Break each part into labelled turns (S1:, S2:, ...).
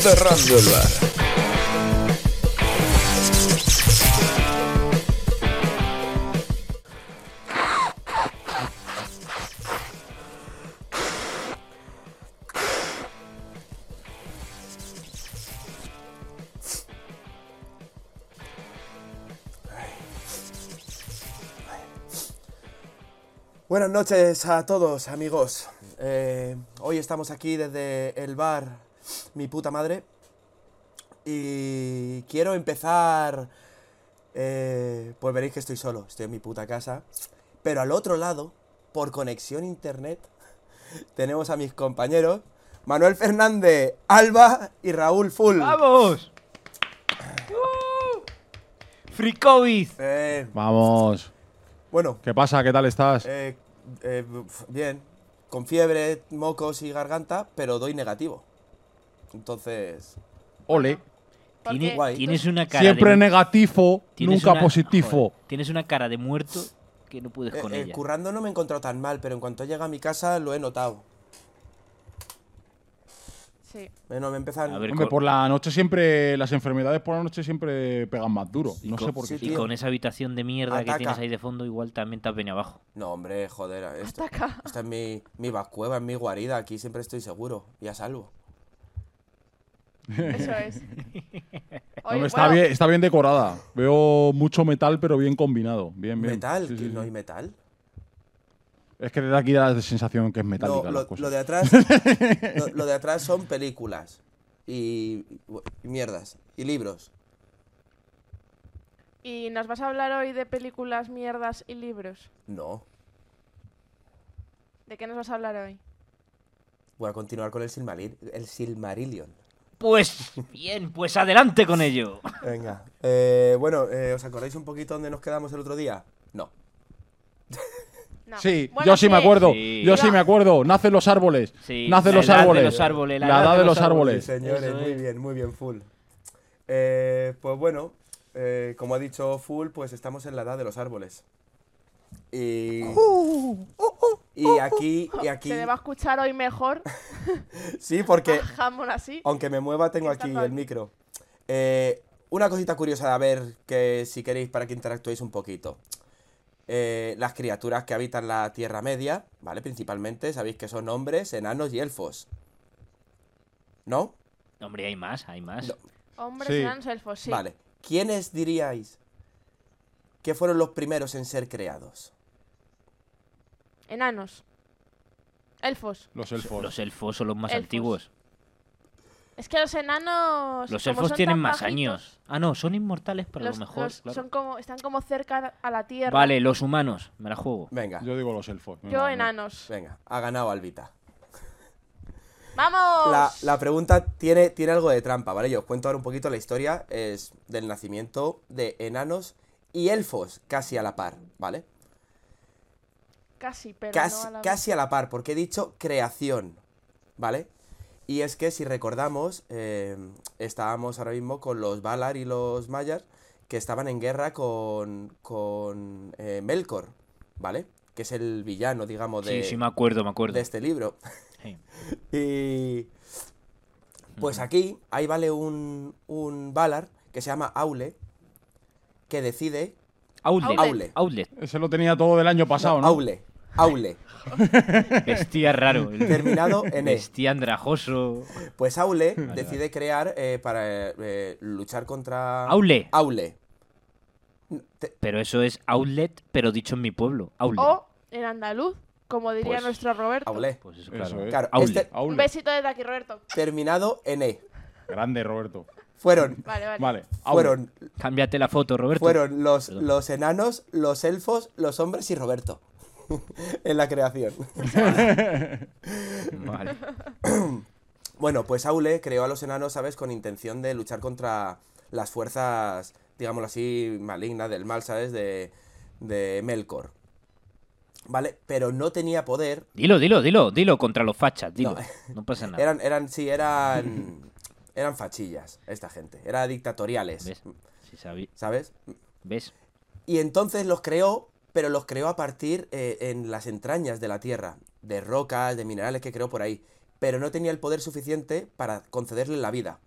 S1: Cerrando el bar.
S2: Buenas noches a todos, amigos. Eh, hoy estamos aquí desde el bar Mi puta madre. Y quiero empezar. eh, pues veréis que estoy solo, estoy en mi puta casa. Pero al otro lado, por conexión a internet, tenemos a mis compañeros Manuel Fernández, Alba y Raúl Full.
S3: ¡Vamos!
S4: ¡Uh!
S3: Free COVID.
S2: Eh,
S4: Vamos.
S2: bueno,
S4: ¿Qué pasa? ¿Qué tal estás?
S2: eh, eh, f- bien, con fiebre, mocos y garganta, pero doy negativo. Entonces,
S4: Ole.
S5: Porque
S3: Tiene-
S2: Guay.
S3: Tienes una cara
S4: Siempre
S3: de,
S4: negativo,
S3: tienes
S4: nunca
S3: una-
S4: positivo.
S3: joder, tienes una cara de muerto que no puedes
S2: Eh,
S3: con
S2: eh,
S3: ella.
S2: currando no me he encontrado tan mal, pero en cuanto llega a mi casa lo he notado.
S5: Sí.
S2: Bueno, Eh, me empiezan.
S3: A ver,
S4: Hombre,
S3: co-
S4: por la noche siempre, las enfermedades por la noche siempre pegan más duro. No
S3: con-
S4: sé por qué.
S2: sí,
S3: Y
S2: tío.
S3: con esa habitación de mierda
S2: Ataca.
S3: que tienes ahí de fondo, igual también te has venido abajo.
S2: No, hombre, joder. Esto,
S5: Ataca.
S2: esta es mi, mi vascueva, es mi guarida. Aquí siempre estoy seguro y a salvo.
S5: Eso es.
S4: No,
S5: Oye,
S4: está,
S5: bueno,
S4: bien, está bien decorada. Veo mucho metal, pero bien combinado. Bien, bien.
S2: ¿Metal?
S4: Sí, sí,
S2: ¿Que ¿No
S4: sí.
S2: hay metal?
S4: Es que te da aquí la sensación que es metálica.
S2: No,
S4: la
S2: lo,
S4: cosa.
S2: lo de atrás. lo, lo de atrás son películas. Y, y mierdas. Y libros.
S5: Y nos vas a hablar hoy de películas, mierdas y libros.
S2: No.
S5: ¿De qué nos vas a hablar hoy?
S2: Voy a continuar con el, Silmaril- el Silmarillion.
S3: Pues bien, pues adelante con ello.
S2: Venga. eh, bueno, eh, ¿os acordáis un poquito dónde nos quedamos el otro día? No.
S5: No.
S4: Sí,
S5: Bueno,
S4: yo sí, me acuerdo.
S3: Sí.
S4: Yo sí me acuerdo. Nacen los árboles.
S3: Sí,
S4: Nacen
S3: la
S4: los
S3: edad de
S4: árboles.
S3: los árboles,
S4: La edad de los árboles.
S2: Sí, señores,
S3: Eso
S2: muy
S3: es.
S2: bien, muy bien, Full. Eh, pues bueno, eh, como ha dicho Full, pues estamos en la edad de los árboles. Y,
S5: Uh,
S2: y aquí, y aquí,
S5: Se me va a escuchar hoy mejor.
S2: sí, porque
S5: Jamón así.
S4: Oh,
S2: aunque me mueva tengo
S5: Está
S2: aquí
S5: mal.
S2: el micro. Eh, una cosita curiosa de a ver que si queréis para que interactuéis un poquito. Eh, las criaturas que habitan la Tierra Media, ¿vale? Principalmente sabéis que son hombres, enanos y elfos. ¿No?
S3: Hombre, hay más, hay más.
S2: No.
S5: Hombres
S4: Sí.
S5: enanos elfos, sí.
S2: Vale. ¿Quiénes diríais que fueron los primeros en ser creados?
S5: Enanos. Elfos.
S4: Los elfos.
S3: Los elfos son los más
S5: Elfos.
S3: antiguos.
S5: Es que los enanos.
S3: Los
S5: como
S3: elfos
S5: son
S3: tienen
S5: tan
S3: más
S5: bajitos,
S3: años. Ah, no, son inmortales, pero
S5: los-
S3: a lo mejor.
S5: los-
S3: claro.
S5: son como, están como cerca a la tierra.
S3: Vale, los humanos, me la juego.
S2: Venga,
S4: Yo digo los elfos.
S5: Yo
S4: Venga,
S5: enanos.
S2: venga, ha ganado Albita.
S5: ¡Vamos!
S2: La, la pregunta tiene, tiene algo de trampa, ¿vale? Yo os cuento ahora un poquito la historia es del nacimiento de enanos y elfos casi a la par, ¿vale?
S5: Casi, pero.
S2: Casi,
S5: no a la vez.
S2: casi a la par, porque he dicho creación, ¿vale? Y es que si recordamos, eh, estábamos ahora mismo con los Valar y los Mayas, que estaban en guerra con, con eh, Melkor, ¿vale? Que es el villano, digamos, de,
S3: sí, sí, me acuerdo, me acuerdo.
S2: de este libro.
S3: Sí.
S2: Y pues aquí, ahí vale un, un Valar que se llama Aule, que decide...
S3: Outlet.
S2: Outlet.
S3: Outlet.
S4: Ese lo tenía todo del año pasado, ¿no?
S2: Aule, Aule,
S3: Vestía raro. el-
S2: terminado en E.
S3: Vestía andrajoso.
S2: Pues Aule decide crear eh, para eh, luchar contra...
S3: Aule.
S2: Aule. Te-
S3: Pero eso es outlet, pero dicho en mi pueblo. Outlet.
S5: O en andaluz, como diría
S3: Pues,
S5: nuestro Roberto.
S2: Aule.
S3: Pues eso,
S4: Eso
S3: claro.
S4: es.
S2: Claro,
S3: Outlet.
S2: este
S5: Un
S4: Aule.
S5: besito desde aquí, Roberto.
S2: terminado en E.
S4: Grande, Roberto.
S2: Fueron,
S5: Vale, vale.
S4: Vale. Aule.
S2: fueron,
S3: Cámbiate la foto, Roberto.
S2: fueron los,
S3: Perdón.
S2: los enanos, los elfos, los hombres y Roberto. en la creación.
S3: Vale.
S2: Bueno, pues Aule creó a los enanos, ¿sabes? Con intención de luchar contra las fuerzas, digámoslo así, malignas del mal, ¿sabes? De, de Melkor. ¿Vale? Pero no tenía poder.
S3: Dilo, dilo, dilo, dilo contra los fachas, dilo. No, pasa nada.
S2: Eran, eran, sí, eran. Eran fachillas, esta gente. Eran dictatoriales,
S3: ¿Ves? Sí, sabí-
S2: ¿sabes?
S3: ¿Ves?
S2: Y entonces los creó, pero los creó a partir eh, en las entrañas de la tierra, de rocas, de minerales que creó por ahí. Pero no tenía el poder suficiente para concederle la vida.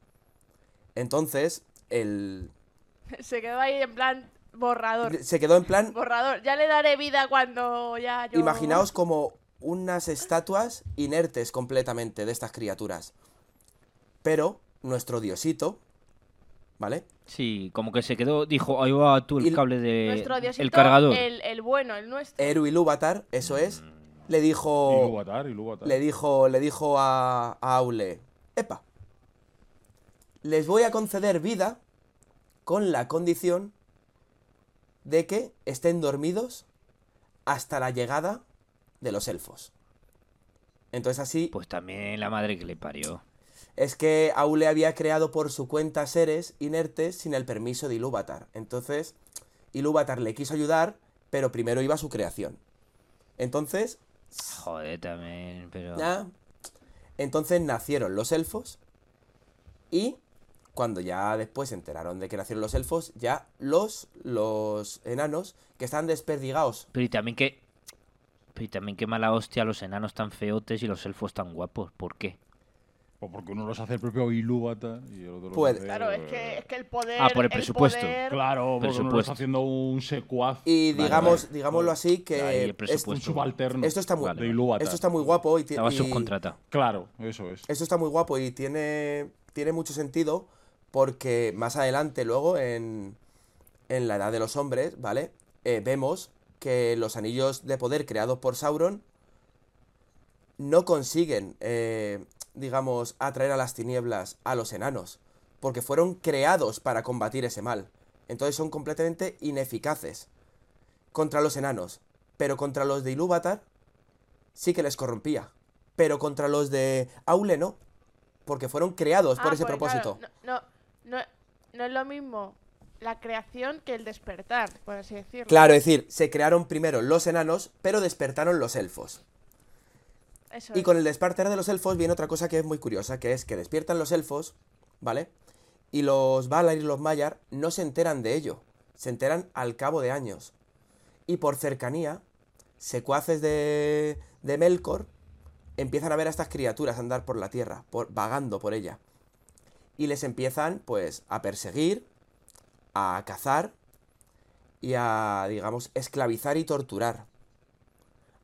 S2: Entonces, el...
S5: Se quedó ahí en plan borrador.
S2: Se quedó en plan...
S5: Borrador. Ya le daré vida cuando ya yo...
S2: Imaginaos como unas estatuas inertes completamente de estas criaturas. Pero nuestro diosito, ¿vale?
S3: Sí, como que se quedó, dijo, ahí va tú el,
S2: Y-
S3: cable de
S5: Nuestro diosito,
S3: el cargador.
S5: El, el bueno, el nuestro.
S2: Eru Ilúvatar, eso es, le
S4: Y
S2: dijo...
S4: Luvatar, y Luvatar.
S2: Le dijo, le dijo a, a Aule, epa, les voy a conceder vida con la condición de que estén dormidos hasta la llegada de los elfos. Entonces así
S3: Pues también la madre que le parió.
S2: es que Aule había creado por su cuenta seres inertes sin el permiso de Ilúvatar. Entonces, Ilúvatar le quiso ayudar, pero primero iba su creación. Entonces,
S3: Joder, también, pero...
S2: Ah. Entonces nacieron los elfos y cuando ya después se enteraron de que nacieron los elfos, ya los, los enanos que estaban desperdigados.
S3: Pero y también que... Pero y también qué mala hostia los enanos tan feotes y los elfos tan guapos. ¿Por qué?
S4: O Pues porque uno los hace el propio Ilúvatar y el otro lo
S2: Puede.
S4: hace-
S5: Claro, es que, es que el poder.
S3: Ah, por el presupuesto.
S5: poder-
S4: Claro, porque uno lo
S3: Presupuesto.
S4: está haciendo un secuaz.
S2: Y
S3: Vale,
S2: digamos,
S3: vale.
S2: digámoslo así,
S3: Ahí
S2: que
S3: el presupuesto.
S4: Un subalterno.
S2: esto está muy-
S4: de
S3: Vale,
S4: Ilúvatar.
S2: esto está muy guapo y, ti-
S3: Estaba
S2: y-
S3: subcontratado.
S4: Claro, eso es.
S2: esto está muy guapo y tiene tiene mucho sentido porque más adelante luego en en la edad de los hombres, ¿vale? Eh, vemos que los anillos de poder creados por Sauron no consiguen, eh, digamos, atraer a las tinieblas a los enanos, porque fueron creados para combatir ese mal. Entonces son completamente ineficaces contra los enanos, pero contra los de Ilúvatar sí que les corrompía, pero contra los de Aule no, porque fueron creados
S5: Ah,
S2: por ese
S5: pues
S2: propósito.
S5: claro, no, no, no, no es lo mismo la creación que el despertar, por así decirlo.
S2: Claro, es decir, se crearon primero los enanos, pero despertaron los elfos.
S5: Eso
S2: Y
S5: es.
S2: con el despertar de los elfos viene otra cosa que es muy curiosa, que es que despiertan los elfos, ¿vale? Y los Valar y los Mayar no se enteran de ello, se enteran al cabo de años. Y por cercanía, secuaces de, de Melkor empiezan a ver a estas criaturas andar por la tierra, por, vagando por ella. Y les empiezan, pues, a perseguir, a cazar y a, digamos, esclavizar y torturar.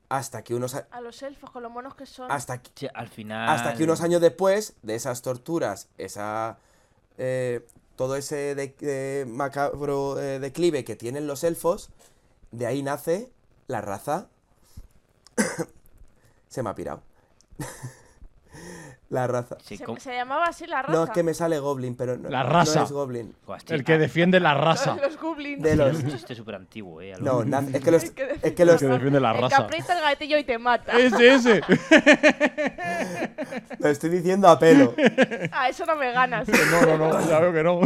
S2: Hasta que unos... a-
S5: A los elfos, con lo monos que son.
S2: Hasta que,
S3: Che, al final...
S2: hasta
S4: Ah,
S2: que unos años después de esas torturas, esa eh, todo ese de- eh, macabro eh, declive que tienen los elfos, de ahí nace la raza. se me ha pirado. la raza.
S3: Sí,
S5: se,
S3: como-
S5: se llamaba así la raza.
S2: No, es que me sale Goblin, pero no,
S4: La
S2: no
S4: raza.
S2: es Goblin.
S3: Hostia,
S4: El que defiende la raza.
S5: Los, los goblins.
S2: De
S3: era
S2: los.
S3: un chiste súper antiguo, eh. a lo-
S2: No, na- es que los.
S5: Hay que
S2: Es que los.
S4: que defiende la
S5: el
S4: raza.
S5: que aprieta el gatillo y te mata.
S4: Ese, ese.
S2: Lo estoy diciendo a pelo.
S5: A Ah, eso no me ganas.
S4: No, no, no, ya veo que no.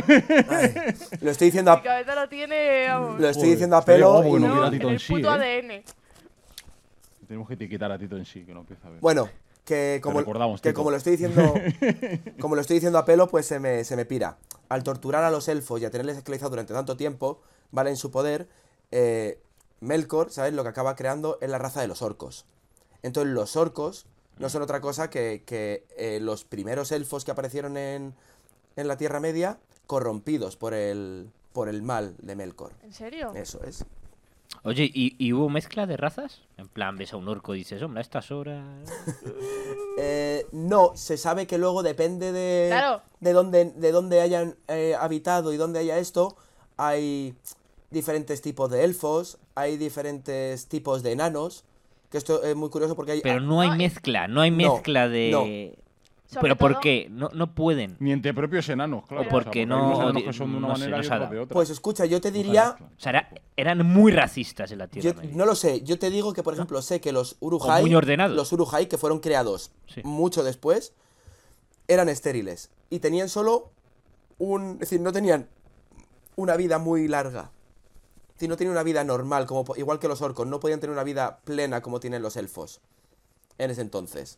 S2: Ay, lo estoy diciendo
S5: Mi
S2: a.
S5: cabeza lo tiene. vamos,
S2: Lo estoy
S4: Joder,
S2: diciendo a
S4: estaría
S2: pelo.
S4: guapo que
S2: y-
S4: no
S5: ¿no?
S4: hubiera
S5: en
S4: Tito
S5: el
S4: en sí,
S5: puto
S4: ¿eh?
S5: ADN.
S4: Tenemos que etiquetar a Tito en sí, que no empieza a ver.
S2: Bueno, que como,
S4: recordamos,
S2: que
S4: Tito.
S2: como lo estoy diciendo. como lo estoy diciendo a pelo, pues se me, se me pira. Al torturar a los elfos y a tenerles esclavizados durante tanto tiempo, ¿vale? En su poder, eh, Melkor, ¿sabes? Lo que acaba creando es la raza de los orcos. Entonces, los orcos no son otra cosa que, que, eh, los primeros elfos que aparecieron en, en la Tierra Media, corrompidos por el, por el mal de Melkor.
S5: ¿En serio?
S2: Eso es.
S3: Oye, ¿y, y hubo mezcla de razas? En plan, ves a un orco y dices, hombre, a estas horas...
S2: Eh, no, se sabe que luego depende de,
S5: Claro.
S2: de dónde de dónde hayan eh, habitado y dónde haya esto. Hay diferentes tipos de elfos, hay diferentes tipos de enanos. Que esto es muy curioso porque hay.
S3: Pero no hay
S5: No, y-
S3: mezcla, no hay
S2: ah, No,
S3: mezcla
S2: no.
S3: de...
S5: Sobre
S3: ¿Pero por
S5: todo-
S3: qué? No, no pueden.
S4: Ni entre propios enanos, claro.
S5: O
S3: porque
S4: hay
S3: no-
S4: unos enanos que son de una
S3: no sé,
S4: manera
S3: no
S4: y
S3: se ha
S4: otros de
S3: dado.
S4: otra.
S2: Pues escucha, yo te diría.
S3: O sea, era- eran muy racistas en la
S2: Yo,
S3: Tierra Media.
S2: no lo sé, yo te digo que, por ejemplo, sé que los Urujai.
S3: O muy ordenados.
S2: Los Urujai, que fueron creados
S3: Sí.
S2: mucho después, eran estériles. Y tenían solo un. Es decir, no tenían una vida muy larga. Es decir, no tenían una vida normal, como po- igual que los orcos. No podían tener una vida plena como tienen los elfos. En ese entonces.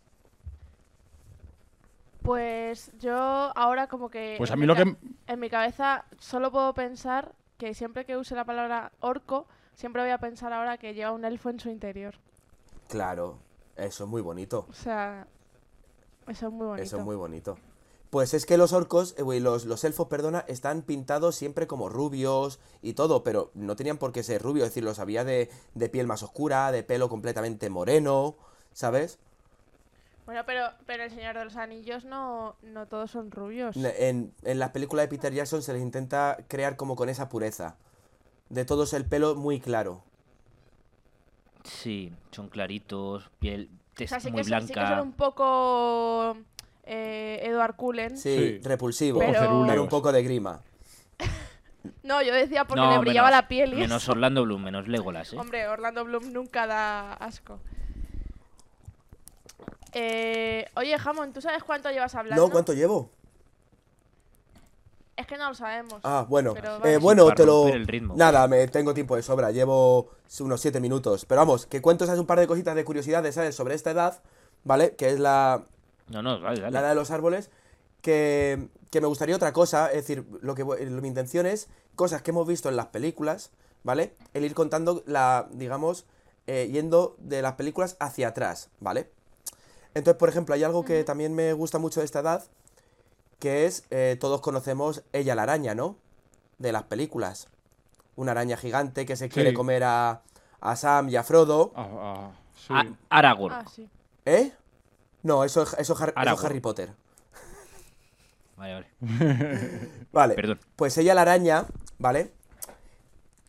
S5: Pues yo ahora como que...
S4: Pues a
S5: en
S4: mí
S5: mi
S4: lo
S5: ca-
S4: que-
S5: En mi cabeza solo puedo pensar que siempre que use la palabra orco, siempre voy a pensar ahora que lleva un elfo en su interior.
S2: Claro, eso es muy bonito.
S5: O sea, eso es muy bonito.
S2: Eso es muy bonito. Pues es que los orcos, eh, güey, los, los elfos, perdona, están pintados siempre como rubios y todo, pero no tenían por qué ser rubios, es decir, los había de, de piel más oscura, de pelo completamente moreno, ¿sabes?
S5: Bueno, pero, pero el Señor de los Anillos no, no todos son rubios.
S2: Ne- En, en las películas de Peter Jackson se les intenta crear como con esa pureza. De todos el pelo muy claro.
S3: Sí, son claritos, piel
S5: o
S3: tez
S5: sea, sí
S3: muy
S5: que, son, sí que son
S3: blanca.
S5: un poco eh, Edward Cullen.
S2: Sí,
S4: Sí.
S2: repulsivo.
S5: Pero-
S2: Dar
S4: cerúleos.
S2: un poco de grima.
S5: No, yo decía porque
S3: No,
S5: le brillaba
S3: menos-
S5: la piel y
S3: Menos
S5: eso.
S3: Orlando Bloom, menos Legolas, ¿eh?
S5: Hombre, Orlando Bloom nunca da asco. Eh, oye, Jamón, ¿tú sabes cuánto llevas hablando?
S2: No, ¿cuánto llevo?
S5: Es que no lo sabemos.
S2: Ah, bueno.
S5: Pero
S2: Eh,
S5: vale.
S2: bueno,
S3: Para
S2: te lo...
S3: romper el ritmo.
S2: Nada, me tengo tiempo de sobra. Llevo unos 7 minutos. Pero vamos, que cuento ¿sabes? un par de cositas de curiosidades, ¿sabes? Sobre esta edad, ¿vale? Que es la,
S3: No, no, dale, dale.
S2: la edad de los árboles. Que, que me gustaría otra cosa. Es decir, lo que voy- mi intención es cosas que hemos visto en las películas, ¿vale? El ir contando la, digamos, eh, yendo de las películas hacia atrás, ¿vale? Entonces, por ejemplo, hay algo que también me gusta mucho de esta edad, que es, eh, todos conocemos ella la araña, ¿no? De las películas. Una araña gigante que se quiere comer a, a Sam y a Frodo.
S4: Ah, ah, sí.
S3: A- Aragorn.
S5: Ah, sí.
S2: ¿Eh? No, eso, es- eso es Har- eso es
S3: Aragorn.
S2: Harry Potter.
S3: Vale, vale.
S2: Vale.
S3: Perdón.
S2: Pues ella la araña, ¿vale?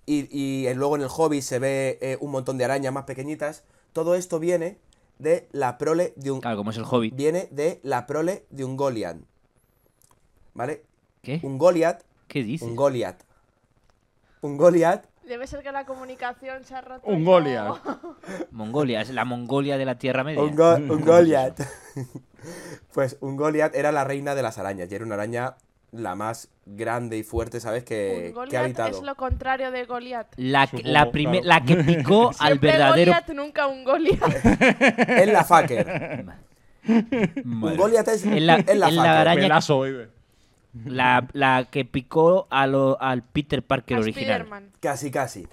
S2: Y, y en- luego en el hobby se ve eh, un montón de arañas más pequeñitas. Todo esto viene de la prole de un.
S3: Claro, como es el hobbit.
S2: Viene de la prole de un Golian. ¿Vale?
S3: ¿Qué?
S2: Un Goliath.
S3: ¿Qué dices?
S2: Un Goliath. Un Goliath.
S5: Debe ser que la comunicación se ha roto. y
S4: Un
S5: no-
S4: Goliath.
S3: Mongolia, es la Mongolia de la Tierra Media.
S2: Un, go- un
S3: ¿Cómo es
S2: Goliath.
S3: eso?
S2: pues un Goliath era la reina de las arañas. Y era una araña la más grande y fuerte, ¿sabes? Eh, Que,
S5: Un
S2: que ha
S5: Goliath
S2: habitado.
S5: es lo contrario de Goliath.
S3: La,
S4: Supongo,
S3: la, prime-
S4: claro.
S3: la que picó al
S5: Siempre
S3: verdadero.
S5: Goliath, nunca un Goliath.
S2: Es la fucker.
S3: Madre.
S2: un Goliath es,
S3: Es la-
S2: es la
S3: es la
S2: fucker.
S3: araña-
S4: Pelazo, baby.
S3: La, la que picó a lo- al Peter Parker
S5: A
S3: original.
S5: Spiderman.
S2: Casi, casi.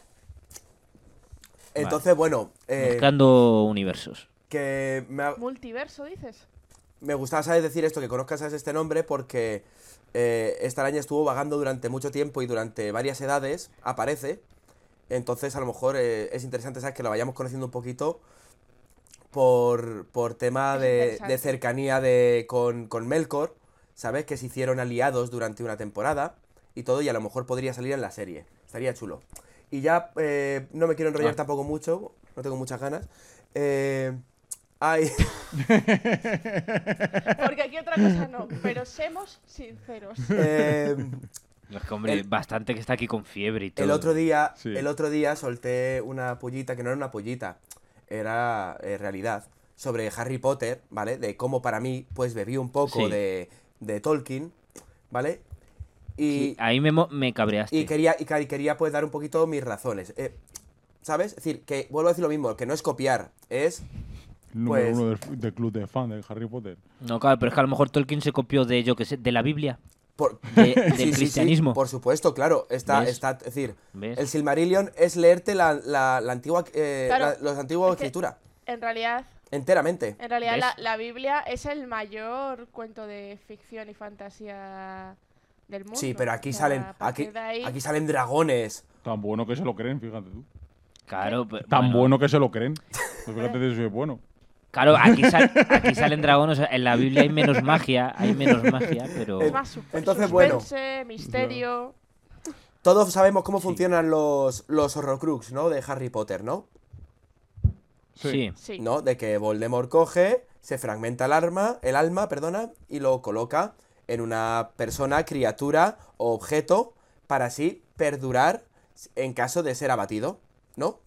S2: Entonces, bueno, eh,
S3: Mezclando universos.
S2: que me, ha-
S5: Multiverso, dices.
S2: me gustaba ¿sabes? decir esto, que conozcas ¿sabes? este nombre porque eh, esta araña estuvo vagando durante mucho tiempo y durante varias edades aparece. Entonces, a lo mejor eh, es interesante ¿sabes? que lo vayamos conociendo un poquito por, por tema
S5: Es
S2: de,
S5: interesante.
S2: de cercanía de, con, con Melkor, ¿sabes? Que se hicieron aliados durante una temporada y todo, y a lo mejor podría salir en la serie. Estaría chulo. Y ya eh, no me quiero enrollar
S3: Ah.
S2: tampoco mucho, no tengo muchas ganas. Eh, ay.
S5: Porque aquí otra cosa no. Pero seamos sinceros.
S2: Eh,
S3: Es que, hombre,
S2: El-
S3: bastante que está aquí con fiebre y todo.
S2: el otro día,
S4: Sí.
S2: el otro día solté una pollita que no era una pollita, era eh, realidad sobre Harry Potter, ¿vale? De cómo para mí pues bebí un poco
S3: Sí.
S2: de, de Tolkien, ¿vale? Y,
S3: Sí, ahí me, mo- me cabreaste.
S2: y quería y ca- y quería pues dar un poquito mis razones, eh, ¿sabes? Es decir, que vuelvo a decir lo mismo, que no es copiar, es
S4: Número
S2: Pues-
S4: uno del, del club de fan de Harry Potter.
S3: No, claro, pero es que a lo mejor Tolkien se copió de, yo que sé, de la Biblia.
S2: por
S3: De- del
S2: Sí, sí, sí,
S3: cristianismo.
S2: por supuesto, claro, está
S3: ¿Ves?
S2: está, es decir,
S3: ¿Ves?
S2: el Silmarillion es leerte la, la- la antigua eh,
S5: Claro,
S2: la- los antiguos
S5: es que-
S2: escritura
S5: En realidad,
S2: enteramente.
S5: en realidad
S3: ¿Ves?
S5: la, la Biblia es el mayor cuento de ficción y fantasía del mundo.
S2: Sí, pero aquí
S5: O sea,
S2: salen,
S5: a partir
S2: aquí,
S5: de ahí-
S2: aquí salen dragones.
S4: Tan bueno que se lo creen, fíjate tú.
S3: Claro, pe-
S4: Tan
S3: bueno.
S4: bueno, que se lo creen. Pues fíjate si es bueno.
S3: Claro, aquí, sal- aquí salen dragones. o sea, En la Biblia hay menos magia, hay menos magia, pero.
S5: Es más, su-
S2: Entonces, bueno.
S5: suspense, misterio.
S2: Todos sabemos cómo funcionan los, los Horrocrux, ¿no? De Harry Potter, ¿no?
S3: Sí.
S5: Sí.
S2: ¿No? De que Voldemort coge, se fragmenta el alma, el alma, perdona, y lo coloca en una persona, criatura o objeto para así perdurar en caso de ser abatido, ¿no?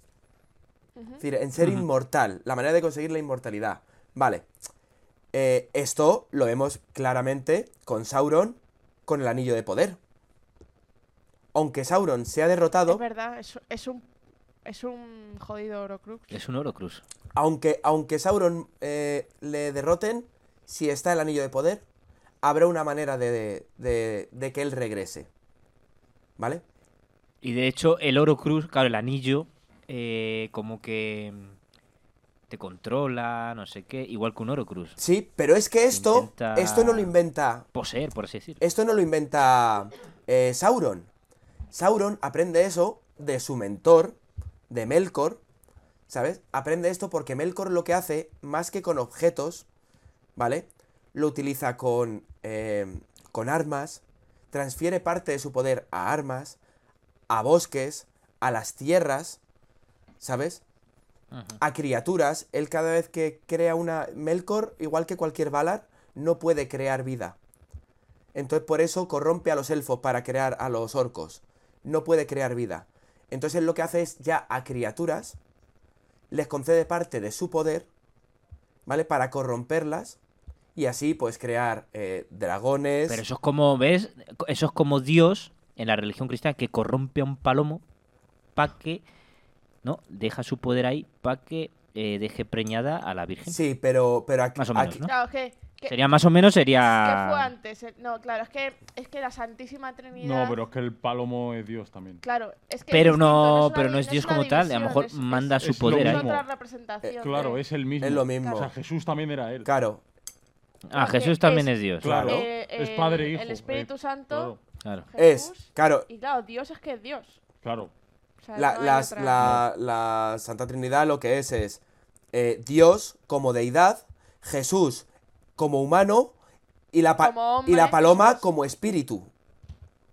S2: Es decir, en ser inmortal, la manera de conseguir la inmortalidad. Vale. Eh, esto lo vemos claramente con Sauron, con el anillo de poder. Aunque Sauron sea derrotado,
S5: Es verdad, es, es un es un jodido Orocrux.
S3: Es un Orocruz.
S2: Aunque, aunque Sauron eh, le derroten, si está el anillo de poder, habrá una manera de, de- de que él regrese. ¿Vvale?
S3: Y de hecho, el Orocruz, claro, el anillo, eh, como que mm, te controla, no sé qué, igual que un Orocruz.
S2: Sí, pero es que esto,
S3: Intenta-
S2: esto no lo inventa
S3: Poseer, por así decir.
S2: Esto no lo inventa eh, Sauron. Sauron aprende eso de su mentor, de Melkor, ¿sabes? Aprende esto porque Melkor lo que hace, más que con objetos, ¿vale? Lo utiliza con, eh, con armas, transfiere parte de su poder a armas, a bosques, a las tierras, ¿sabes?
S3: Ujú.
S2: a criaturas, él cada vez que crea una Melkor, igual que cualquier Valar, no puede crear vida. Entonces por eso corrompe a los elfos para crear a los orcos. No puede crear vida. Entonces él lo que hace es ya a criaturas les concede parte de su poder, ¿vale? Para corromperlas y así pues crear eh, dragones.
S3: Pero eso es como, ¿ves? Eso es como Dios en la religión cristiana que corrompe a un palomo para que, ¿no? Deja su poder ahí para que eh, deje preñada a la Virgen.
S2: Sí, pero, pero aquí,
S3: Más o menos,
S2: aquí-
S3: ¿no?
S5: Claro, que, que,
S3: Sería más o menos,
S5: que
S3: sería...
S5: fue antes. eh, No, claro, es que, es que la Santísima Trinidad...
S4: No, pero es que el palomo es Dios también.
S5: Claro, es que es
S3: Pero
S5: distinto,
S3: no,
S5: una
S3: pero
S5: di-
S3: no es Dios
S5: una
S3: como tal. A lo
S5: división,
S3: mejor
S5: es-
S3: manda
S5: es-
S3: su
S4: es lo
S3: poder
S5: es
S3: ahí.
S4: mismo.
S5: otra representación.
S4: Claro,
S5: eh.
S4: es el mismo.
S2: es lo mismo.
S4: O sea, Jesús también era él.
S2: Claro,
S3: Ah,
S5: Porque
S3: Jesús también
S5: es-
S3: es Dios.
S4: Claro.
S5: Eh,
S4: es
S5: el-
S4: padre e hijo.
S5: El Espíritu
S4: eh,
S5: Santo,
S3: Claro.
S2: es,
S5: Jesús,
S2: claro,
S5: Y claro, Dios es que es Dios.
S4: Claro,
S5: O sea,
S2: La,
S5: no hay
S2: las-
S5: otra-
S2: la- la Santa Trinidad lo que es es eh, Dios como deidad, Jesús como humano y la, pa-
S5: Como hombre,
S2: y la paloma
S5: Jesús.
S2: como espíritu.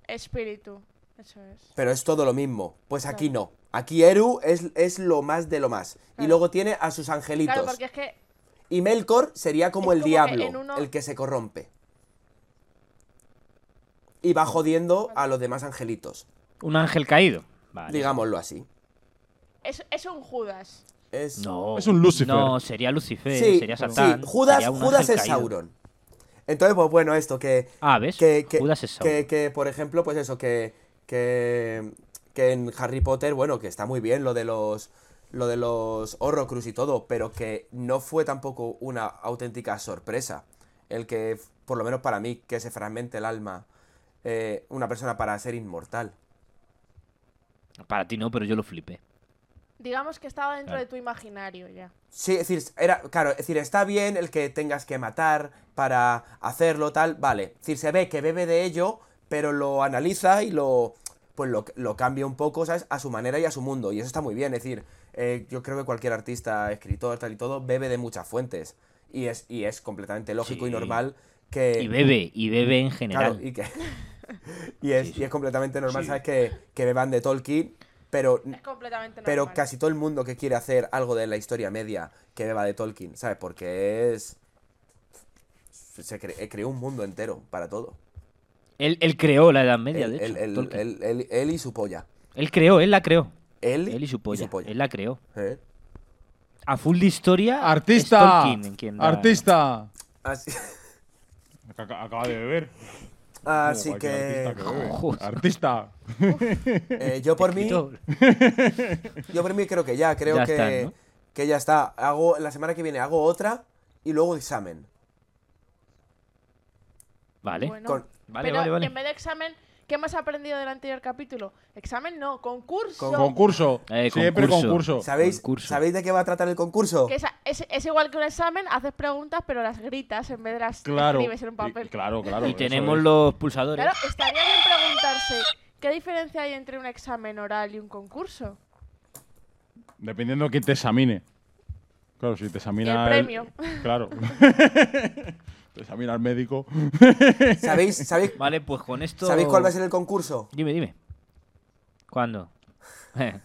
S5: Espíritu. Eso es.
S2: Pero es todo lo mismo. Pues aquí no. Aquí Eru es, es lo más de lo más. Y
S5: Claro.
S2: luego tiene a sus angelitos.
S5: Claro, porque es que
S2: Y Melkor sería como
S5: Es
S2: el
S5: como que
S2: diablo,
S5: en uno-
S2: el que se corrompe. Y va jodiendo a los demás angelitos.
S3: Un ángel caído. Vale.
S2: Digámoslo así.
S5: es, es un Judas.
S2: Es...
S3: No.
S4: Es un Lucifer.
S3: No, sería Lucifer, sería
S2: sí,
S3: Satán.
S2: Judas,
S3: sería un
S2: Judas
S3: ángel
S2: es
S3: caído.
S2: Sauron. Entonces, pues bueno, esto, que,
S3: Ah, ¿ves?
S2: que, que-
S3: Judas es Sauron.
S2: que- que, por ejemplo, pues eso, que, que, que en Harry Potter, bueno, que está muy bien lo de los lo de los Horrocrux y todo, pero que no fue tampoco una auténtica sorpresa el que, por lo menos para mí, que se fragmente el alma eh, una persona para ser inmortal.
S3: Para ti no, pero yo lo flipé.
S5: Digamos que estaba dentro
S3: Claro.
S5: de tu imaginario ya.
S2: Sí, es decir, era, claro, es decir, está bien el que tengas que matar para hacerlo, tal, vale. Es decir, se ve que bebe de ello, pero lo analiza y lo, pues lo, lo cambia un poco, ¿sabes? A su manera y a su mundo. Y eso está muy bien, es decir, eh, yo creo que cualquier artista, escritor, tal y todo, bebe de muchas fuentes. Y es, y es completamente lógico y
S3: Sí.
S2: normal que...
S3: Y bebe, y bebe en
S2: Eh, Claro,
S3: general.
S2: y que... y, es,
S3: Sí, sí.
S2: y es completamente normal,
S3: Sí.
S2: ¿sabes? Que, que beban de Tolkien, pero
S5: Es completamente normal.
S2: Mm. pero casi todo el mundo que quiere hacer algo de la historia media que beba de Tolkien, ¿sabes? Porque es. Se cre- eh, creó un mundo entero para todo.
S3: Él, él creó la Edad Media,
S2: Él,
S3: de
S2: él-
S3: hecho.
S2: él-
S3: Tolkien. Él,
S2: él- él- él y su polla.
S3: creó, él la creó.
S2: Él,
S3: Él y su polla. Él la creó.
S2: ¿Eh?
S3: A full de historia.
S4: ¡Artista!
S3: es Tolkien en quien da-
S4: ¡Artista!
S2: Así,
S4: Ac- Acaba de beber.
S2: así
S4: Como cualquier
S2: que.
S4: Artista. que bebe.
S3: Joder.
S4: Artista.
S2: eh, yo por mí.
S3: Escritor.
S2: Yo por mí creo que ya, creo
S3: Ya
S2: que.
S3: está, ¿no?
S2: Que ya está. Hago, la semana que viene hago otra y luego examen.
S3: Vale.
S5: Bueno,
S2: Con-
S3: Vale,
S5: pero
S3: vale, vale.
S5: en vez de examen, ¿qué hemos aprendido del anterior capítulo? Examen no, concurso.
S4: Concurso.
S3: Eh,
S4: Siempre
S3: concurso.
S4: concurso.
S2: ¿Sabéis,
S3: Concurso.
S2: ¿Sabéis de qué va a tratar el concurso?
S5: Que es, es- es igual que un examen, haces preguntas, pero las gritas en vez de las
S4: Claro.
S5: escribes en un papel.
S4: Y- claro, claro.
S3: Y
S4: eso
S3: tenemos
S4: es.
S3: los pulsadores.
S5: Claro, estaría bien preguntarse qué diferencia hay entre un examen oral y un concurso.
S4: Dependiendo de quién te examine. Claro, si te examina.
S5: El premio.
S4: Claro. te examina el médico.
S2: ¿Sabéis, sabéis,
S3: Vale, pues con esto.
S2: ¿Sabéis cuál va a ser el concurso?
S3: Dime, dime. ¿Cuándo?
S5: Oye,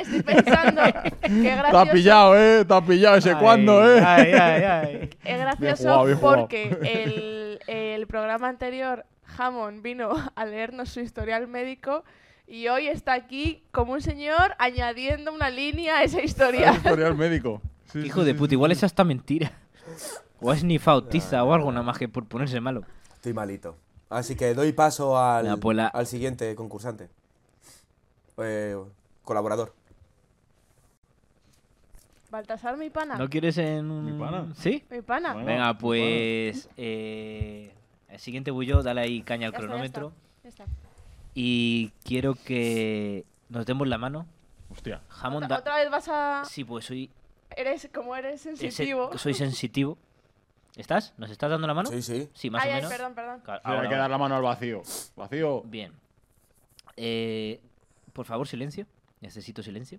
S5: estoy pensando. qué
S4: Te has
S5: gracioso.
S4: pillado, ¿eh? Te has pillado ese
S3: Ay,
S4: cuándo, ¿eh?
S3: Ay, ay, ay.
S5: Es
S4: jugado,
S5: gracioso
S4: bien jugado.
S5: porque el, el programa anterior, Hammond vino a leernos su historial médico y hoy está aquí como un señor añadiendo una línea a esa
S4: El
S5: historia.
S4: historial médico. Sí,
S3: Hijo
S4: sí,
S3: de
S4: sí,
S3: puta,
S4: sí,
S3: igual
S4: sí.
S3: es hasta mentira. O es ni fautiza o algo, nada más que por ponerse malo.
S2: Estoy malito. Así que doy paso al,
S3: pues La abuela-
S2: al siguiente concursante. Eh, colaborador.
S5: Baltasar, mi pana.
S3: ¿No quieres en un.
S4: Mi pana.
S3: ¿Sí?
S5: Mi pana.
S4: Bueno.
S3: Venga,
S4: mi
S3: pues. eh, el siguiente voy yo, dale ahí caña al
S5: Ya está, ya
S3: cronómetro.
S5: está, ya está.
S3: Y quiero que nos demos la mano
S4: Hostia.
S3: Jamón
S5: Otra-
S3: da...
S5: Otra vez vas a.
S3: Sí, pues soy...
S5: Eres como eres
S3: ese-
S5: sensitivo.
S3: soy sensitivo. ¿Estás? ¿Nos estás dando la mano?
S2: Sí, sí.
S3: Sí, más
S5: ay,
S3: o
S5: ay,
S3: menos.
S5: perdón, perdón.
S3: Claro,
S4: Ahora hay
S3: ahora,
S4: que dar la mano al vacío. Vacío.
S3: ahora. Bien. Eh, por favor, silencio. Necesito silencio.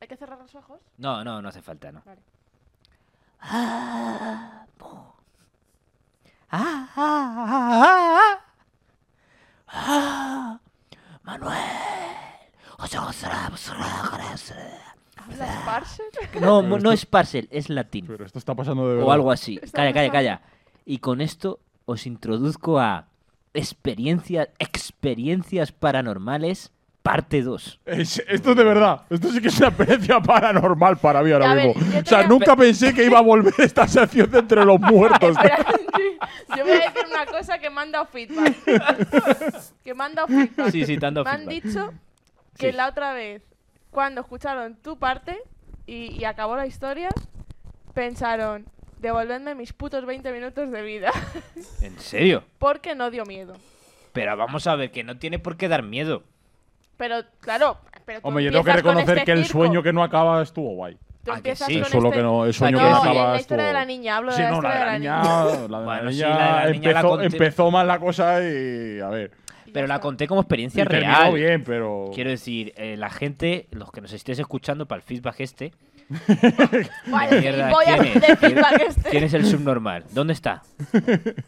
S5: Hay que cerrar los ojos.
S3: No, no, no hace falta, no.
S5: Vale.
S3: Amo. Ah, ah, ah, ah. Ah, Manuel.
S5: ¿Hablas parser?
S3: No, mo- no es parcel, es latín.
S4: Pero esto está pasando de verdad.
S3: O algo así.
S5: Está
S3: Calla, calla,
S5: pasando.
S3: calla. Y con esto os introduzco a experiencias, experiencias paranormales, parte 2.
S4: Es- esto es de verdad. Esto sí que es una experiencia paranormal para mí
S5: A
S4: ahora
S5: ver,
S4: mismo.
S5: yo
S4: o sea,
S5: tengo-
S4: nunca pensé que iba a volver esta sección de entre los muertos.
S5: Espera, yo voy a decir una cosa que me han dado feedback. que me han dado feedback.
S3: Sí, sí, dando
S5: me han
S3: feedback.
S5: dicho que
S3: Sí.
S5: la otra vez, cuando escucharon tu parte y, y acabó la historia, pensaron, devolvedme mis putos 20 minutos de vida,
S3: ¿En serio?
S5: porque no dio miedo.
S3: Pero vamos a ver, que no tiene por qué dar miedo.
S5: Pero, claro, pero tú
S4: Hombre, yo tengo que
S5: empiezas con
S4: reconocer
S5: este
S4: que el
S5: circo.
S4: sueño que no acaba estuvo guay.
S5: Tú
S3: Ah, que
S5: empiezas
S3: sí.
S5: con
S4: Eso es lo
S5: este-
S4: que no- el sueño
S3: que no
S5: en
S4: acaba
S5: la historia
S4: estuvo-
S5: de la niña, hablo
S4: Sí,
S5: de la
S4: no, la
S5: historia
S4: de la niña, la de la
S3: Bueno, sí,
S4: niña
S3: la de la niña la
S4: empezó,
S3: conté.
S4: empezó mal la cosa y a ver.
S5: Y ya
S3: Pero la
S5: está.
S3: conté como experiencia
S4: y terminó
S3: real.
S4: bien, pero
S3: Quiero decir, eh, la gente, los que nos estéis escuchando para el feedback este,
S5: Vaya,
S3: de mierda,
S5: voy a
S3: ¿quién es?
S5: hacer feedback este.
S3: ¿quién es el subnormal? ¿Dónde está?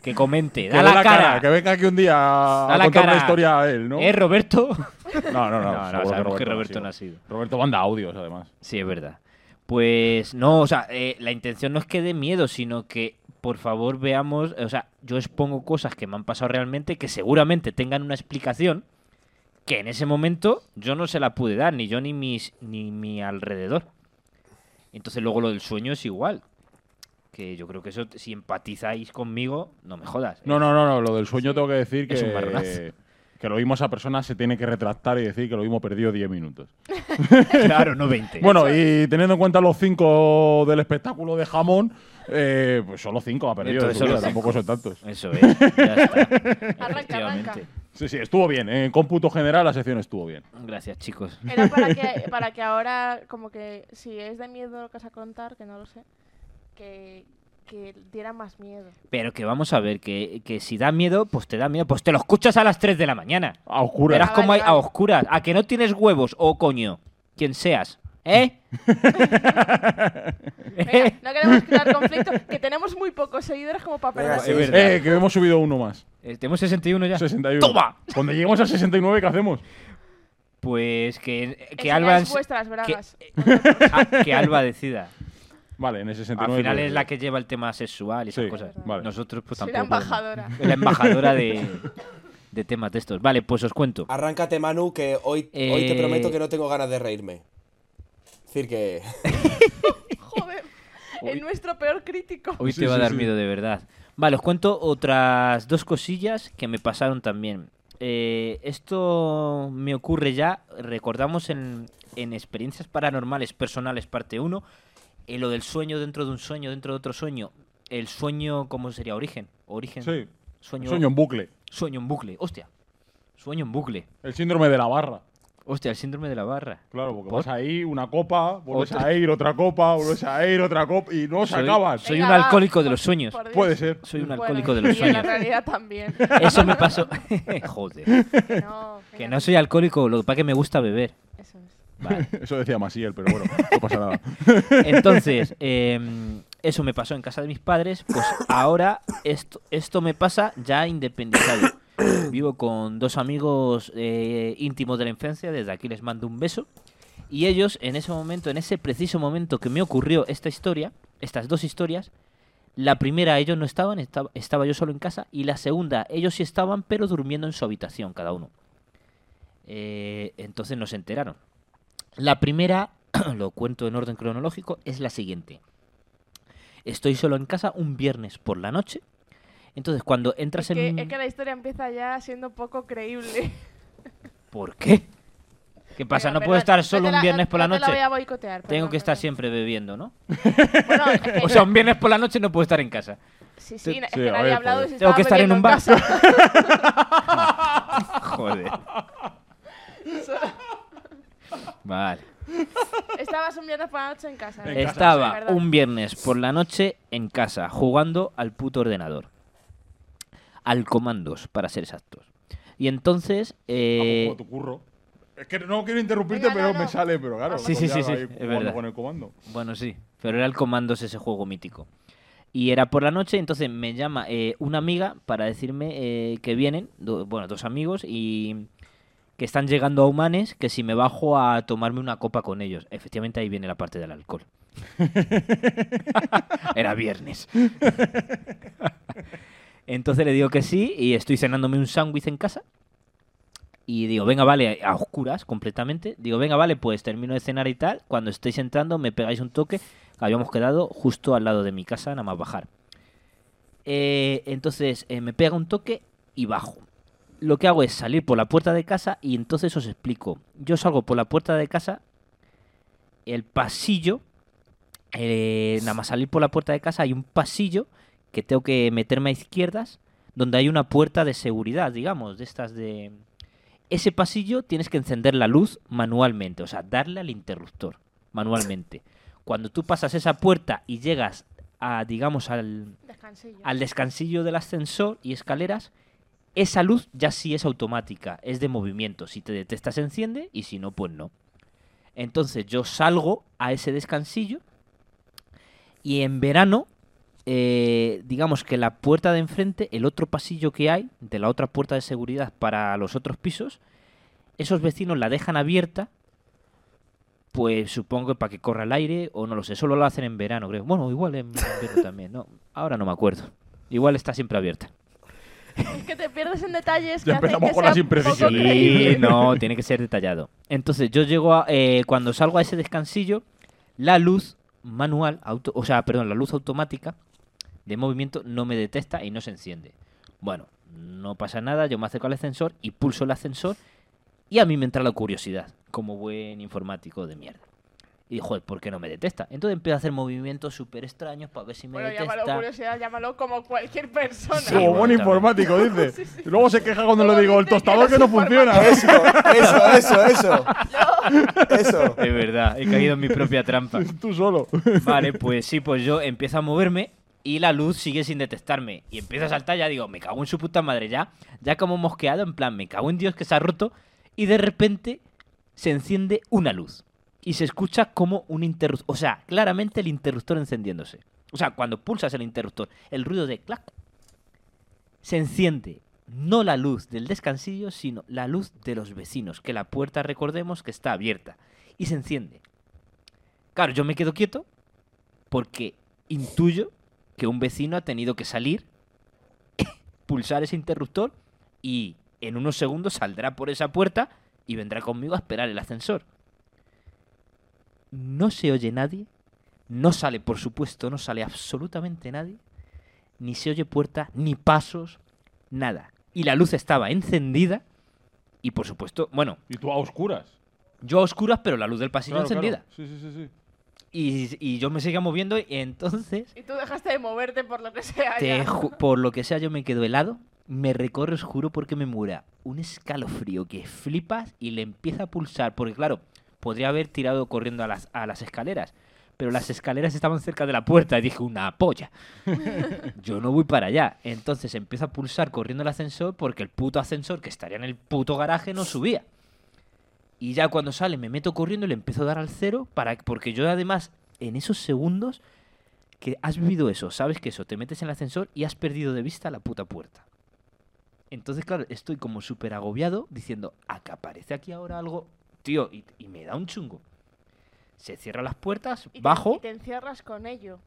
S3: Que comente,
S4: que
S3: da la, cara.
S4: que venga aquí un día a
S3: la
S4: contar
S3: cara.
S4: una historia a él, ¿no?
S3: ¿Eh, Roberto?
S4: No, no, no.
S3: No, no,
S4: seguro
S3: sabemos que
S4: ha
S3: Roberto
S4: sido.
S3: no ha sido.
S4: Roberto manda audios, además.
S3: Sí, es verdad. Pues no, o sea, eh, la intención no es que dé miedo, sino que por favor veamos, o sea, yo expongo cosas que me han pasado realmente que seguramente tengan una explicación que en ese momento yo no se la pude dar, ni yo ni mis ni mi alrededor. Entonces luego lo del sueño es igual. Que yo creo que eso, si empatizáis conmigo, no me jodas. ¿eh?
S4: No, no, no, no. Lo del sueño tengo que decir que.
S3: Es un marronazo.
S4: que lo vimos a persona se tiene que retractar y decir que lo vimos perdido 10 minutos.
S3: Claro, no 20.
S4: Bueno, y teniendo en cuenta los 5 del espectáculo de jamón, eh, pues solo 5 ha perdido. de
S3: Entonces
S4: su
S3: solo
S4: vida, tampoco son tantos.
S3: Eso es, ya está.
S5: Arranca, arranca.
S3: Efectivamente.
S4: Sí, sí, estuvo bien. ¿eh? En cómputo general la sección estuvo bien.
S3: Gracias, chicos.
S5: Era para que, para que ahora, como que si es de miedo lo que vas a contar, que no lo sé, que, que diera más miedo.
S3: Pero que vamos a ver, que, que si da miedo, pues te da miedo. Pues te lo escuchas a las 3 de la mañana.
S4: A oscuras.
S3: Verás
S5: Ah,
S3: cómo hay
S5: vale,
S3: a
S5: vale.
S3: oscuras. A que no tienes huevos, o coño. Quien seas. ¿Eh?
S5: Venga, no queremos crear conflictos, que tenemos muy pocos seguidores como para
S2: Venga,
S5: perder.
S2: sí,
S3: es
S4: Eh, que hemos subido uno más.
S3: Eh, Tenemos 61 ya.
S4: 61.
S3: ¡Toma!
S4: Cuando lleguemos a 69, ¿qué hacemos?
S3: Pues que, que, Alba,
S5: Enseñáis vuestras bragas. pues
S3: ah, que Alba decida.
S4: Vale, en el 69.
S3: Al final
S4: pues,
S3: es la que lleva el tema sexual y esas
S4: Sí,
S3: cosas.
S4: vale.
S3: Nosotros pues
S5: Soy
S3: tampoco.
S5: la
S3: podemos.
S5: embajadora.
S3: La embajadora de, de temas de estos. Vale, pues os cuento.
S2: Arráncate, Manu, que hoy, hoy te
S3: Eh.
S2: prometo que no tengo ganas de reírme. Es decir, que.
S5: Joder, es nuestro peor crítico.
S3: Hoy
S4: Sí,
S3: te va a
S4: sí,
S3: dar
S4: sí.
S3: miedo de verdad. Vale, os cuento otras dos cosillas que me pasaron también. Eh, esto me ocurre ya, recordamos en, en Experiencias Paranormales Personales parte 1, eh, lo del sueño dentro de un sueño, dentro de otro sueño. El sueño, ¿cómo sería? Origen. Origen.
S4: Sí.
S3: Sueño,
S4: Sueño en bucle.
S3: sueño en bucle. Hostia. Sueño en bucle.
S4: El síndrome de la barra.
S3: Hostia, el síndrome de la barra.
S4: Claro, porque
S3: ¿Por?
S4: vas ahí, una copa, vuelves
S3: Otra.
S4: a ir, otra copa, vuelves a ir, otra copa y no se
S3: Soy-
S4: acaban.
S3: soy
S5: Venga,
S3: un
S5: va,
S3: alcohólico de
S5: por-
S3: los sueños.
S5: por Dios.
S4: Puede ser.
S3: Soy un
S5: Bueno,
S3: alcohólico de los
S5: Y en la
S3: sueños.
S5: realidad también.
S3: Eso me pasó. Joder.
S5: Que no,
S3: Que
S5: venga,
S3: no soy alcohólico, lo que pasa es que me gusta beber.
S5: Eso es.
S3: Vale.
S4: Eso decía Masiel, pero bueno, no pasa nada.
S3: Entonces, em, eso me pasó en casa de mis padres, pues ahora esto, esto me pasa ya independizado. Vivo con dos amigos eh, íntimos de la infancia, desde aquí les mando un beso. Y ellos, en ese momento, en ese preciso momento que me ocurrió esta historia, estas dos historias, la primera ellos no estaban, estaba, estaba yo solo en casa, y la segunda ellos sí estaban, pero durmiendo en su habitación cada uno. Eh, entonces nos enteraron. La primera, lo cuento en orden cronológico, es la siguiente. Estoy solo en casa un viernes por la noche. Entonces, cuando entras
S5: Es que,
S3: en...
S5: es que la historia empieza ya siendo poco creíble.
S3: ¿Por qué? ¿Qué pasa?
S5: Venga,
S3: no puedo
S5: perdón,
S3: estar
S5: no te
S3: solo
S5: la-
S3: un viernes
S5: no-
S3: por la
S5: no te
S3: noche.
S5: voy a boicotear,
S3: Tengo
S5: perdón,
S3: que estar
S5: perdón.
S3: siempre bebiendo, ¿no?
S5: Bueno, es que-
S3: O sea, un viernes por la noche no puedo estar en casa.
S5: sí, sí,
S4: te-
S5: es
S4: sí,
S5: que
S4: a ver,
S5: nadie
S4: pues.
S5: ha hablado.
S4: joder.
S5: si
S3: Tengo
S5: estaba
S3: que estar en
S5: bebiendo
S3: un bar.
S5: casa.
S3: Joder. Vale.
S5: Estabas un viernes por la noche en casa. ¿no?
S4: En casa,
S5: sí, es
S3: Estaba
S5: verdad.
S3: un viernes por la noche en casa jugando al puto ordenador. Al comandos, para ser exactos. Y entonces... eh,
S4: Como tu curro. Es que no quiero interrumpirte,
S5: Venga, no,
S4: pero
S5: no.
S4: me sale, pero claro.
S5: Sí,
S3: sí,
S4: ya
S3: sí, sí,
S4: ahí
S3: es
S4: jugando
S3: verdad.
S4: con el comando.
S3: Bueno, sí, pero era el Comandos ese juego mítico. Y era por la noche, entonces me llama eh, una amiga para decirme eh, que vienen, do- bueno, dos amigos, y que están llegando a Humanes, que si me bajo a tomarme una copa con ellos. Efectivamente ahí viene la parte del alcohol. era viernes. entonces le digo que sí, y estoy cenándome un sándwich en casa. Y digo, venga, vale, a oscuras completamente. Digo, venga, vale, pues termino de cenar y tal. Cuando estéis entrando, me pegáis un toque. Habíamos quedado justo al lado de mi casa, nada más bajar. Eh, entonces eh, me pega un toque y bajo. Lo que hago es salir por la puerta de casa y entonces os explico. Yo salgo por la puerta de casa, el pasillo. eh, nada más salir por la puerta de casa hay un pasillo que tengo que meterme a izquierdas, donde hay una puerta de seguridad, digamos, de estas de ese pasillo tienes que encender la luz manualmente, o sea, darle al interruptor manualmente. Cuando tú pasas esa puerta y llegas a, digamos, al,
S5: Descansillo.
S3: al descansillo del ascensor y escaleras, esa luz ya sí es automática, es de movimiento. Si te detectas, se enciende y si no, pues no. Entonces yo salgo a ese descansillo y en verano, eh, digamos que la puerta de enfrente, el otro pasillo que hay, de la otra puerta de seguridad para los otros pisos, esos vecinos la dejan abierta. Pues supongo que para que corra el aire, o no lo sé, solo lo hacen en verano, creo. Bueno, igual en invierno también, ¿no? Ahora no me acuerdo. Igual está siempre abierta.
S5: Es que te pierdes en
S4: Ya
S5: detalles. que hacen
S4: empezamos
S5: que
S4: con
S5: sea
S4: las
S5: un poco
S4: imprecisiones.
S5: creíble.
S3: Sí, no, tiene que ser detallado. Entonces, yo llego a. eh, cuando salgo a ese descansillo, la luz manual, auto, o sea, perdón, la luz automática de movimiento no me detecta y no se enciende. Bueno, no pasa nada, yo me acerco al ascensor y pulso el ascensor y a mí me entra la curiosidad, como buen informático de mierda. Y digo, joder, ¿por qué no me detecta? Entonces empiezo a hacer movimientos súper extraños para ver si me
S5: Bueno, llámalo
S3: detecta.
S5: curiosidad, llámalo como cualquier persona.
S3: Sí,
S4: Como
S3: bueno,
S4: buen
S3: también.
S4: informático, dice. Y Luego se queja cuando le
S5: Luego
S4: digo, el
S5: dice que
S4: tostador
S5: no
S4: que no
S5: soy
S4: funciona.
S2: Eso, eso, eso, eso. Eso.
S3: Es verdad, he caído en mi propia trampa.
S4: Tú solo.
S3: Vale, pues sí, pues yo empiezo a moverme y la luz sigue sin detectarme. Y empiezo a saltar, ya digo, me cago en su puta madre, ya. Ya como mosqueado, en plan, me cago en Dios que se ha roto. Y de repente se enciende una luz. Y se escucha como un interruptor. O sea, claramente el interruptor encendiéndose. O sea, cuando pulsas el interruptor, el ruido de clac. Se enciende no la luz del descansillo, sino la luz de los vecinos. Que la puerta, recordemos, que está abierta. Y se enciende. Claro, yo me quedo quieto porque intuyo que un vecino ha tenido que salir, pulsar ese interruptor y en unos segundos saldrá por esa puerta y vendrá conmigo a esperar el ascensor. No se oye nadie, no sale, por supuesto, no sale absolutamente nadie, ni se oye puerta, ni pasos, nada. Y la luz estaba encendida y, por supuesto, bueno,
S4: Y tú a oscuras.
S3: yo a oscuras, pero la luz del pasillo
S4: Claro, claro.
S3: encendida.
S4: Sí, sí, sí, sí.
S3: Y, y yo me seguía moviendo y entonces,
S5: Y tú dejaste de moverte por lo que sea.
S3: te
S5: ya.
S3: ju- por lo que sea, yo me quedo helado, me recorre os juro porque me muera un escalofrío que flipas y le empieza a pulsar, porque claro, podría haber tirado corriendo a las, a las escaleras, pero las escaleras estaban cerca de la puerta y dije, una polla, yo no voy para allá. Entonces empieza a pulsar corriendo el ascensor porque el puto ascensor que estaría en el puto garaje no subía. Y ya cuando sale me meto corriendo y le empiezo a dar al cero para porque yo además en esos segundos que has vivido eso, sabes que eso, te metes en el ascensor y has perdido de vista la puta puerta. Entonces, claro, estoy como súper agobiado diciendo, "Ah, que aparece aquí ahora algo, tío, y, y me da un chungo. Se cierran las puertas,
S5: Y te-
S3: bajo.
S5: y te encierras con ello.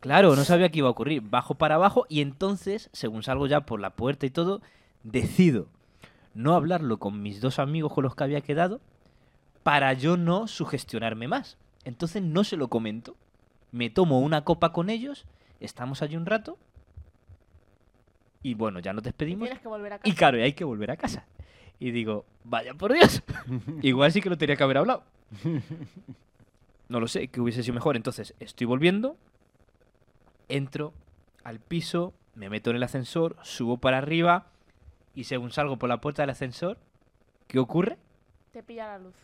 S3: Claro, no sabía que iba a ocurrir. Bajo para abajo y entonces, según salgo ya por la puerta y todo, decido no hablarlo con mis dos amigos con los que había quedado para yo no sugestionarme más. Entonces no se lo comento. Me tomo una copa con ellos, estamos allí un rato y bueno, ya nos despedimos.
S5: Tienes que volver a casa.
S3: Y claro, y hay que volver a casa. Y digo, vaya por Dios. Igual sí que lo tenía que haber hablado. No lo sé, que hubiese sido mejor. Entonces, estoy volviendo, entro al piso, me meto en el ascensor, subo para arriba y según salgo por la puerta del ascensor, ¿qué ocurre?
S5: Te pilla la luz.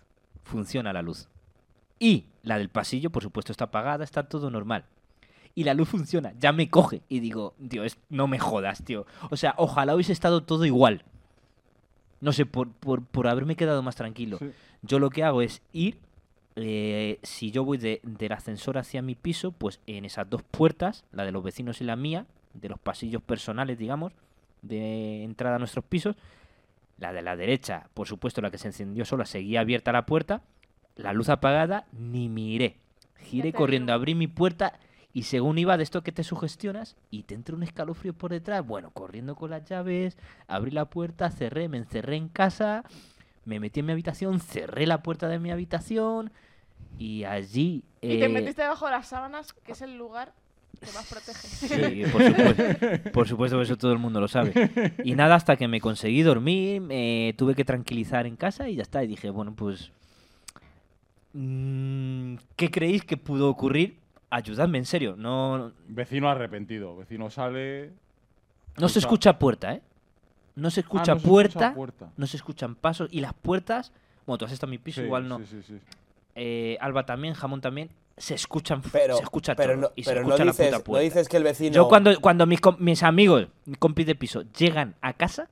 S3: Funciona la luz. Y la del pasillo, por supuesto, está apagada, está todo normal. Y la luz funciona, ya me coge. Y digo, tío, es- no me jodas, tío. O sea, ojalá hubiese estado todo igual. No sé, por, por- por haberme quedado más tranquilo.
S4: Sí.
S3: Yo lo que hago es ir. eh, si yo voy de- del ascensor hacia mi piso, pues en esas dos puertas, la de los vecinos y la mía, de los pasillos personales, digamos, de entrada a nuestros pisos, la de la derecha, por supuesto, la que se encendió sola, seguía abierta la puerta, la luz apagada, ni miré. Giré
S5: te
S3: corriendo,
S5: digo.
S3: abrí mi puerta y según iba de esto que te sugestionas y te entra un escalofrío por detrás, bueno, corriendo con las llaves, abrí la puerta, cerré, me encerré en casa, me metí en mi habitación, cerré la puerta de mi habitación y allí...
S5: Y te
S3: eh,
S5: metiste debajo de las sábanas, que es el lugar que más protege.
S3: Sí, por supuesto. Por supuesto, eso todo el mundo lo sabe. Y nada, hasta que me conseguí dormir, me tuve que tranquilizar en casa y ya está. Y dije, bueno, pues. mm, ¿Qué creéis que pudo ocurrir? Ayudadme, en serio. No,
S4: Vecino arrepentido. Vecino sale.
S3: no se
S4: Escucha.
S3: escucha puerta, ¿eh? No se escucha
S4: Ah, no se
S3: puerta,
S4: puerta.
S3: no se escuchan pasos. Y las puertas. Bueno, tú has estado en mi piso,
S4: Sí,
S3: igual no.
S4: sí, sí, sí.
S3: Eh, Alba también, Jamón también. Se escuchan.
S2: Pero,
S3: se escucha
S2: pero
S3: todo,
S2: no,
S3: y se
S2: pero no
S3: escucha la
S2: dices,
S3: puta
S2: no
S3: puerta.
S2: dices que el vecino.
S3: Yo cuando, cuando mis, com- mis amigos, mis compis de piso, llegan a casa,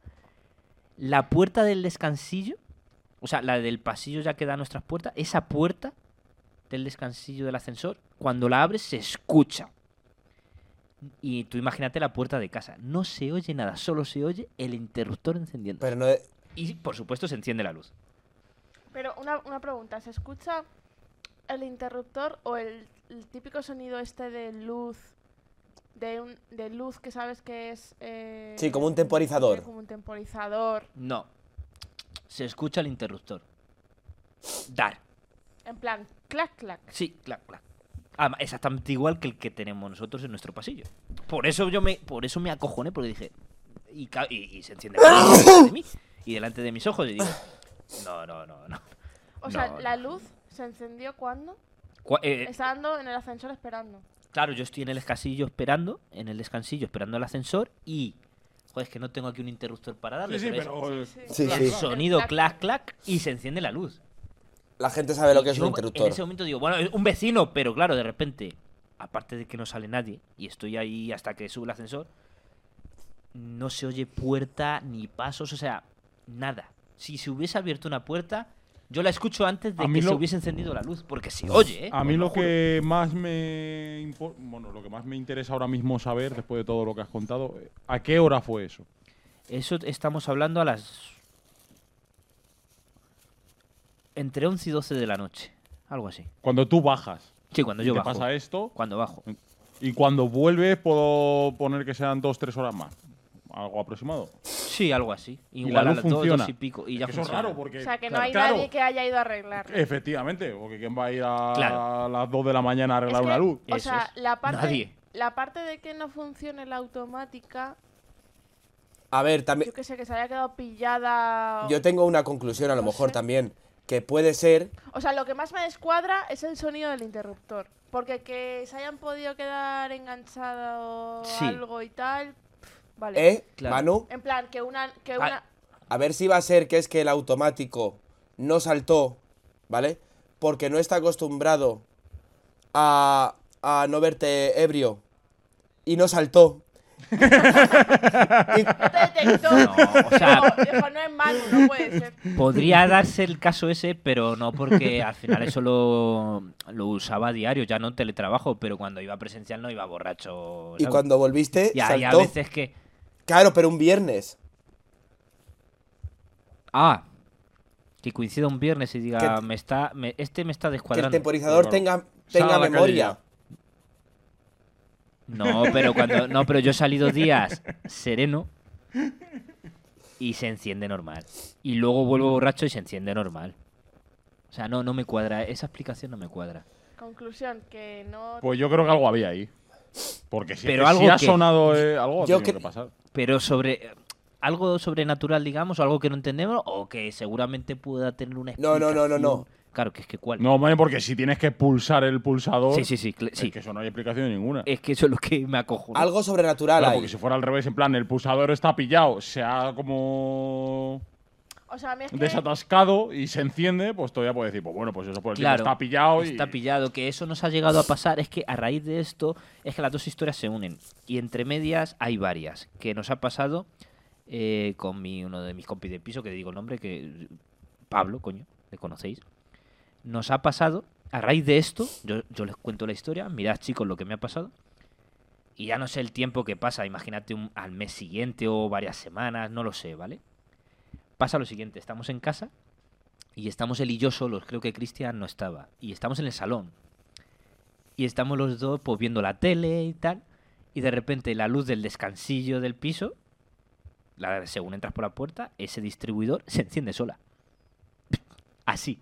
S3: la puerta del descansillo, o sea, la del pasillo ya que da a nuestras puertas, esa puerta del descansillo del ascensor, cuando la abres se escucha. Y tú imagínate la puerta de casa. No se oye nada, solo se oye el interruptor encendiendo.
S2: Pero no,
S3: Y por supuesto se enciende la luz.
S5: Pero una, una pregunta, ¿se escucha el interruptor o el, el típico sonido este de luz? De, un- de luz que sabes que es... eh,
S2: Sí, como un temporizador.
S5: Como un temporizador.
S3: No. Se escucha el interruptor. Dar.
S5: En plan, clac, clac.
S3: Sí, claro, claro. Ah, exactamente igual que el que tenemos nosotros en nuestro pasillo. Por eso yo me, por eso me acojoné, porque dije. Y, ca- y- y se enciende la luz delante de mí, y delante de mis ojos, y digo. No, no, no, no.
S5: O sea,
S3: No,
S5: la
S3: no.
S5: luz se encendió cuando
S3: Cua- eh,
S5: estando en el ascensor esperando.
S3: claro, yo estoy en el descansillo esperando, en el descansillo esperando el ascensor, y. Joder, es que no tengo aquí un interruptor para darle.
S4: Sí, sí,
S3: pero es
S4: pero. eh,
S2: Sí, sí.
S3: El sonido
S5: El
S3: clac, clac, y se enciende la luz.
S2: la gente sabe lo que es
S3: Yo
S2: un
S3: En
S2: interruptor.
S3: ese momento digo, bueno, es un vecino, pero claro, de repente, aparte de que no sale nadie y estoy ahí hasta que sube el ascensor, no se oye puerta ni pasos, o sea, nada. Si se hubiese abierto una puerta, yo la escucho antes de
S4: A
S3: que
S4: mí
S3: se
S4: lo-
S3: hubiese encendido la luz, porque se oye, ¿eh?
S4: A mí
S3: Os
S4: lo
S3: juro.
S4: que más me impo- bueno, lo que más me interesa ahora mismo saber, después de todo lo que has contado, eh, ¿a qué hora fue eso?
S3: Eso estamos hablando a las... Entre 11 y 12 de la noche, algo así.
S4: Cuando tú bajas,
S3: Sí, cuando
S4: y
S3: yo
S4: te
S3: bajo.
S4: pasa esto,
S3: Cuando bajo.
S4: y cuando vuelves puedo poner que sean dos, tres horas más. Algo aproximado.
S3: Sí, algo así.
S4: la
S3: Igual a
S4: luz
S3: las 2,
S4: funciona.
S3: y pico. Y ya
S4: Eso es
S3: funciona.
S4: raro porque...
S5: O sea, que no
S4: claro,
S5: hay
S4: claro,
S5: nadie que haya ido a arreglar.
S3: Eh,
S4: Efectivamente, porque ¿quién va a ir a
S3: Claro.
S4: las 2 de la mañana a
S5: Es
S4: arreglar
S5: que,
S4: una luz?
S5: O
S3: Eso
S5: sea,
S3: es.
S5: la parte,
S3: Nadie.
S5: la parte de que no funcione la automática,
S2: A ver, también.
S5: yo que sé, que se haya quedado pillada. o-
S2: Yo tengo una conclusión, a lo
S5: No
S2: mejor
S5: sé.
S2: también, que puede ser.
S5: O sea, lo que más me descuadra es el sonido del interruptor. Porque que se hayan podido quedar enganchado
S3: Sí.
S5: algo y tal. pff, Vale.
S2: ¿Eh,
S3: Claro.
S2: Manu?
S5: En plan, que una. Que
S3: Ah.
S5: una...
S2: A ver si va a ser que es que el automático no saltó, ¿vale? Porque no está acostumbrado a, a no verte ebrio y no saltó.
S5: No te detectó.
S3: No, o sea-
S5: Dijo, dijo, este no es malo, no puede ser.
S3: Podría darse el caso ese, pero no porque al final eso lo, lo usaba a diario, ya no en teletrabajo, pero cuando iba presencial no iba borracho.
S2: Y
S3: ¿sabes?
S2: cuando volviste,
S3: Y hay a
S2: saltó.
S3: veces que...
S2: Claro, pero un viernes.
S3: Ah, que coincida un viernes y diga,
S2: Que-
S3: me está, me- este me
S2: Que
S3: está
S2: el
S3: descuadrando.
S2: temporizador
S4: Claro.
S2: tenga,
S4: Sal a
S2: tenga
S4: la
S2: memoria.
S4: calle
S3: No, pero cuando no, pero yo he salido días sereno y se enciende normal. Y luego vuelvo borracho y se enciende normal. O sea, no, no me cuadra, esa explicación no me cuadra.
S5: Conclusión, que no.
S4: Pues yo creo que algo había ahí. Porque si,
S3: Pero
S4: si
S3: algo
S4: ha
S3: que-
S4: sonado eh, algo, ha
S2: yo
S4: tenido
S2: que-
S4: que pasar.
S3: pero sobre algo sobrenatural, digamos, o algo que no entendemos, o que seguramente pueda tener una
S2: No,
S3: explicación.
S2: no, no, no, no.
S3: Claro, que es que cuál.
S4: No, hombre, porque si tienes que pulsar el pulsador,
S3: sí, sí, sí, cl- sí. Eh,
S4: es que eso no hay explicación ninguna.
S3: Es que eso es lo que me acojo.
S2: Algo sobrenatural
S4: Claro,
S2: hay.
S4: porque si fuera al revés, en plan, el pulsador está pillado, se ha como
S5: O sea, a mí es que-
S4: desatascado y se enciende, pues todavía puede decir, pues bueno, pues eso por el tiempo
S3: Claro,
S4: está pillado y.
S3: Está pillado, que eso nos ha llegado a pasar. Es que a raíz de esto, es que las dos historias se unen. Y entre medias hay varias que nos ha pasado eh, con mi, uno de mis compis de piso, que digo el nombre, que Pablo, coño, le conocéis. Nos ha pasado, a raíz de esto, yo, yo les cuento la historia, mirad chicos lo que me ha pasado. Y ya no sé el tiempo que pasa, imagínate un- al mes siguiente o varias semanas, no lo sé, ¿vale? Pasa lo siguiente, estamos en casa y estamos él y yo solos, creo que Cristian no estaba. Y estamos en el salón. Y estamos los dos pues viendo la tele y tal. Y de repente la luz del descansillo del piso, la, según entras por la puerta, ese distribuidor se enciende sola. Así.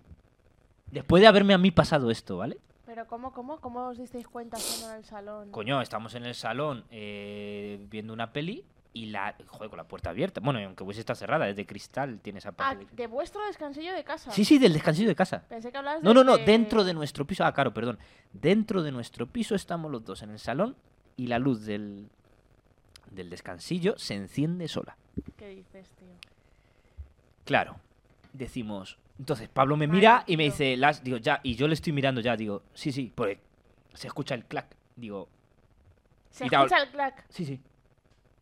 S3: Después de haberme a mí pasado esto, ¿vale?
S5: Pero ¿cómo, cómo, cómo os disteis cuenta estando en el salón?
S3: Coño, estamos en el salón eh, viendo una peli y la... Joder, con la puerta abierta. Bueno, y aunque hubiese estado cerrada, es de cristal, tiene esa
S5: Ah,
S3: parte.
S5: de vuestro descansillo de casa.
S3: Sí, sí, del descansillo de casa.
S5: Pensé que hablabas
S3: No, no, no, dentro de nuestro piso. Ah, claro, perdón. Dentro de nuestro piso estamos los dos en el salón y la luz del, del descansillo se enciende sola.
S5: ¿Qué dices, tío?
S3: Claro. Decimos. Entonces Pablo me
S5: Madre
S3: mira y me
S5: tío.
S3: dice, las, digo, ya, y yo le estoy mirando ya, digo, sí, sí, porque se escucha el clac. Digo,
S5: Se
S3: Y te hablo-
S5: escucha el clac.
S3: sí, sí.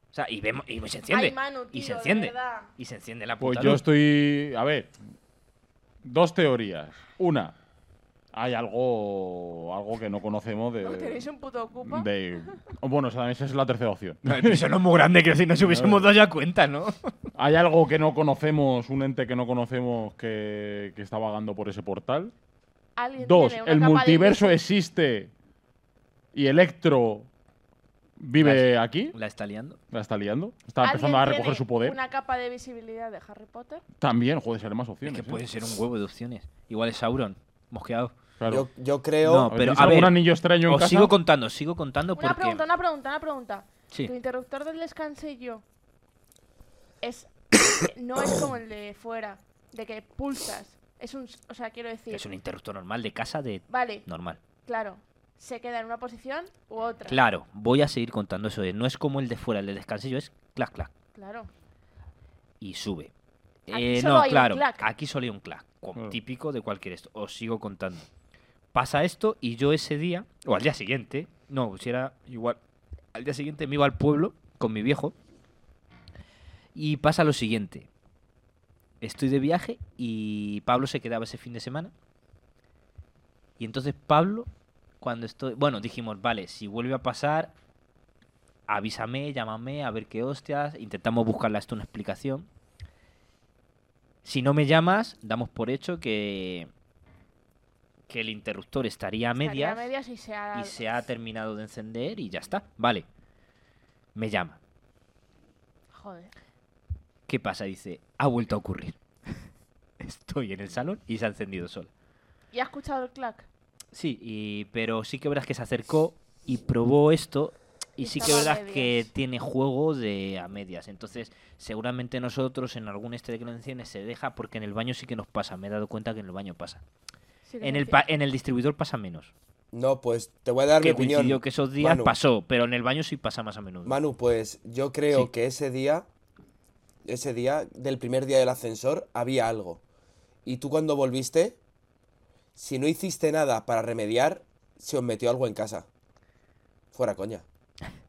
S3: O sea, y vemos, y se enciende.
S5: Ay, Manu, tío,
S3: y se
S5: de
S3: enciende.
S5: verdad.
S3: Y se enciende la
S4: Pues
S3: puta
S4: yo
S3: luz.
S4: estoy. A ver. Dos teorías. Una, hay algo. algo que no conocemos de.
S5: ¿No tenéis un puto ocupa?
S4: Eh, de- bueno, o sea, esa es la tercera opción.
S3: No, el piso no es muy grande, que si nos hubiésemos dado ya cuenta, ¿no?
S4: ¿Hay algo que no conocemos, un ente que no conocemos que, que está vagando por ese portal?
S5: Alguien
S4: Dos,
S5: tiene una
S4: el
S5: capa de
S4: multiverso
S5: leche.
S4: existe y Electro vive
S3: Las-
S4: aquí.
S3: La está liando.
S4: La está liando. Está
S5: ¿Alguien
S4: empezando a
S5: tiene
S4: recoger su poder.
S5: Una capa de visibilidad de Harry Potter.
S4: También, joder, serán más
S3: Es
S4: opciones.
S3: que
S4: ¿eh?
S3: puede ser un huevo de opciones. Igual es Sauron, mosqueado.
S4: Claro.
S2: Yo, yo creo.
S3: No, pero,
S4: pero,
S3: a
S4: algún
S3: ver,
S4: anillo extraño en
S3: Os
S4: casa?
S3: sigo contando, os sigo contando
S5: Una
S3: porque.
S5: pregunta, una pregunta, una pregunta.
S3: Sí.
S5: Tu interruptor del descansillo es no es como el de fuera, de que pulsas. Es un, o sea, quiero decir,
S3: Es un interruptor normal de casa de
S5: vale,
S3: normal.
S5: claro, se queda en una posición u otra.
S3: Claro, voy a seguir contando eso. de- No es como el de fuera, el de descansillo es clac, clac.
S5: Claro.
S3: Y sube.
S5: Aquí
S3: Eh,
S5: solo
S3: no,
S5: hay un
S3: claro,
S5: clac.
S3: aquí solo hay un clac. como
S4: Claro.
S3: Típico de cualquier esto. Os sigo contando. Pasa esto y yo ese día, o al día siguiente, no, si era igual. Al día siguiente me iba al pueblo con mi viejo. Y pasa lo siguiente. Estoy de viaje y Pablo se quedaba ese fin de semana. Y entonces Pablo, cuando estoy... Bueno, dijimos, vale, si vuelve a pasar, avísame, llámame, a ver qué hostias. Intentamos buscarle hasta una explicación. Si no me llamas, damos por hecho que... Que el interruptor estaría a medias
S5: Estaría a medias y se ha
S3: y se ha terminado de encender y ya está. Vale. Me llama.
S5: Joder.
S3: ¿Qué pasa? Dice, ha vuelto a ocurrir. Estoy en el salón y se ha encendido sola.
S5: ¿Y ha escuchado el clac?
S3: Sí, y- pero sí que verás que se acercó y probó esto. Y
S5: Y
S3: sí que
S5: estaba a
S3: verás que
S5: medias.
S3: tiene juego de a medias. Entonces, seguramente nosotros en algún este de que lo enciende se deja porque en el baño sí que nos pasa. Me he dado cuenta que en el baño pasa.
S5: Sí que
S3: En
S5: se
S3: el,
S5: enti-
S3: pa- en el distribuidor pasa menos.
S2: No, pues te voy a dar mi
S3: Que
S2: opinión.
S3: coincidió que esos días
S2: Manu.
S3: pasó, pero en el baño sí pasa más a menudo.
S2: Manu, pues yo creo
S3: Sí.
S2: que ese día, ese día, del primer día del ascensor, había algo. Y tú cuando volviste, si no hiciste nada para remediar, se os metió algo en casa. Fuera coña.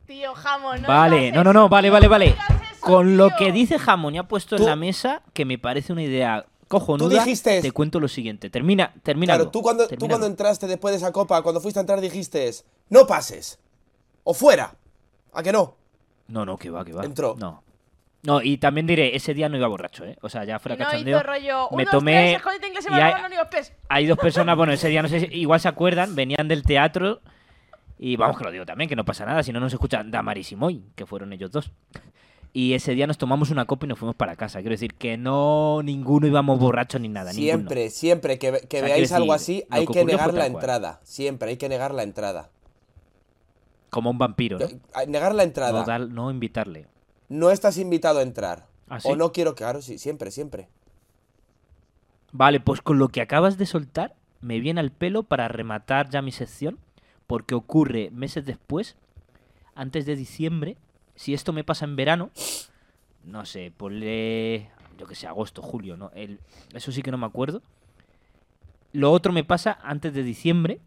S5: Tío, jamón, no
S3: Vale,
S5: digas
S3: no, no,
S5: eso,
S3: no, vale,
S5: tío,
S3: vale, vale.
S5: no digas eso,
S3: Con lo
S5: tío.
S3: que dice Jamón y ha puesto
S2: Tú-
S3: en la mesa, que me parece una idea cojonuda,
S2: Tú dijiste
S3: te
S2: es-
S3: cuento lo siguiente. Termina, termina.
S2: Claro, tú cuando, tú cuando entraste después de esa copa, cuando fuiste a entrar dijiste, es, no pases. O fuera. ¿A que no?
S3: No, no, que va, que va.
S2: Entró.
S3: No. No, y también diré, ese día no iba borracho, ¿eh? O sea, ya fuera
S5: Y no
S3: cachondeo.
S5: hizo rollo.
S3: me
S5: unos
S3: tomé-
S5: tres, escondite inglés,
S3: y
S5: me
S3: hay-
S5: robaron los Pues, únicos tres.
S3: Hay dos personas, bueno, ese día no sé si, igual se acuerdan, venían del teatro. Y vamos, que lo digo también, que no pasa nada, si no nos escuchan Damaris y Moy, que fueron ellos dos. Y ese día nos tomamos una copa y nos fuimos para casa. Quiero decir que no, ninguno íbamos borrachos ni nada. ninguno.
S2: siempre, siempre que, ve- que
S3: O sea,
S2: veáis
S3: quiero
S2: algo
S3: decir,
S2: así,
S3: lo
S2: hay
S3: que
S2: que
S3: ocurrió fue
S2: negar la
S3: tal cual.
S2: entrada. Siempre hay que negar la entrada.
S3: Como un vampiro, ¿no?
S2: Eh, Negar la
S3: No,
S2: entrada.
S3: dar- no invitarle.
S2: no estás invitado a entrar.
S3: ¿Ah, sí?
S2: O no quiero, claro, sí, siempre, siempre.
S3: Vale, pues con lo que acabas de soltar, me viene al pelo para rematar ya mi sección, porque ocurre meses después, antes de diciembre, si esto me pasa en verano, no sé, ponle yo que sé, agosto, julio, ¿no? El, eso sí que no me acuerdo. Lo otro me pasa antes de diciembre,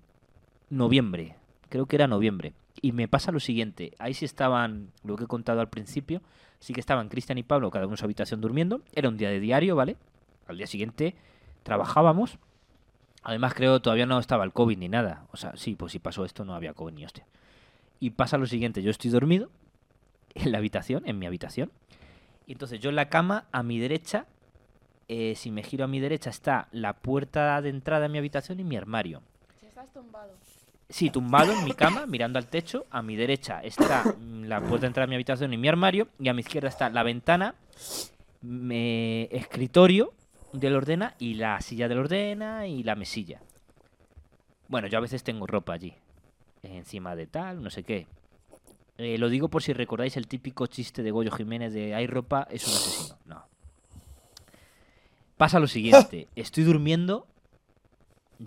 S3: noviembre, creo que era noviembre. Y me pasa lo siguiente, ahí sí estaban, lo que he contado al principio, sí que estaban Cristian y Pablo, cada uno en su habitación durmiendo, era un día de diario, ¿vale? Al día siguiente trabajábamos, además creo todavía no estaba el COVID ni nada, o sea, sí, pues si pasó esto no había COVID ni hostia. Y pasa lo siguiente, yo estoy dormido en la habitación, en mi habitación, y entonces yo en la cama, a mi derecha, eh, si me giro a mi derecha, está la puerta de entrada de mi habitación y mi armario.
S5: Si Pues estás tumbado.
S3: Sí, tumbado en mi cama, mirando al techo. A mi derecha está mm, la puerta de entrada de mi habitación y mi armario. Y a mi izquierda está la ventana, me- escritorio del ordena y la silla del ordena y la mesilla. Bueno, yo a veces tengo ropa allí. Encima de tal, no sé qué. Eh, lo digo por si recordáis el típico chiste de Goyo Jiménez de hay ropa, es un asesino. No. Pasa lo siguiente. Estoy durmiendo.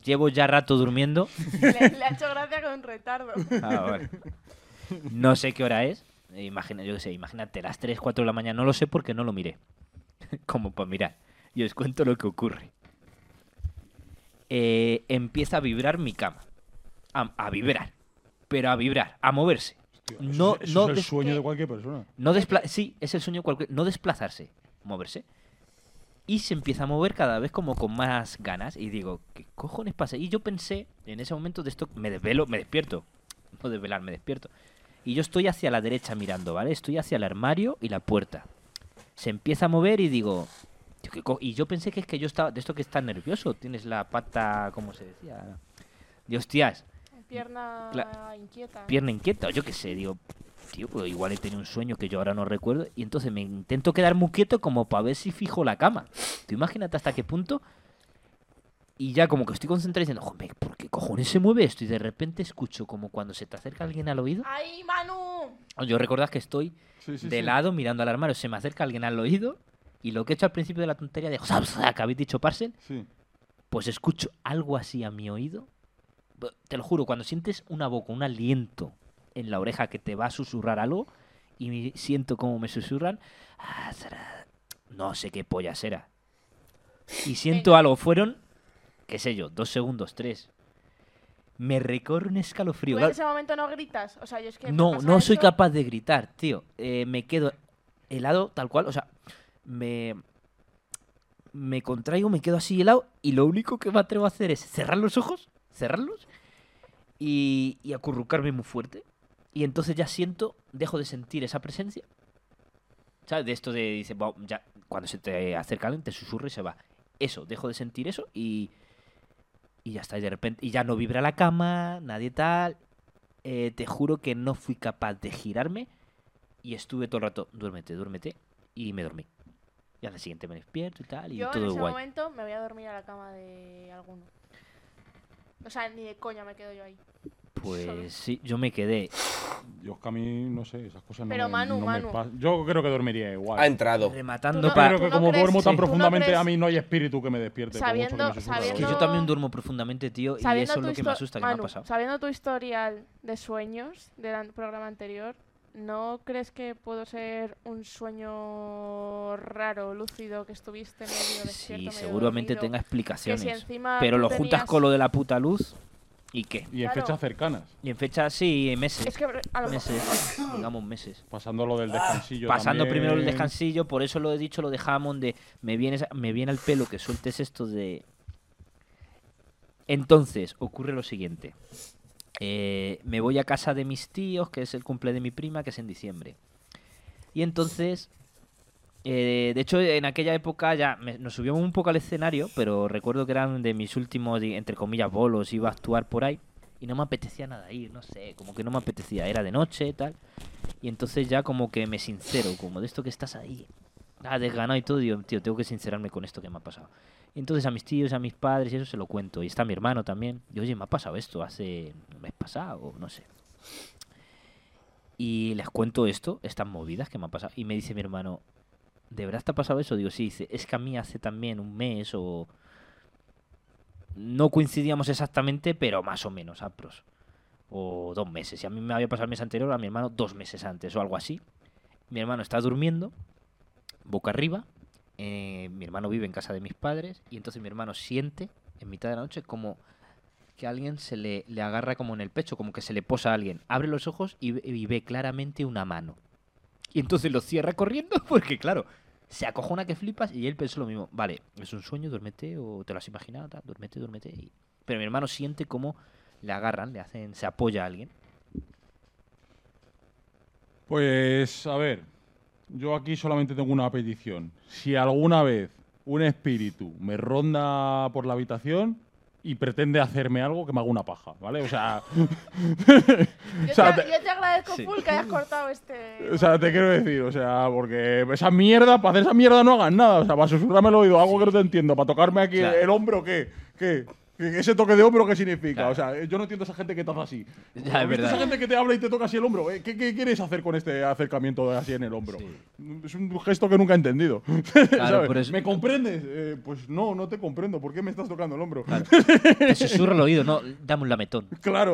S3: Llevo ya rato durmiendo.
S5: Le, le ha hecho gracia con retardo.
S3: Ah, vale. No sé qué hora es. Eh, Imagina, yo qué sé, imagínate, las 3, 4 de la mañana. No lo sé porque no lo miré. Como para mirar. Y os cuento lo que ocurre. Eh, empieza a vibrar mi cama. A, a vibrar. Pero a vibrar, a moverse. No,
S4: Eso
S3: no,
S4: es el
S3: des-
S4: sueño de cualquier persona.
S3: no despla- sí, es el sueño cualquier, no desplazarse, moverse. Y se empieza a mover cada vez como con más ganas y digo, ¿qué cojones pasa? Y yo pensé, en ese momento de esto, me desvelo, me despierto. No desvelar, me despierto. Y yo estoy hacia la derecha mirando, ¿vale? Estoy hacia el armario y la puerta. Se empieza a mover y digo, "Tío, ¿qué co-?". y yo pensé que es que yo estaba, de esto que estás nervioso, tienes la pata, ¿cómo se decía? De hostias,
S5: Pierna
S3: Cla-
S5: inquieta.
S3: pierna inquieta, o yo qué sé, digo, tío, pues igual he tenido un sueño que yo ahora no recuerdo, y entonces me intento quedar muy quieto como para ver si fijo la cama. Tú imagínate hasta qué punto. Y ya como que estoy concentrado diciendo, joder, ¿por qué cojones se mueve esto? Y de repente escucho como cuando se te acerca alguien al oído.
S5: ¡Ay, Manu!
S3: Yo recordás que estoy
S4: Sí, sí,
S3: de
S4: sí.
S3: lado mirando al armario, se me acerca alguien al oído, y lo que he hecho al principio de la tontería de, que habéis dicho parcel,
S4: Sí.
S3: pues escucho algo así a mi oído. Bu- Te lo juro, cuando sientes una boca, un aliento en la oreja que te va a susurrar algo, y me- siento como me susurran, "Ah, será- no sé qué polla será. Y siento
S5: Venga.
S3: algo, fueron, qué sé yo, dos segundos, tres. Me recorre un escalofrío.
S5: Tú en
S3: claro.
S5: ese momento no gritas. O sea, yo es que. me
S3: No,
S5: pasa
S3: no soy
S5: eso.
S3: capaz de gritar, tío. Eh, me quedo helado tal cual. O sea, me, me contraigo, me quedo así helado y lo único que me atrevo a hacer es cerrar los ojos, cerrarlos y, y acurrucarme muy fuerte. Y entonces ya siento, dejo de sentir esa presencia. ¿Sabes? De esto de, dice, "Buah, ya, cuando se te acerca alguien, te susurra y se va. Eso, dejo de sentir eso y... Y ya está, y de repente... Y ya no vibra la cama, nadie tal. Eh, te juro que no fui capaz de girarme y estuve todo el rato, duérmete, duérmete, y me dormí. Y al día siguiente me despierto y tal, y
S5: Yo en
S3: todo
S5: ese
S3: guay.
S5: momento me voy a dormir a la cama de alguno. O sea, ni de coña me quedo yo ahí.
S3: Pues sí, yo me quedé.
S4: Yo es que a mí, no sé, esas cosas no
S5: Pero
S4: me-
S5: Manu,
S4: no me
S5: Manu.
S4: pas- Yo creo que dormiría igual.
S2: Ha entrado.
S3: Rematando
S5: no-
S3: para.
S4: Pero
S5: ¿Tú
S4: que
S5: no
S4: como
S5: crees-
S4: duermo tan
S5: ¿tú no
S4: profundamente,
S5: crees-
S4: a mí no hay espíritu que me despierte. por mucho que me
S5: Sabiendo-
S4: susurre la
S5: sabiendo-
S3: Que
S4: voz.
S3: yo también duermo profundamente, tío, y
S5: Sabiendo
S3: eso es lo
S5: tu
S3: que me
S5: histo-
S3: asusta, que me
S5: Manu,
S3: ha pasado.
S5: Sabiendo tu historial de sueños del an- programa anterior, ¿no crees que puedo ser un sueño raro, lúcido, que estuviste medio despierto?
S3: Sí,
S5: medio
S3: seguramente
S5: dormido?
S3: tenga
S5: Que
S3: explicaciones.
S5: si encima
S3: pero
S5: Ah, tú
S3: lo juntas
S5: tenías-
S3: con lo de la puta luz, ¿y qué?
S4: Y en
S5: Claro.
S4: fechas cercanas.
S3: Y en fecha sí, en meses.
S5: Es que a lo mejor.
S3: Meses, digamos meses.
S4: Pasando lo del descansillo.
S3: pasando
S4: también.
S3: primero el descansillo, por eso lo he dicho, lo de Hammond, de me viene, me viene al pelo que sueltes esto de... Entonces, ocurre lo siguiente. Eh, me voy a casa de mis tíos, que es el cumple de mi prima, que es en diciembre. Y entonces, eh, de hecho, en aquella época ya me- nos subimos un poco al escenario, pero recuerdo que eran de mis últimos, di- entre comillas, bolos, iba a actuar por ahí. Y no me apetecía nada ir, no sé, como que no me apetecía, era de noche, tal. Y entonces ya como que me sincero, como de esto que estás ahí. Ah, desganado y todo, digo, tío, tengo que sincerarme con esto que me ha pasado. Y entonces a mis tíos, a mis padres, y eso se lo cuento. Y está mi hermano también. Y oye, me ha pasado esto hace un mes pasado, no sé. Y les cuento esto, estas movidas que me han pasado. Y me dice mi hermano, ¿de verdad te ha pasado eso? Digo, sí, dice, es que a mí hace también un mes o... No coincidíamos exactamente, pero más o menos, a pros o dos meses. Y a mí me había pasado el mes anterior, a mi hermano dos meses antes o algo así. Mi hermano está durmiendo, boca arriba, eh, mi hermano vive en casa de mis padres y entonces mi hermano siente en mitad de la noche como que alguien se le, le agarra como en el pecho, como que se le posa a alguien. Abre los ojos y, ve- y ve claramente una mano. Y entonces lo cierra corriendo porque, claro, se acojona que flipas y él pensó lo mismo. Vale, es un sueño, duérmete o te lo has imaginado, tal, duérmete, duérmete. y- Pero mi hermano siente como le agarran, le hacen, se apoya a alguien.
S4: Pues, a ver, yo aquí solamente tengo una petición. Si alguna vez un espíritu me ronda por la habitación y pretende hacerme algo, que me haga una paja, ¿vale? O sea,
S5: Yo,
S4: O sea,
S5: te,
S4: te-
S5: yo te agradezco,
S3: Sí.
S5: full, que hayas cortado este.
S4: o sea, te quiero decir, o sea, porque esa mierda, para hacer esa mierda no hagas nada, o sea, para susurrarme el oído, algo que no te entiendo, para tocarme aquí
S3: Claro.
S4: el hombro, ¿qué? ¿Qué? ¿Qué- ¿Ese toque de hombro qué significa?
S3: Claro.
S4: O sea, yo no entiendo a esa gente que te hace así.
S3: Ya, es
S4: ¿Viste
S3: verdad.
S4: Esa gente que te habla y te toca así el hombro. ¿eh? ¿Qué, qué quieres hacer con este acercamiento así en el hombro? Es un gesto que nunca he entendido. ¿Sabes?
S3: pero es-
S4: ¿Me comprendes? Eh, pues no, no te comprendo. ¿Por qué me estás tocando el hombro? Claro,
S3: Te susurra el oído, no, dame un lametón.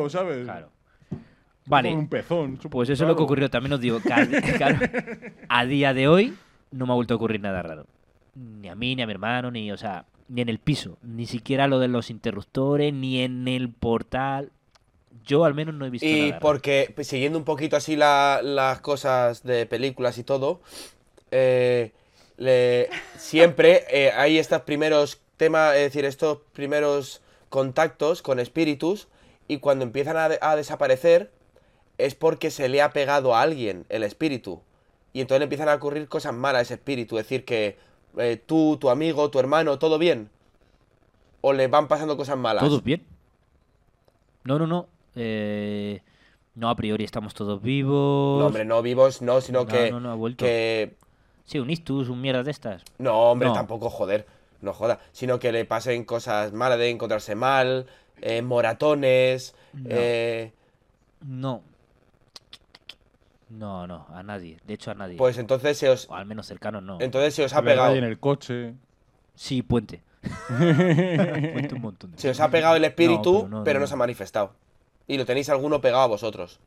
S4: ¿sabes?
S3: Claro.
S4: Con un
S3: Vale,
S4: pezón. sup-
S3: pues eso es lo que
S4: claro.
S3: ocurrió. También os digo, que a, claro, a día de hoy no me ha vuelto a ocurrir nada raro. Ni a mí, ni a mi hermano, ni, o sea, ni en el piso. Ni siquiera lo de los interruptores, ni en el portal. Yo al menos no he visto
S2: Y
S3: nada. raro.
S2: porque, pues, siguiendo un poquito así la- las cosas de películas y todo, eh, le- siempre eh, hay estos primeros temas, es decir, estos primeros contactos con espíritus, y cuando empiezan a, de- a desaparecer es porque se le ha pegado a alguien el espíritu. Y entonces le empiezan a ocurrir cosas malas a ese espíritu, es decir, que eh, tú, tu amigo, tu hermano, todo bien. O le van pasando cosas malas.
S3: ¿Todos bien? No, no, no. Eh, no, a priori estamos todos vivos.
S2: No, hombre, no vivos, no, sino
S3: No,
S2: que,
S3: no, no, ha vuelto.
S2: que-
S3: Sí, un istus, un mierda de estas.
S2: No, hombre,
S3: No.
S2: tampoco, joder, no joda. Sino que le pasen cosas malas de encontrarse mal, eh, moratones, eh,
S3: No. No, no, a nadie. De hecho, a nadie.
S2: pues entonces se os,
S3: O al menos cercano, no.
S2: entonces se os ha
S4: Te la
S2: pegado,
S4: raya en el coche.
S3: Sí, puente. puente un montón. de
S2: se os
S3: cosas.
S2: ha pegado el espíritu,
S3: pero no,
S2: pero
S3: no,
S2: no
S3: no.
S2: se ha manifestado. Y lo tenéis alguno pegado a vosotros.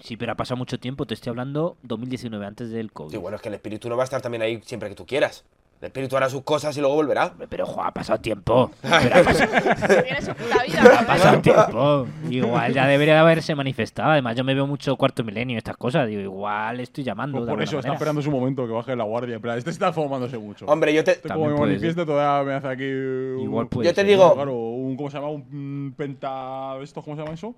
S3: Sí, pero ha pasado mucho tiempo. Te estoy hablando 2019, antes del COVID.
S2: Sí, bueno, es que el espíritu no va a estar también ahí siempre que tú quieras. El espíritu hará sus cosas y luego volverá.
S3: Hombre, Pero, jo, ha pasado tiempo. Pero ha pasado,
S5: que Tiene su puta vida.
S3: ha
S5: ¿sabes?
S3: pasado tiempo. Igual ya debería de haberse manifestado. Además, yo me veo mucho cuarto milenio, estas cosas. Digo, igual estoy llamando.
S4: Pues
S3: de
S4: por
S3: alguna
S4: eso está
S3: manera.
S4: esperando su momento que baje la guardia. En plan, este está fumándose mucho.
S2: Hombre, yo te,
S4: Este como me
S3: También puede
S4: manifieste todavía me hace aquí. eh,
S3: Igual
S4: un-
S3: puede
S2: yo te
S3: ser.
S2: digo-
S4: Claro, un. ¿Cómo se llama? Un penta. ¿Esto cómo se llama eso?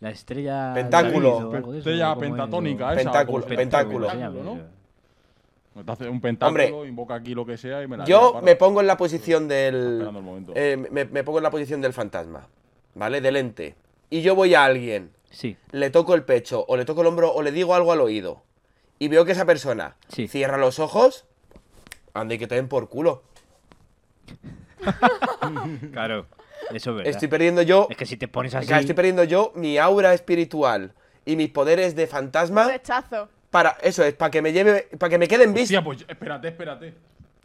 S3: La estrella.
S2: Pentáculo.
S3: David o algo de eso,
S4: Estrella
S3: ¿cómo es?
S4: pentatónica,
S3: O-
S4: esa.
S2: Pentáculo,
S4: ¿cómo se llama?
S2: pentáculo.
S4: Pentáculo, ¿no? Te hace un
S2: Hombre,
S4: pentáculo, invoca aquí lo que sea y me la lía,
S2: yo
S4: parda.
S2: me pongo en la posición del,
S4: Esperando el momento.
S2: eh, me, me pongo en la posición del fantasma, ¿vale? Del ente. Y yo voy a alguien
S3: Sí.
S2: le toco el pecho o le toco el hombro o le digo algo al oído y veo que esa persona
S3: Sí.
S2: cierra los ojos, anda y que te den por culo.
S3: Claro. Eso es verdad.
S2: Estoy perdiendo yo,
S3: Es que si te pones así.
S2: claro, estoy perdiendo yo mi aura espiritual y mis poderes de
S5: Un
S2: fantasma
S5: rechazo.
S2: para eso es para que me lleve, para que me queden
S4: Hostia,
S2: vistos.
S4: pues espérate, espérate.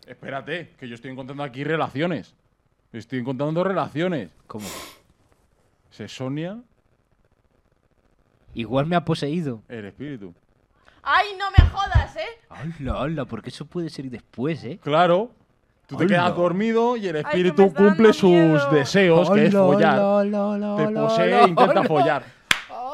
S4: Espérate, que yo estoy encontrando aquí relaciones. Estoy encontrando relaciones.
S3: ¿Cómo?
S4: Se sonia
S3: Igual me ha poseído.
S4: el espíritu.
S5: Ay, no me jodas, ¿eh?
S3: Hola, hola, porque eso puede ser después, ¿eh?
S4: Claro. Tú te
S3: Hola.
S4: quedas dormido y el
S5: que me
S4: espíritu
S5: está dando
S4: cumple sus
S5: miedo.
S4: deseos, que es follar. Te posee e intenta follar.
S5: ¡Hola!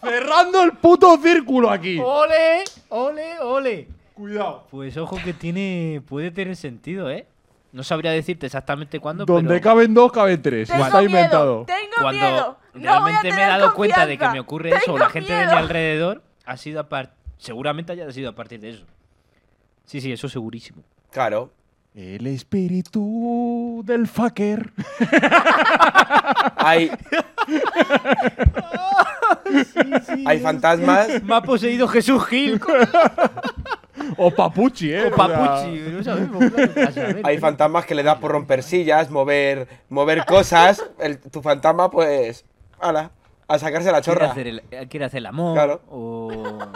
S4: Cerrando el puto círculo aquí.
S3: Oh. ¡Ole! ¡Ole, ole!
S4: Cuidado.
S3: Pues ojo que tiene. puede tener sentido, ¿eh? No sabría decirte exactamente cuándo,
S4: Donde
S3: pero
S4: caben dos, caben tres.
S5: Tengo
S4: Está
S5: miedo,
S4: inventado.
S5: Tengo
S3: cuando
S5: miedo. No voy a
S3: realmente
S5: tener
S3: me he dado cuenta de que
S5: confianza.
S3: me ocurre
S5: Tengo
S3: eso, o la gente de mi
S5: miedo.
S3: alrededor, ha sido a par- seguramente haya sido a partir de eso. Sí, sí, eso segurísimo.
S2: Claro.
S4: El espíritu del fucker.
S2: Hay hay fantasmas
S3: Me ha poseído Jesús Gil
S4: O papuchi, eh.
S3: o
S4: sea,
S3: Papuchi, no sabemos. claro, a saber.
S2: hay fantasmas que le da por romper sillas, mover mover cosas, el- tu fantasma pues ala, a sacarse la
S3: quiere
S2: chorra.
S3: hacer el, eh, quiere hacer el amor
S2: Claro.
S3: o,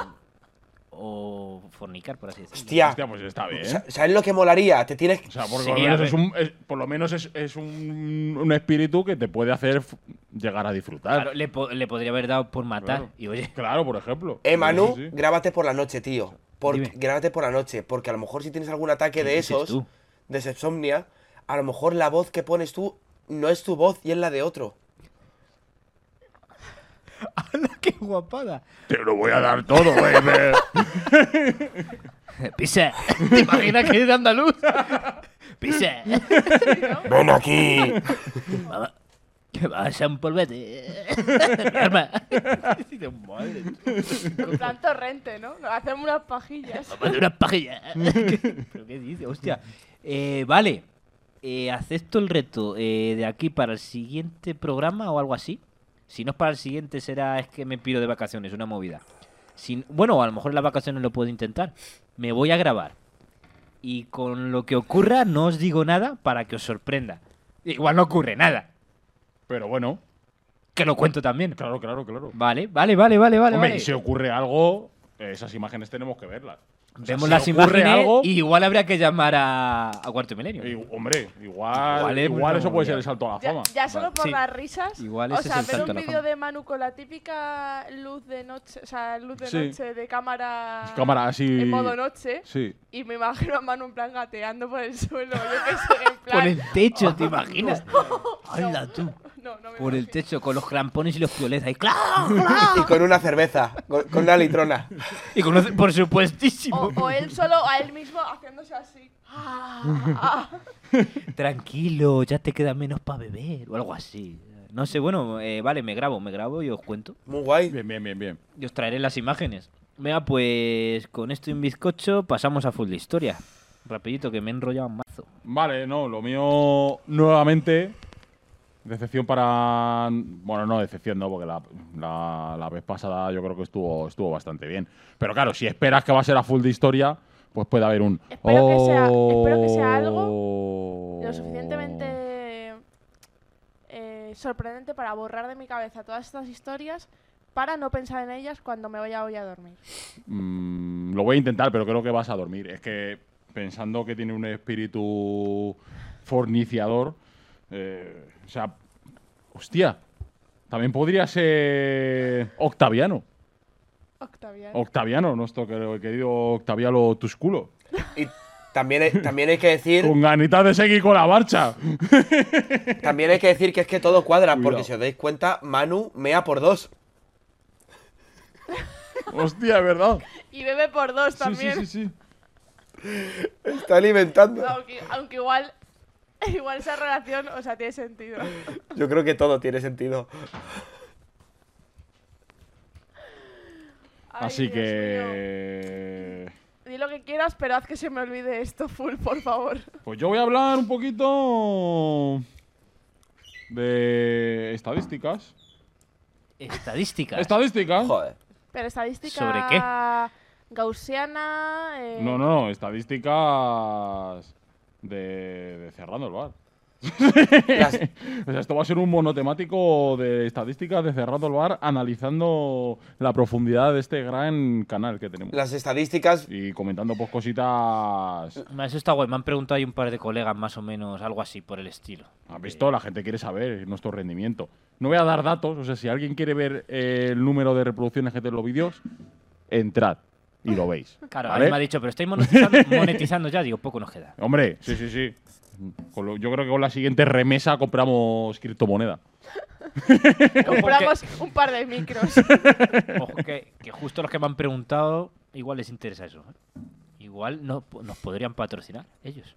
S3: o fornicar, por así decirlo.
S2: Hostia.
S4: Hostia, pues está bien.
S2: Sa- ¿Sabes lo que molaría? Te tienes
S4: O sea, porque
S3: ¿eh? Sí,
S4: por, lo
S3: a
S4: menos
S3: ver.
S4: es un, es- por lo menos es, es un, un espíritu que te puede hacer f- llegar a disfrutar.
S3: Claro, le, po- le podría haber dado por matar.
S4: Claro.
S3: Y oye,
S4: Claro, por ejemplo.
S2: Eh, Manu,
S4: Sí, sí, sí.
S2: grábate por la noche, tío. por,
S3: Dime.
S2: grábate por la noche, porque a lo mejor si tienes algún ataque
S3: ¿Qué
S2: de
S3: dices
S2: esos,
S3: tú?
S2: de sepsomnia, a lo mejor la voz que pones tú no es tu voz y es la de otro.
S3: ¡Hala, qué guapada!
S4: Te lo voy a dar todo, baby.
S3: Pisa, ¿te imaginas que es de andaluz? Pisa,
S2: ¡Ven aquí!
S3: que vas a un polvete. Mi arma. Dices, madre,
S5: En plan torrente, ¿no? Nos hacemos unas pajillas.
S3: vamos a hacer una pajilla. ¿Pero qué dices? Hostia. Eh, vale, Eh, acepto el reto eh, de aquí para el siguiente programa o algo así. Si no es para el siguiente, será es que me piro de vacaciones, una movida. Si- bueno, a lo mejor en las vacaciones lo puedo intentar. Me voy a grabar. Y con lo que ocurra, no os digo nada para que os sorprenda. Igual no ocurre nada.
S4: Pero bueno,
S3: Que lo cuento también.
S4: claro, claro, claro.
S3: Vale, vale, vale, vale, vale.
S4: Hombre,
S3: vale.
S4: y si ocurre algo, esas imágenes tenemos que verlas. O sea,
S3: Vemos
S4: si
S3: las
S4: ocurre
S3: imágenes
S4: algo,
S3: y igual habría que llamar a, a Cuarto Milenio.
S4: y- hombre, igual,
S3: Igual
S4: igual,
S3: es una
S4: eso puede
S3: movida.
S4: ser el salto a la
S5: Ya,
S4: fama.
S5: ya solo por
S3: Sí.
S5: las risas.
S3: Igual
S5: o
S3: ese
S5: sea,
S3: es el
S5: ver
S3: salto a
S5: un
S3: la
S5: vídeo
S3: fama.
S5: de Manu con la típica luz de noche, o sea, luz de
S4: Sí.
S5: noche de cámara,
S4: Cámara así.
S5: en modo noche.
S4: Sí.
S5: Y me imagino a Manu en plan gateando por el suelo. Yo qué sé, en plan.
S3: Por el techo, ¿te imaginas? Hala tú.
S5: No, no me
S3: Por el
S5: imagino.
S3: techo, con los crampones y los piolets ahí. ¡Claro!
S2: Y con una cerveza, con, con una litrona.
S3: Y con los- por supuestísimo.
S5: O, o él solo a él mismo haciéndose así. Ah, ah.
S3: Tranquilo, ya te queda menos para beber o algo así. No sé, bueno, eh, vale, me grabo, me grabo y os cuento.
S2: Muy guay.
S4: Bien, bien, bien, bien.
S3: Y os traeré las imágenes. Venga, pues con esto y un bizcocho pasamos a full de historia. Rapidito, que me he enrollado un mazo.
S4: Vale, no, lo mío nuevamente. Decepción para. Bueno, no, decepción no, porque la, la- la vez pasada yo creo que estuvo, estuvo bastante bien. Pero claro, si esperas que va a ser a full de historia, pues puede haber un.
S5: Espero que sea- espero que sea
S4: algo.
S5: Lo suficientemente eh, sorprendente para borrar de mi cabeza todas estas historias para no pensar en ellas cuando me vaya hoy a dormir.
S4: Mm, lo voy a intentar, pero creo que vas a dormir. Es que pensando que tiene un espíritu forniciador, eh, o sea, hostia, también podría ser Octaviano. Oh.
S5: Octaviano.
S4: Octaviano, nuestro quer- querido Octaviano Tusculo.
S2: Y también, hay- también hay que decir,
S4: Con ganitas de seguir con la marcha.
S2: también hay que decir que es que todo cuadra, porque
S4: Cuidado.
S2: si os dais cuenta, Manu mea por dos.
S4: Hostia, es verdad.
S5: Y bebe por dos
S4: Sí, sí, sí,
S5: también.
S4: sí.
S2: Está alimentando.
S5: Aunque, aunque igual, igual esa relación, o sea, tiene sentido.
S2: Yo creo que todo tiene sentido.
S5: Ay,
S4: Así
S5: Dios mío.
S4: que.
S5: Di lo que quieras, pero haz que se me olvide esto full, por favor.
S4: Pues yo voy a hablar un poquito de estadísticas.
S3: Estadísticas.
S4: Estadísticas.
S2: Joder.
S5: Pero estadística
S3: ¿Sobre qué?
S5: gaussiana. eh,
S4: No, no, no, estadísticas de, de cerrando el bar.
S2: Las-
S4: O sea, esto va a ser un monotemático de estadísticas de cerrando el bar, analizando la profundidad de este gran canal que tenemos.
S2: las estadísticas
S4: Y comentando pues cositas.
S3: Me Ah, Eso está guay. Me han preguntado ahí un par de colegas, más o menos, algo así por el estilo.
S4: ¿Has visto? La gente quiere saber nuestro rendimiento. No voy a dar datos, o sea, si alguien quiere ver eh, el número de reproducciones que tienen los vídeos, entrad y lo veis.
S3: Claro, a
S4: ¿vale?
S3: mí me ha dicho, pero estoy monetizando, monetizando ya. Digo, poco nos queda.
S4: Hombre, sí, sí, sí. Con lo- yo creo que con la siguiente remesa compramos criptomoneda.
S5: Compramos un par de micros.
S3: Ojo, que, que justo los que me han preguntado, igual les interesa eso. ¿eh? Igual no, nos podrían patrocinar ellos.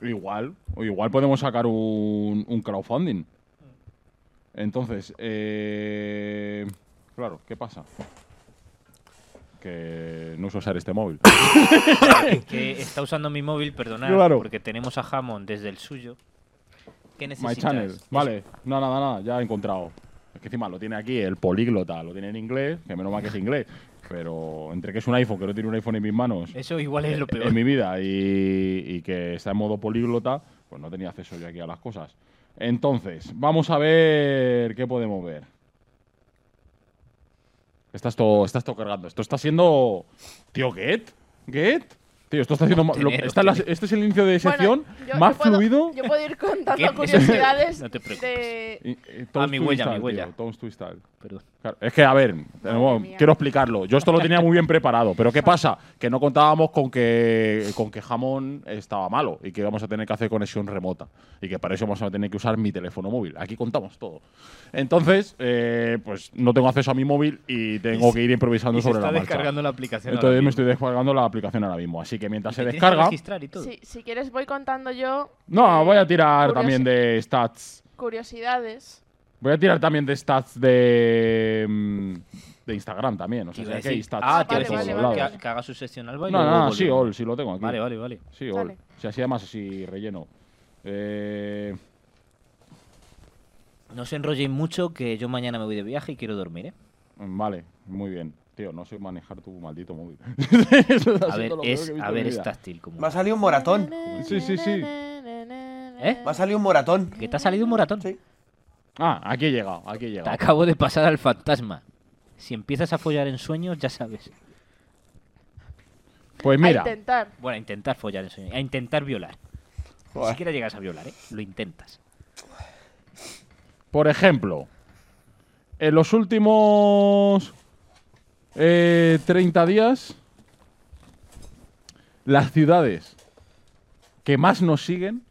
S4: Igual, o igual podemos sacar un, un crowdfunding. Entonces, eh, claro, ¿qué pasa? Que no uso usar este móvil.
S3: Que está usando mi móvil, perdonad,
S4: Claro.
S3: porque tenemos a Hammond desde el suyo. ¿Qué
S4: My
S3: necesitas?
S4: channel. Vale, nada, nada, nada, ya he encontrado. Es que encima lo tiene aquí el políglota, lo tiene en inglés, que menos mal que es inglés. Pero entre que es un iPhone, que no tiene un iPhone en mis manos,
S3: Eso igual es lo peor.
S4: en mi vida y, y que está en modo políglota, pues no tenía acceso yo aquí a las cosas. Entonces, vamos a ver qué podemos ver. Estás todo, estás todo cargando. Esto está siendo. Tío, ¿get? ¿Get? Tío, esto está haciendo. ma- lo-
S3: Obtener,
S4: esta es la-
S3: obtener.
S4: este es el inicio de sección
S5: yo-
S4: más
S5: yo puedo-
S4: fluido.
S5: Yo puedo ir contando
S3: ¿Qué?
S5: curiosidades
S3: No te preocupes.
S5: de.
S4: Y- eh, Tom's
S3: Ah, mi huella,
S4: Twistal,
S3: mi huella.
S4: tío, Tom's Twistal.
S3: Perdón.
S4: Claro, es que, a ver, tenemos-
S5: mía.
S4: quiero explicarlo. Yo esto lo tenía muy bien preparado, pero ¿qué pasa? Que no contábamos con que, con que jamón estaba malo y que íbamos a tener que hacer conexión remota y que para eso vamos a tener que usar mi teléfono móvil. Aquí contamos todo. Entonces, eh, pues no tengo acceso a mi móvil y tengo que ir improvisando
S1: Y se
S4: sobre
S1: está
S4: la marcha.
S1: descargando la aplicación. ahora
S4: Entonces me
S1: mismo.
S4: estoy descargando la aplicación ahora mismo. Así que mientras se
S3: Te tienes que
S4: descarga.
S3: registrar y todo.
S5: Si, si quieres voy contando yo
S4: No, voy a tirar
S5: Curiosi-
S4: también de stats.
S5: curiosidades.
S4: Voy a tirar también de stats de. mm, de Instagram también. O sea,
S3: Te
S4: si
S3: iba a
S4: aquí hay
S3: decir-
S4: stats.
S3: ah, te iba
S4: por
S3: a
S5: vale,
S4: todos
S3: decir
S5: vale,
S4: lados.
S5: vale.
S3: que, que haga su seccional. va, y
S4: No,
S3: luego
S4: no, no, sí,
S3: volvemos.
S4: all, sí lo tengo aquí.
S3: Vale, vale, vale.
S4: Sí, all.
S5: Vale.
S4: Si así además, así relleno. Eh,
S3: No se enrollen mucho que yo mañana me voy de viaje y quiero dormir, ¿eh?
S4: vale, muy bien. Tío, no sé manejar tu maldito móvil.
S3: A ver, es, a ver, es táctil como...
S2: Me ha salido un moratón.
S4: Sí, sí, sí.
S5: ¿Eh?
S3: ¿Eh?
S2: Me ha salido un moratón.
S3: Que te ha salido un moratón.
S2: Sí.
S4: Ah, aquí he llegado, aquí he llegado.
S3: Te acabo de pasar al fantasma. Si empiezas a follar en sueños, ya sabes.
S4: Pues mira,
S5: A intentar.
S3: Bueno, a intentar follar en sueños. A intentar violar. Ni
S2: Joder.
S3: siquiera llegas a violar, ¿eh? Lo intentas.
S4: por ejemplo, en los últimos eh, 30 días, las ciudades que más nos siguen,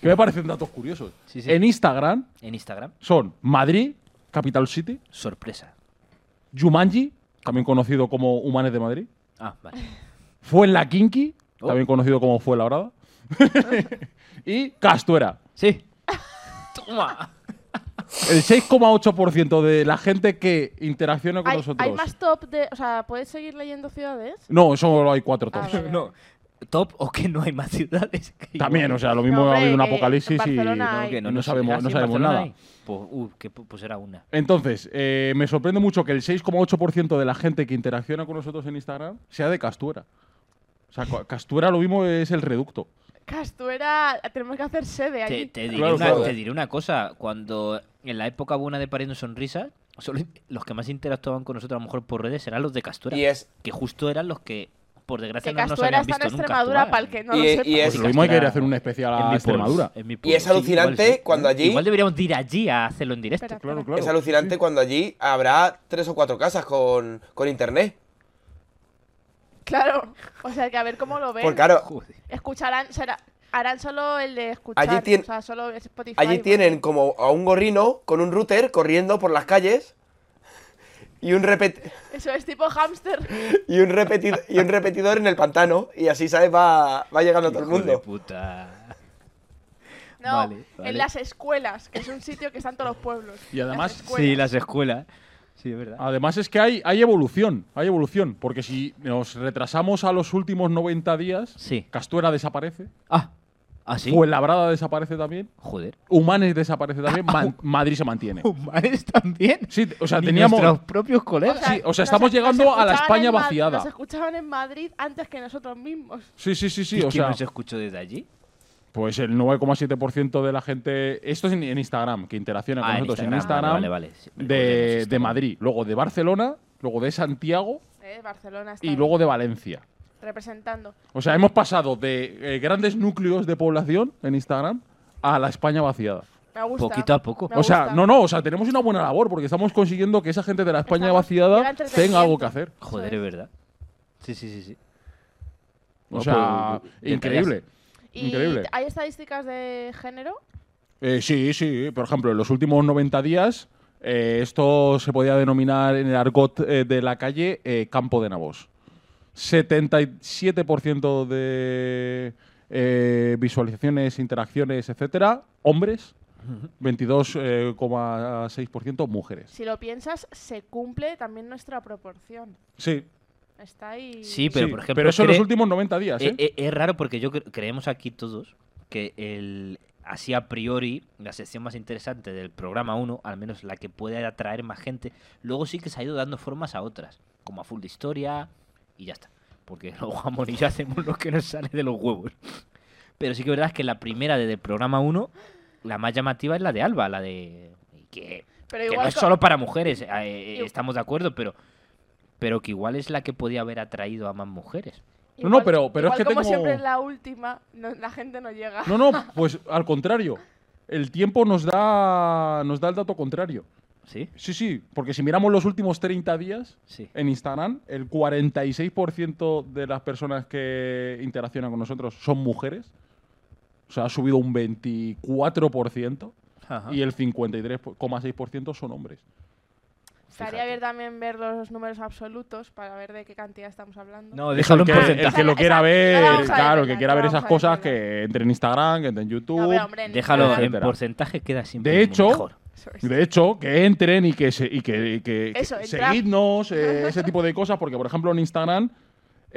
S4: que me parecen datos curiosos,
S3: Sí, sí.
S4: en Instagram
S3: En Instagram,
S4: son Madrid, Capital City,
S3: sorpresa.
S4: Jumanji, también conocido como Humanes de Madrid.
S3: Ah, vale.
S4: Fue en la Kinky,
S3: Oh.
S4: también conocido como Fue Labrada. y Castuera.
S3: Sí. Toma.
S4: El 6,8% de la gente que interacciona con
S5: ¿Hay,
S4: nosotros.
S5: hay más top de. O sea, ¿puedes seguir leyendo ciudades?
S4: No, solo hay cuatro tops.
S5: Ah, vale,
S3: No. Top o que no hay más ciudades. Que
S4: También,
S3: igual.
S4: o sea, lo mismo
S5: No,
S4: ha habido un
S5: hombre, que
S4: apocalipsis
S5: en
S4: y.
S5: Barcelona hay.
S3: Que sé.
S4: no sabemos-
S3: Ah, sí,
S4: no
S3: en
S4: sabemos
S3: Barcelona
S4: nada.
S3: hay. Pues, uh, que pu- pues era una.
S4: Entonces, eh, me sorprende mucho que el 6,8% de la gente que interacciona con nosotros en Instagram sea de Castuera. O sea, Ca- Castuera lo mismo es el reducto. Pues
S5: Castuera, tenemos que hacer sede
S3: Te,
S5: allí.
S3: te diré
S4: Claro,
S3: una,
S2: joder.
S3: te diré una cosa. Cuando en la época buena de Pariendo Sonrisas, solo los que más interactuaban con nosotros, a lo mejor por redes, eran los de Castura.
S2: Y es,
S3: Que justo eran los que, por desgracia,
S5: Que
S3: no nos
S5: Castuera
S3: habían
S5: está
S3: visto
S5: en
S3: nunca.
S5: Extremadura,
S3: actuar.
S5: para el que no lo
S2: Y- y
S5: sepa.
S2: es-
S4: Pues lo mismo hay que ir
S3: Castura-
S4: a hacer un especial
S3: en
S4: a
S3: mi
S4: Ah, Extremadura.
S3: pueblo, en mi
S2: y
S3: pueblo.
S2: es
S3: Sí,
S2: alucinante
S3: igual sí.
S2: cuando allí.
S3: Igual deberíamos de ir allí a hacerlo en directo.
S5: Espera,
S4: Claro,
S5: espera.
S4: claro.
S2: Es alucinante cuando allí habrá tres o cuatro casas con, con internet.
S5: Claro. O sea, que a ver cómo lo ven.
S2: Porque claro,
S3: Joder.
S5: Escucharán, será, harán solo el de escuchar.
S2: Allí tien-
S5: o sea, solo Spotify.
S2: allí
S5: porque-
S2: tienen como a un gorrino con un router corriendo por las calles y un, repet-
S5: Eso es tipo hámster.
S2: y un, repeti- y un repetidor en el pantano y así, ¿sabes? Va, va llegando a todo el
S3: Hijo de
S2: mundo.
S3: puta.
S5: No,
S3: Vale, vale.
S5: en las escuelas, que es un sitio que está en todos los pueblos.
S4: Y además-
S5: Las
S3: Sí,
S5: escuelas.
S3: las escuelas. Sí, es verdad.
S4: Además es que hay, hay evolución, hay evolución, porque si nos retrasamos a los últimos 90 días,
S3: Sí.
S4: Castuera desaparece,
S3: Ah, ¿ah sí?
S4: Fuenlabrada desaparece también,
S3: Joder.
S4: Humanes desaparece también, Man- Madrid se mantiene.
S3: Humanes también.
S4: Sí, o sea,
S3: Ni
S4: teníamos...
S3: nuestros propios colegas.
S4: sí, o sea,
S5: nos-
S4: estamos
S5: nos
S4: llegando a la
S5: escuchaban
S4: España
S5: en Ma-
S4: vaciada.
S5: Nos escuchaban en Madrid antes que nosotros mismos.
S4: Sí, sí, sí, sí,
S3: ¿Y
S4: o
S3: quién
S4: sea,
S3: nos escuchó desde allí?
S4: pues el 9,7% de la gente... Esto es en, en Instagram, que interacciona con
S3: Ah, en
S4: nosotros en
S3: Instagram,
S4: Instagram,
S3: vale, vale, vale. Sí, recordemos
S4: De, de
S3: Instagram.
S4: Madrid, luego de Barcelona, luego de Santiago
S5: Eh, Barcelona está
S4: y luego de Valencia.
S5: representando.
S4: O sea, hemos pasado de eh, grandes núcleos de población en Instagram a la España vaciada.
S5: Me gusta.
S3: Poquito a poco.
S5: Me
S4: O sea,
S5: gusta.
S4: no, no, o sea, tenemos una buena labor porque estamos consiguiendo que esa gente de la España
S5: Estamos- llega
S4: vaciada
S5: entretenimiento.
S4: tenga algo que hacer.
S3: Joder,
S5: Eso
S3: es
S5: es.
S3: verdad. Sí, sí, sí, sí.
S4: O
S3: No,
S4: sea,
S3: pues, detallazo.
S4: increíble.
S5: Y
S4: Increíble.
S5: ¿Hay estadísticas de género?
S4: Eh, sí, sí, por ejemplo, en los últimos 90 días, eh, esto se podía denominar en el argot eh, de la calle eh, campo de nabos. 77% de eh, visualizaciones, interacciones, etcétera, hombres, eh, 22,6% mujeres.
S5: Si lo piensas, se cumple también nuestra proporción.
S4: Sí,
S5: Está ahí.
S3: Sí, pero
S4: sí,
S3: por ejemplo.
S4: pero eso en los
S3: cre-
S4: últimos 90 días, ¿eh?
S3: Eh, eh, es raro porque yo cre- creemos aquí todos que el así a priori la sección más interesante del programa 1, al menos la que puede atraer más gente, luego sí que se ha ido dando formas a otras, como a full de historia y ya está. Porque luego Jamón y yo hacemos lo que nos sale de los huevos. Pero sí que verdad es que la primera desde el programa 1, la más llamativa es la de Alba, la de que
S5: Pero
S3: que
S5: igual
S3: no es
S5: co-
S3: solo para mujeres, eh, eh,
S5: Igu-
S3: estamos de acuerdo, pero, pero que igual es la que podía haber atraído a más mujeres.
S4: No,
S5: igual-
S4: no, pero- pero es
S5: igual
S4: que
S5: como
S4: tengo-
S5: siempre es la última, no- la gente no
S3: eh.
S5: llega.
S4: No, no, pues al contrario. El tiempo nos da, nos da el dato contrario.
S3: ¿Sí?
S4: Sí, sí, porque si miramos los últimos 30 días
S3: Sí.
S4: en Instagram, el 46% de las personas que interaccionan con nosotros son mujeres. O sea, ha subido un 24%
S3: Ajá.
S4: y el 53,6% son hombres.
S5: Estaría bien también ver los números absolutos para ver de qué cantidad estamos hablando.
S3: No, déjalo en
S4: que,
S3: porcentaje.
S4: el que lo
S5: Esa-
S4: quiera
S5: esa- no la
S4: ver,
S5: vamos
S4: claro,
S5: a
S4: el que
S5: desvelar,
S4: quiera
S5: no
S4: ver
S5: la
S4: esas
S5: vamos a
S4: cosas,
S5: desvelar.
S4: que entre en Instagram, que entre en
S5: No,
S4: YouTube.
S5: pero, hombre, ni-
S3: Déjalo en
S4: etcétera.
S3: porcentaje queda siempre
S4: De
S3: muy
S4: hecho,
S3: mejor.
S5: Eso es.
S4: De hecho, que entren y que, se- y que, y que- que
S5: Eso, entrar.
S4: seguidnos, eh, ese tipo de cosas, porque por ejemplo en Instagram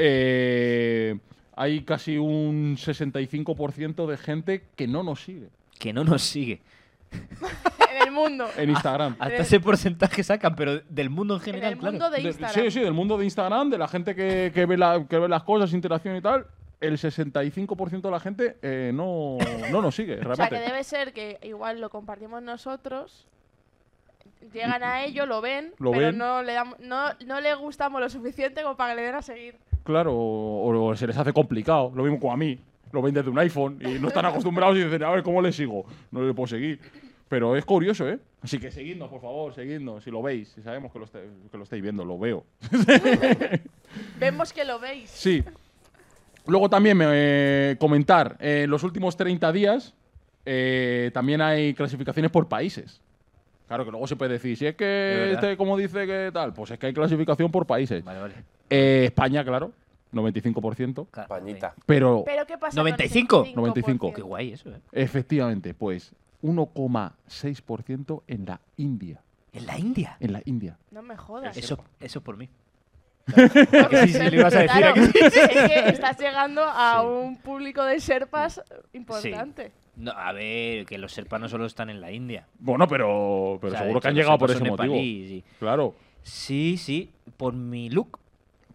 S4: eh, hay casi un 65% de gente que no nos sigue
S3: Que no nos sigue.
S5: en el mundo.
S4: en Instagram.
S3: Hasta ese porcentaje sacan, pero del mundo en
S5: en
S3: general,
S5: el mundo
S3: claro.
S5: Ah, de
S4: De-
S5: Instagram.
S4: sí, sí, del mundo de Instagram, de la gente que, que ve, la- que ve las cosas, interacción y tal. El 65% de la gente eh, no, no nos sigue,
S5: O sea, que
S4: realmente.
S5: debe ser que igual lo compartimos nosotros, llegan a ello, lo ven,
S4: Lo
S5: pero
S4: ven.
S5: No, le dam- no, no le gustamos lo suficiente como para que le den a seguir.
S4: Claro, o, o se les hace complicado. Lo mismo como a mí. Lo ven desde un iPhone y no están acostumbrados y dicen, a ver, ¿cómo le sigo? No le puedo seguir. Pero es curioso, ¿eh? Así que seguidnos, por favor, seguidnos. Si lo veis, si sabemos que lo, este- que lo estáis viendo, lo veo.
S5: Vemos que lo veis.
S4: Sí. Luego también eh, comentar, eh, en los últimos 30 días eh, también hay clasificaciones por países. Claro que luego se puede decir, si es que
S3: verdad.
S4: este, como dice que tal, pues es que hay clasificación por países.
S3: Vale, vale.
S4: Eh, España, claro, 95%.
S3: Claro,
S2: Pañita.
S4: Pero
S5: Pero ¿qué pasa? con
S3: 95?
S5: ese
S4: 95.
S3: ok. Qué guay eso, ¿eh?
S4: Efectivamente, pues 1,6% en la India.
S3: En la India.
S4: En la India.
S5: No me jodas.
S3: Eso, eso por mí.
S5: Claro,
S3: que sí, sí, lo ibas a decir,
S5: claro,
S3: ¿a que
S5: Es que estás llegando a
S3: Sí.
S5: un público de Sherpas importante.
S3: No, a ver, que los serpas no solo están en la India.
S4: Bueno, pero, pero
S3: O sea, de
S4: seguro
S3: hecho,
S4: que han
S3: los
S4: llegado por
S3: serpas
S4: ese
S3: son
S4: motivo.
S3: nepalíes y-
S4: Claro,
S3: Sí, sí, por mi look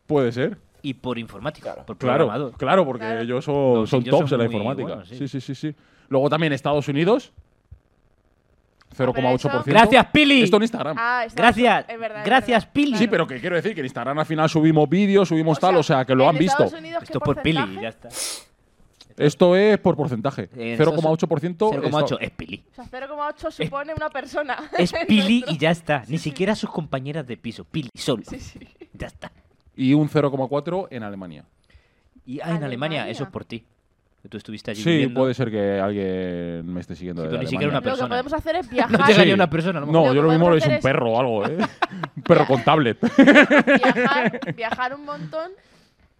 S4: puede ser.
S3: y por informático,
S2: Claro.
S3: por
S4: Claro,
S3: programador.
S4: claro, porque
S5: Claro.
S4: ellos son,
S3: Los
S4: son
S3: indios
S4: tops
S3: son
S4: en la
S3: muy
S4: informática.
S3: buenos, sí.
S4: sí. sí, sí, sí. Luego también Estados Unidos. 0,8%.
S3: Gracias, Pili.
S4: Esto en Instagram.
S5: Ah, está-
S3: Gracias.
S5: es verdad, es
S3: Gracias,
S5: verdad,
S3: Pili.
S5: claro.
S4: Sí, pero que quiero decir que en Instagram al final subimos vídeos, subimos tal, o sea que lo
S5: en
S4: han visto.
S5: Estados Unidos, ¿qué
S3: Esto por Pili,
S5: porcentaje?
S3: ya está.
S4: Esto es por porcentaje.
S3: En
S4: 0,8%.
S3: 0,8
S4: Estados-
S3: es Pili.
S5: O sea, 0,8 supone una persona.
S3: Es
S5: En
S3: Pili
S5: nuestro-
S3: y ya está. Ni siquiera sus compañeras de piso. Pili, solo.
S5: Sí, sí.
S3: Ya está.
S4: Y un 0,4% en Alemania.
S3: Y ah, en Alemania,
S5: Alemania.
S3: eso es por ti. Que Tú estuviste allí
S4: Sí,
S3: viviendo.
S4: puede ser que alguien me esté siguiendo.
S3: Sí,
S4: de
S3: pero ni siquiera una
S4: Alemania.
S5: Lo que
S3: persona.
S5: podemos hacer es viajar.
S3: No llega
S4: Sí.
S3: ni una persona. a lo mejor.
S4: No,
S5: Lo
S4: yo
S5: que
S4: lo mismo
S5: podemos
S4: es
S5: hacer
S4: un
S5: es-
S4: perro o algo, ¿eh? un perro con tablet.
S5: viajar, viajar un montón,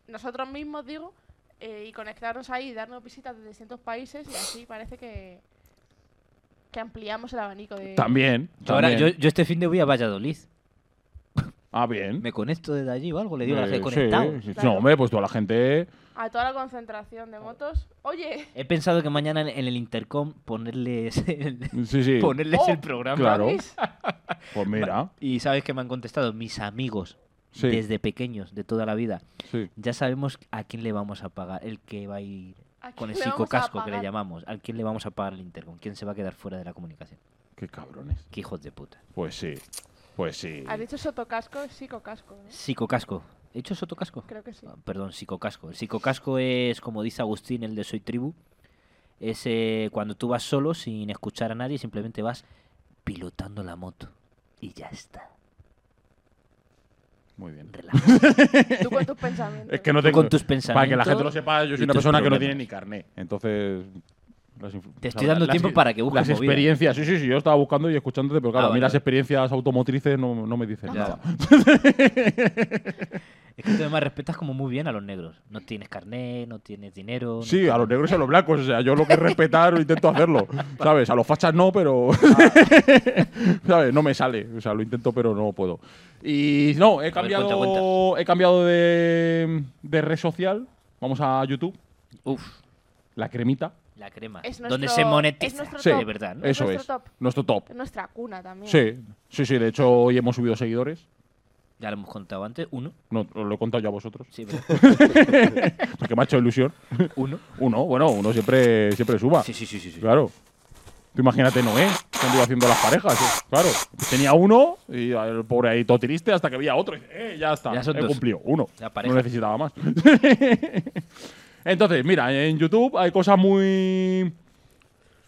S5: nosotros mismos, digo, eh, y conectarnos ahí y darnos visitas de distintos países y así parece que, que ampliamos el abanico de...
S4: también.
S3: Yo ahora, yo,
S4: también.
S3: yo este fin de voy a Valladolid.
S4: Ah, bien.
S3: Me conecto desde allí o algo. Le digo a la
S4: Eh,
S3: gente
S4: sí,
S3: conectado.
S4: sí, sí.
S5: Claro.
S4: No, hombre, pues toda la gente.
S5: A toda la concentración de motos. Oye,
S3: He pensado que mañana en en el intercom ponerles el,
S4: Sí, sí.
S3: ponerles
S5: Oh,
S3: el programa.
S4: Claro.
S5: Luis,
S4: Pues mira.
S3: Y sabes que me han contestado mis amigos
S4: Sí,
S3: desde pequeños, de toda la vida.
S4: sí.
S3: Ya sabemos a quién le vamos a pagar, el que va a ir
S5: ¿a
S3: con el
S5: quién le vamos a
S3: psicocasco que le
S5: pagar?
S3: llamamos, a quién le vamos a pagar el intercom, quién se va a quedar fuera de la comunicación.
S4: Qué cabrones.
S3: Qué hijos de puta.
S4: Pues sí. Pues sí.
S5: ¿Has dicho sotocasco? Es psicocasco, ¿no?
S3: Psicocasco. ¿He hecho sotocasco?
S5: Creo que sí.
S3: Ah, Perdón, psicocasco. El psicocasco es, como dice Agustín, el de Soy Tribu. Es eh, cuando tú vas solo, sin escuchar a nadie, simplemente vas pilotando la moto. Y ya está.
S4: Muy bien.
S3: Relajado.
S5: Tú con tus pensamientos.
S4: Es que no
S3: Tú
S4: tengo.
S3: con tus
S4: Para que la
S3: pensamientos.
S4: gente lo sepa, yo soy
S3: y
S4: una
S3: tus
S4: persona que no
S3: problemas.
S4: tiene ni carné. Entonces. las inf-
S3: Te
S4: o sea,
S3: estoy dando
S4: las-
S3: tiempo para que busques
S4: Las
S3: movidas.
S4: experiencias, sí, sí, sí, yo estaba buscando y escuchándote, pero claro,
S3: Ah,
S4: a mí
S3: vale,
S4: las
S3: vale.
S4: experiencias automotrices no, no me dicen
S3: Ya.
S4: nada.
S3: Es que tú además respetas como muy bien a los negros. No tienes carnet, no tienes dinero. no
S4: Sí,
S3: tienes-
S4: a los negros y a los blancos. O sea, yo lo que es respetar intento hacerlo. ¿Sabes? A los fachas no, pero. ¿Sabes? No me sale. O sea, lo intento, pero no puedo. Y no, he cambiado.
S3: cuenta,
S4: He cambiado de, de red social. Vamos a YouTube.
S3: Uf,
S4: La cremita.
S3: la crema.
S5: Es
S3: Donde
S5: nuestro-
S3: se
S5: es
S3: monetiza.
S5: nuestro
S4: Sí. Eh. top.
S3: De verdad, ¿no?
S5: Es
S4: Eso
S5: nuestro
S4: es.
S5: top.
S4: Nuestro top.
S5: Es nuestra cuna también.
S4: Sí, sí, sí. De hecho, hoy hemos subido seguidores.
S3: Ya lo hemos contado antes. Uno.
S4: No, os lo he contado yo a vosotros.
S3: Sí, pero-
S4: Porque me ha hecho ilusión.
S3: uno.
S4: Uno, bueno, uno siempre, siempre suba.
S3: Sí, sí, sí, sí. sí.
S4: Claro. Tú imagínate Noé, que anduvo haciendo las parejas. ¿eh? Claro. Tenía uno y el pobre ahí todo triste hasta que veía otro y dice, eh, ya está.
S3: Ya son
S4: he
S3: dos.
S4: cumplido. Uno.
S3: La
S4: No
S3: pareja.
S4: necesitaba más. Entonces, mira, en YouTube hay cosas muy.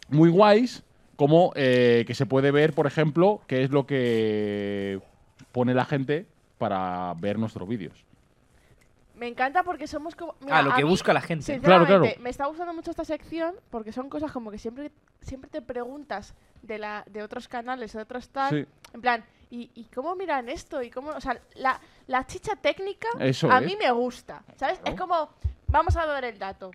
S4: muy guays. como eh, que se puede ver, por ejemplo, qué es lo que pone la gente para ver nuestros vídeos.
S5: Me encanta porque somos como. mira,
S3: Ah, lo
S5: a
S3: que
S5: mí,
S3: busca la gente.
S4: claro.
S5: Sinceramente, Me está gustando mucho esta sección porque son cosas como que siempre, siempre te preguntas de, la, de otros canales, de otros tal.
S4: Sí.
S5: En plan, ¿y, y cómo miran esto? ¿Y cómo, o sea, la, la chicha técnica
S4: Eso
S5: a
S4: es.
S5: mí me gusta. ¿Sabes?
S4: Claro.
S5: Es como, vamos a ver el dato.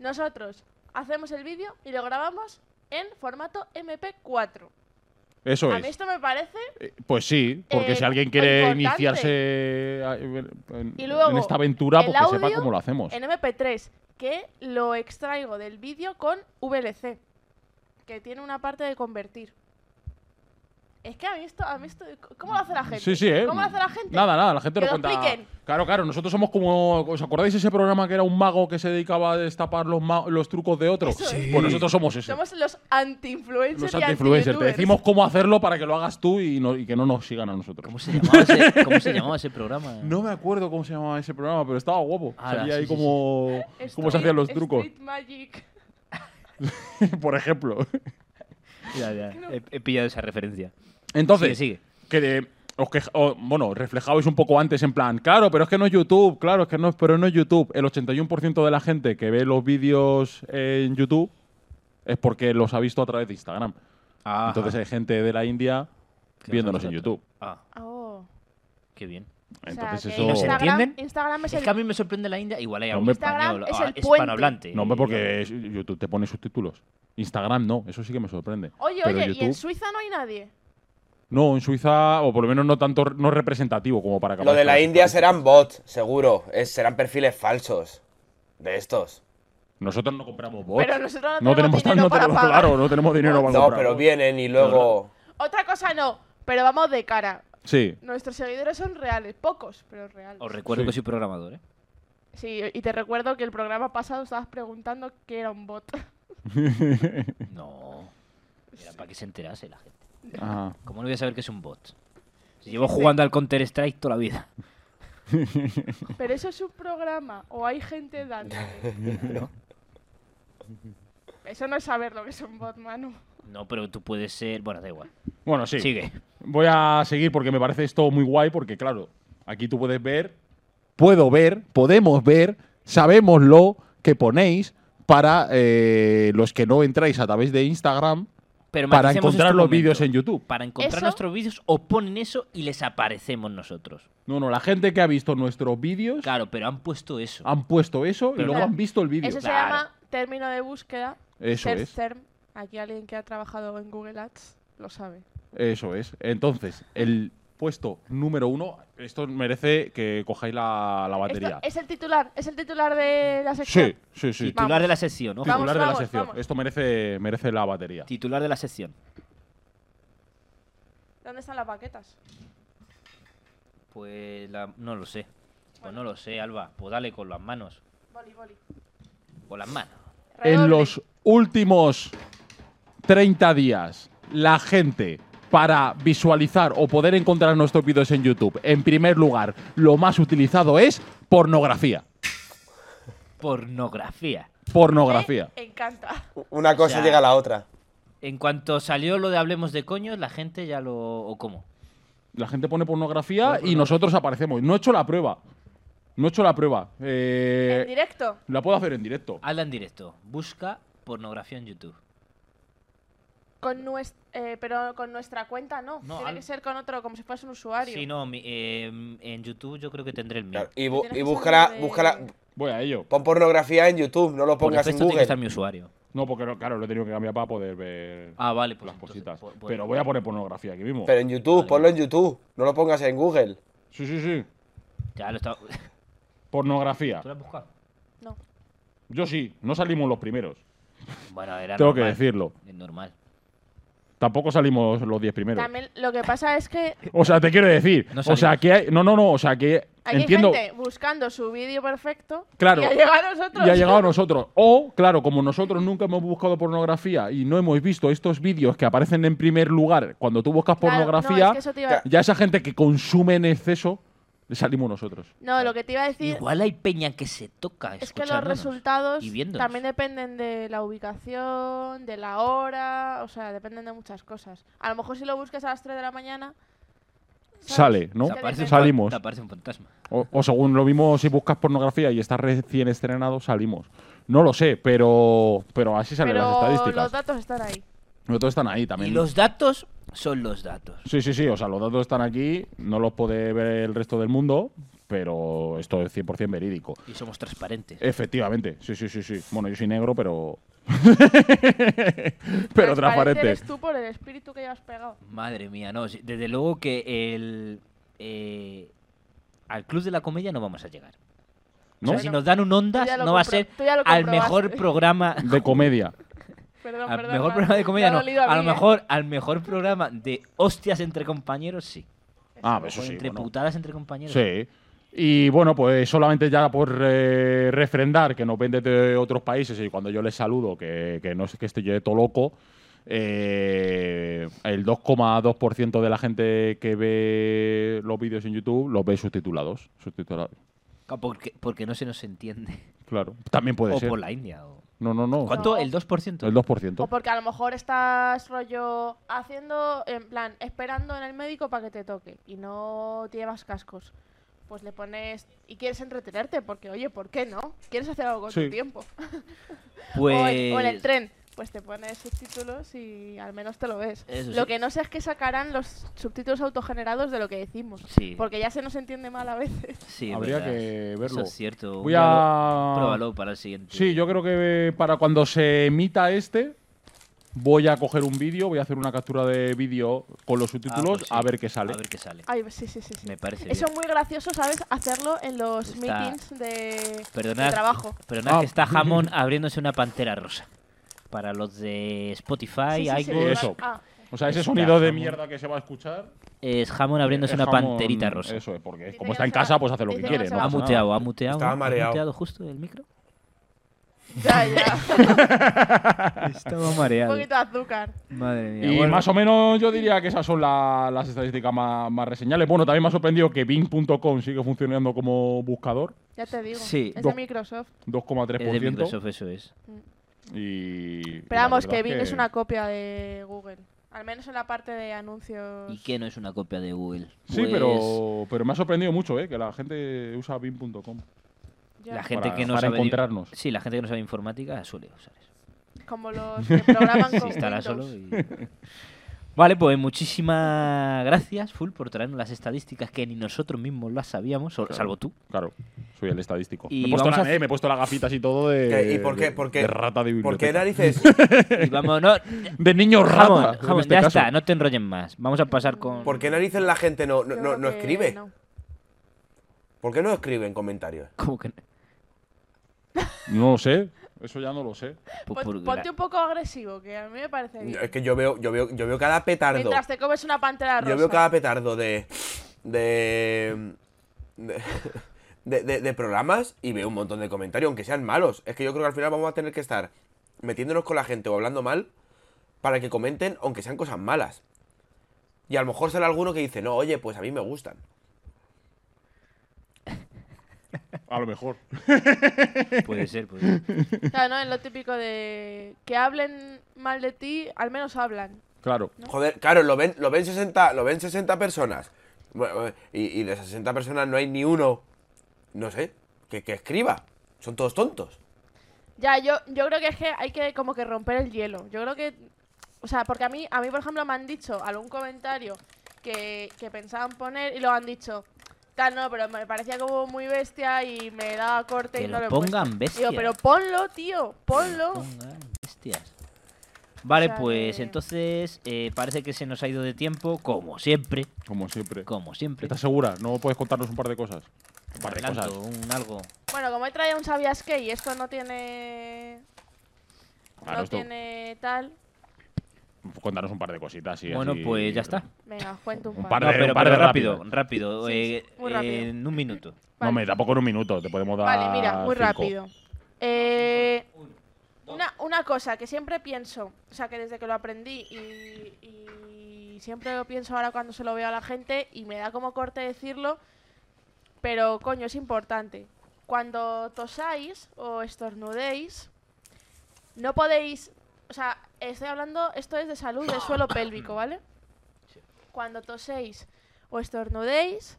S5: Nosotros hacemos el vídeo y lo grabamos en formato MP4.
S4: Eso
S5: a mí
S4: es.
S5: esto me parece.
S4: Eh, Pues sí, porque
S5: Eh,
S4: si alguien
S5: lo
S4: quiere
S5: importante.
S4: iniciarse a- en,
S5: Y luego,
S4: en esta aventura,
S5: el
S4: porque sepa
S5: audio
S4: cómo lo hacemos.
S5: en MP3, que lo extraigo del vídeo con VLC, que tiene una parte de convertir. Es que a mí esto, a mí esto- ¿cómo lo hace la gente?
S4: Sí, sí, ¿eh?
S5: ¿Cómo lo hace la gente?
S4: Nada, nada, la gente
S5: Que
S4: lo
S5: lo
S4: cuenta.
S5: expliquen.
S4: Claro, claro, nosotros somos como. ¿Os acordáis ese programa que era un mago que se dedicaba a destapar los, ma- los trucos de otros?
S5: Eso es.
S4: Pues nosotros somos eso.
S5: Somos los anti-influencers.
S4: los
S5: y
S4: anti-influencers. Te
S5: anti-youtubers.
S4: decimos cómo hacerlo para que lo hagas tú y, no- y que no nos sigan a nosotros.
S3: ¿Cómo se llamaba ese, cómo se llamaba ese programa?
S4: No me acuerdo cómo se llamaba ese programa, pero estaba guapo.
S3: Ala,
S4: Salía
S3: sí,
S4: ahí
S3: sí,
S4: como. cómo se
S5: Street-
S4: hacían los trucos,
S5: Street Magic.
S4: por ejemplo.
S3: Ya, ya, He, he pillado esa referencia.
S4: Entonces,
S3: Sigue, sigue.
S4: que de- os queja- o, bueno, reflejabais un poco antes en plan, claro, pero es que no es YouTube, claro, es que no es, pero no es YouTube. El 81% de la gente que ve los vídeos en YouTube es porque los ha visto a través de Instagram.
S3: Ah, Ajá.
S4: Entonces hay gente de la India
S3: Que
S4: viéndonos en
S3: nosotros-
S4: YouTube.
S3: Ah,
S5: Oh,
S3: qué bien.
S5: o sea,
S4: Entonces
S5: que
S4: eso...
S3: ¿Y nos
S5: Instagram,
S3: entienden?
S5: Instagram es
S3: Es
S5: el
S3: que a mí me sorprende la India, igual hay algún
S4: Hombre,
S5: Instagram
S3: español,
S5: es
S3: ah,
S5: el puente.
S3: hispanohablante.
S4: No, hombre, porque es- YouTube te pone subtítulos. Instagram no, eso sí que me sorprende.
S5: Oye,
S4: Pero
S5: oye, y en
S4: YouTube-
S5: Suiza no hay nadie.
S4: No, en Suiza, o por lo menos no tanto, no representativo como para que
S2: Lo de la
S4: aparezca.
S2: India serán bots, seguro. Es- serán perfiles falsos. De estos.
S4: Nosotros no compramos bots.
S5: Pero nosotros no
S4: no tenemos,
S5: tenemos dinero
S4: no
S5: para
S4: tenemos-
S5: pagar.
S4: claro, no tenemos dinero para
S2: No,
S4: comprar
S2: pero
S4: bots.
S2: vienen y luego.
S5: Otra cosa no, pero vamos de cara.
S4: Sí,
S5: Nuestros seguidores son reales, pocos, pero reales.
S3: Os recuerdo
S4: Sí.
S3: que soy programador, ¿eh?
S5: Sí, y te recuerdo que el programa pasado estabas preguntando qué era un bot.
S3: No. Era para que se enterase la gente.
S4: Ajá.
S3: ¿Cómo no voy a saber que es un bot? Si llevo jugando al Counter-Strike toda la vida.
S5: Pero eso es un programa o hay gente dando. Eso no es saber lo que es un bot, Manu.
S3: No, pero tú puedes ser. Bueno, da igual.
S4: Bueno, sí.
S3: Sigue.
S4: Voy a seguir porque me parece esto muy guay porque, claro, aquí tú puedes ver, puedo ver, podemos ver, sabemos lo que ponéis para eh, los que no entráis a través de Instagram
S3: Pero
S4: para
S3: maticemos
S4: encontrar
S3: este
S4: los
S3: momento.
S4: vídeos en YouTube.
S3: Para encontrar
S5: Eso-
S3: nuestros vídeos, o ponen eso y les aparecemos nosotros.
S4: No, no, la gente que ha visto nuestros vídeos
S3: Claro, pero han puesto eso.
S4: han puesto eso y
S3: Pero
S4: luego
S5: claro,
S4: han visto el vídeo.
S5: Eso se
S3: Claro.
S5: llama término de búsqueda.
S4: Eso
S5: search
S4: es.
S5: term. Aquí alguien que ha trabajado en Google Ads lo sabe.
S4: Eso es. Entonces, el puesto número uno, esto merece que cojáis la, la batería.
S5: Esto es el titular, es el titular de la sección.
S4: Sí, sí, sí.
S3: Titular
S5: vamos.
S3: de la sección, ojo.
S5: Vamos,
S4: Titular de la
S5: vamos,
S4: sección.
S5: vamos.
S4: Esto merece, merece la batería.
S3: Titular de la sección.
S5: ¿Dónde están las baquetas?
S3: Pues la- no lo sé. Pues no lo sé, Alba. Pues dale con las manos.
S5: Boli, boli.
S3: Con las manos.
S5: Redoble.
S4: En los últimos 30 días, la gente para visualizar o poder encontrar nuestros vídeos en YouTube, en primer lugar, lo más utilizado es pornografía.
S3: Pornografía.
S4: Pornografía.
S5: Me encanta.
S2: Una cosa
S3: sea-
S2: llega a la otra.
S3: En cuanto salió lo de hablemos de coños, la gente ya lo. ¿O cómo?
S4: La gente pone pornografía y nosotros aparecemos. No he hecho la prueba. No he hecho la prueba. Eh,
S5: en directo.
S4: la puedo hacer en directo.
S3: Habla en directo. Busca pornografía en YouTube.
S5: Con nues- eh, pero con nuestra cuenta no.
S3: No,
S5: Tiene
S3: al-
S5: que ser con otro, como si fuese un usuario.
S3: Sí, no, mi- eh, en YouTube yo creo que tendré el mío.
S2: Claro, Y, bu-
S5: Tienes
S2: y
S5: que
S2: búscala,
S5: salir de-
S2: búscala.
S4: Voy a ello.
S2: Pon pornografía en YouTube, no lo
S3: Por
S2: pongas
S3: defecto
S2: en
S3: tiene que
S2: Google.
S3: estar mi usuario.
S4: No, porque no- claro, lo he tenido que cambiar para poder ver
S3: Ah, vale, pues
S4: las
S3: entonces,
S4: cositas.
S3: pues- pues-
S4: Pero voy a poner pornografía aquí mismo.
S2: Pero en YouTube,
S3: Vale.
S2: ponlo en YouTube, no lo pongas en Google.
S4: Sí, sí, sí.
S3: Ya lo estaba.
S4: Pornografía.
S3: ¿Tú lo has buscado?
S5: No.
S4: Yo sí, no salimos los primeros.
S3: Bueno, era
S4: Tengo que
S3: normal.
S4: decirlo.
S3: Es normal.
S4: Tampoco salimos los 10 primeros.
S5: También lo que pasa es que
S4: O sea, te quiero decir.
S3: No
S4: o sea,
S3: salimos.
S4: que hay. No, no, no. O sea, que.
S5: hay
S4: entiendo.
S5: gente buscando su vídeo perfecto
S4: Claro.
S5: y ha llegado a nosotros.
S4: Y ha llegado a nosotros. O, claro, como nosotros nunca hemos buscado pornografía y no hemos visto estos vídeos que aparecen en primer lugar cuando tú buscas
S5: Claro, no,
S4: pornografía,
S5: es que eso te iba-
S4: ya esa gente que consume en exceso salimos nosotros.
S5: No, lo que te iba a decir
S3: Igual hay peña que se toca.
S5: es que los
S3: escuchándonos.
S5: resultados
S3: y viéndonos.
S5: también dependen de la ubicación, de la hora, o sea, dependen de muchas cosas. A lo mejor si lo buscas a las 3 de la mañana... ¿sabes?
S4: Sale, ¿no?
S5: Es que
S3: Taparse
S5: depende-
S3: un-
S4: Salimos.
S3: taparse un fantasma.
S4: O, o según lo mismo, si buscas pornografía y está recién estrenado, salimos. No lo sé, pero, pero así salen las
S5: Pero
S4: estadísticas.
S5: los datos están ahí.
S4: Pero todos están ahí
S3: Y
S4: también.
S3: los datos son los datos.
S4: Sí, sí, sí. O sea, los datos están aquí, no los puede ver el resto del mundo, pero esto es 100% verídico.
S3: Y somos transparentes.
S4: Eh. Efectivamente, sí, sí, sí, sí. Bueno, yo soy negro, pero. pero
S5: Transparente
S4: transparente.
S5: Eres Pues tú por el espíritu que llevas pegado.
S3: Madre mía, no. sí, Desde luego que el. eh, al Club de la Comedia no vamos a llegar. O
S4: ¿No?
S3: sea, si nos dan un Ondas,
S5: Tú ya lo
S3: no va a
S5: compro-
S3: ser
S5: tú ya lo
S3: al
S5: comprobaste.
S3: mejor programa.
S4: De comedia.
S5: Perdón,
S3: Al
S5: perdón,
S3: Ah, mejor
S5: Mar,
S3: programa de
S5: me
S3: comedia
S5: ha
S3: no.
S5: dolido
S3: A lo
S5: mí, ¿eh?
S3: mejor, al mejor programa de hostias entre compañeros, sí.
S4: Ah,
S3: O
S4: eso sí.
S3: entre
S4: bueno.
S3: putadas entre compañeros.
S4: Sí. Y bueno, pues solamente ya por eh, refrendar que nos vende de otros países y cuando yo les saludo, que, que no es que estoy yo de todo loco, eh, el 2,2% de la gente que ve los vídeos en YouTube los ve subtitulados. subtitulados.
S3: Ah, Porque, porque no se nos entiende.
S4: Claro. También puede
S3: o
S4: ser.
S3: por la India. o-
S4: No, no, no.
S3: ¿Cuánto?
S5: No.
S3: ¿El 2%?
S4: El 2%.
S5: O porque a lo mejor estás rollo haciendo, en plan, esperando en el médico para que te toque y no te llevas cascos. Pues le pones y quieres entretenerte porque, oye, ¿por qué no? ¿Quieres hacer algo con
S4: Sí.
S5: tu tiempo?
S3: Pues.
S5: O, en, o en el tren, pues te pones subtítulos y al menos te lo ves.
S3: Eso
S5: lo
S3: sí.
S5: que no sé es que sacarán los subtítulos autogenerados de lo que decimos.
S3: Sí.
S5: Porque ya se nos entiende mal a veces.
S3: sí, es
S4: Habría
S3: verdad.
S4: que
S3: Eso
S4: verlo.
S3: es cierto. Un
S4: Voy
S3: día lo-
S4: a.
S3: Pruébalo para el siguiente.
S4: Sí, yo creo que eh, para cuando se emita este, voy a coger un vídeo, voy a hacer una captura de vídeo con los
S3: Ah,
S4: subtítulos
S3: pues sí,
S4: a ver qué sale.
S3: A ver qué sale.
S5: Ay, sí, sí, sí. sí.
S3: Me parece
S5: Ah, Eso es
S3: bien.
S5: muy gracioso, ¿sabes? Hacerlo en los
S3: Está-
S5: meetings de, de
S3: Perdonad,
S5: trabajo.
S3: perdonad
S4: Ah.
S3: que está Jamón abriéndose una pantera rosa. Para los de Spotify,
S5: Sí, sí, sí,
S3: iTunes,
S5: ¿verdad?
S4: Eso.
S5: Ah,
S4: O sea, ese
S3: Está
S4: sonido de
S3: jamón.
S4: mierda que se va a escuchar.
S3: eh, es Jamón abriéndose
S4: Eh, es
S3: una
S4: jamón,
S3: panterita rosa.
S4: Eso es, porque
S5: Dice
S4: como
S5: que
S4: está
S5: no
S4: en
S5: se va-
S4: casa, pues hace lo que
S5: dice que
S4: quiere.
S5: no se
S4: ¿no?
S5: va.
S3: Ha
S4: pasa nada.
S3: muteado, ha muteado.
S2: Estaba
S3: ¿ha
S2: mareado.
S3: muteado justo el micro?
S5: ya, ya.
S3: Estaba
S5: Un
S3: mareado.
S5: poquito de azúcar.
S3: Madre mía.
S4: Y
S3: bueno.
S4: más o menos yo diría que esas son la- las estadísticas más, más reseñables. Bueno, también me ha sorprendido que Bing.com sigue funcionando como buscador,
S5: Ya te digo.
S3: Sí.
S5: Es
S4: Do-
S5: de Microsoft.
S3: Es de
S4: 2,3%.
S3: Microsoft, eso es.
S4: Y,
S5: Pero vamos,
S4: y la verdad
S5: que Bing es una copia de Google. Al menos en la parte de anuncios.
S3: ¿Y qué no es una copia de Google?
S4: Sí,
S3: Pues
S4: pero, pero me ha sorprendido mucho, ¿eh? Que la gente usa Bing.com
S5: Ya.
S3: La gente
S4: para,
S3: que no
S4: para
S3: sabe.
S4: encontrarnos.
S3: Sí, la gente que no sabe informática suele usar eso.
S5: Como los que programan
S3: Se
S5: con
S3: instala
S5: Windows.
S3: solo y- Vale, pues muchísimas gracias, Full, por traernos las estadísticas que ni nosotros mismos las sabíamos, sol- salvo tú.
S4: Claro, soy el estadístico.
S3: Y
S4: me, he puesto
S3: vamos
S4: la-
S3: a hacer-
S4: eh, me he puesto las gafitas y todo de,
S2: ¿Qué? ¿Y por qué?
S4: de-
S2: ¿Por qué?
S4: de rata de
S2: ¿Por qué
S4: biblioteca.
S2: narices?
S3: Y vamos, no,
S4: De niño rata.
S3: Jamón,
S4: en
S3: jamón,
S4: este
S3: ya
S4: caso.
S3: está, no te enrollen más. Vamos a pasar con.
S2: ¿Por qué narices la gente no, no,
S5: Yo
S2: no-
S5: creo
S2: no
S5: que
S2: escribe?
S5: no.
S2: ¿Por qué no escribe en comentarios?
S3: ¿Cómo que no? Pues
S4: No lo sé. Eso ya no lo sé.
S3: Pues
S5: Pon-
S3: por-
S5: Ponte un poco agresivo, que a mí me parece bien.
S2: Es que yo veo, yo veo, yo veo cada petardo.
S5: Mientras te comes una pantera rosa.
S2: Yo veo cada petardo de. de. de, de- de- de programas y veo un montón de comentarios, aunque sean malos. Es que yo creo que al final vamos a tener que estar metiéndonos con la gente o hablando mal para que comenten, aunque sean cosas malas. Y a lo mejor sale alguno que dice, no, oye, pues a mí me gustan.
S4: A lo mejor.
S3: Puede ser, pues, puede ser.
S5: Claro, ¿no? Es lo típico de que hablen mal de ti, al menos hablan.
S4: Claro.
S2: Joder, claro, lo ven, lo ven 60, lo ven 60 personas. Bueno, bueno, Y, y de esas 60 personas no hay ni uno, no sé, que, que escriba. Son todos tontos.
S5: Ya, yo, yo creo que es que hay que como que romper el hielo. Yo creo que. O sea, porque a mí, a mí por ejemplo, me han dicho algún comentario que, que pensaban poner y lo han dicho. Tal, no, pero me parecía como muy bestia y me daba corte
S3: Que
S5: y no
S3: lo
S5: lo he
S3: pongan
S5: puesto".
S3: bestia.
S5: Digo, pero ponlo, tío, ponlo.
S3: Pongan bestias. Vale,
S5: O sea
S3: pues
S5: que-
S3: entonces eh, parece que se nos ha ido de tiempo, como siempre.
S4: Como siempre.
S3: Como siempre.
S4: ¿Estás segura? ¿No puedes contarnos un par de cosas? Un
S3: Un
S4: par de
S3: adelanto,
S4: cosas.
S3: un algo.
S5: Bueno, como he traído un sabías que y esto no tiene.
S4: Claro,
S5: no
S4: esto-
S5: tiene tal.
S4: Contarnos un par de cositas. y
S3: bueno,
S4: así-
S3: pues ya está.
S5: Venga, os cuento un
S4: Un
S5: par.
S4: par
S3: No,
S4: de-
S3: pero,
S4: un par
S3: pero
S4: de
S3: rápido,
S4: rápidas.
S3: rápido.
S5: Sí,
S3: eh,
S5: sí, muy rápido.
S3: eh, en un minuto.
S4: No,
S5: Vale.
S4: me tampoco en un minuto. Te podemos dar.
S5: Vale, mira, muy
S4: cinco.
S5: rápido. Eh, una, una cosa que siempre pienso, o sea, que desde que lo aprendí y, y siempre lo pienso ahora cuando se lo veo a la gente y me da como corte decirlo, Pero coño, es importante. Cuando tosáis o estornudéis, no podéis. O sea, estoy hablando, esto es de salud del suelo pélvico, ¿vale? Cuando toséis o estornudéis,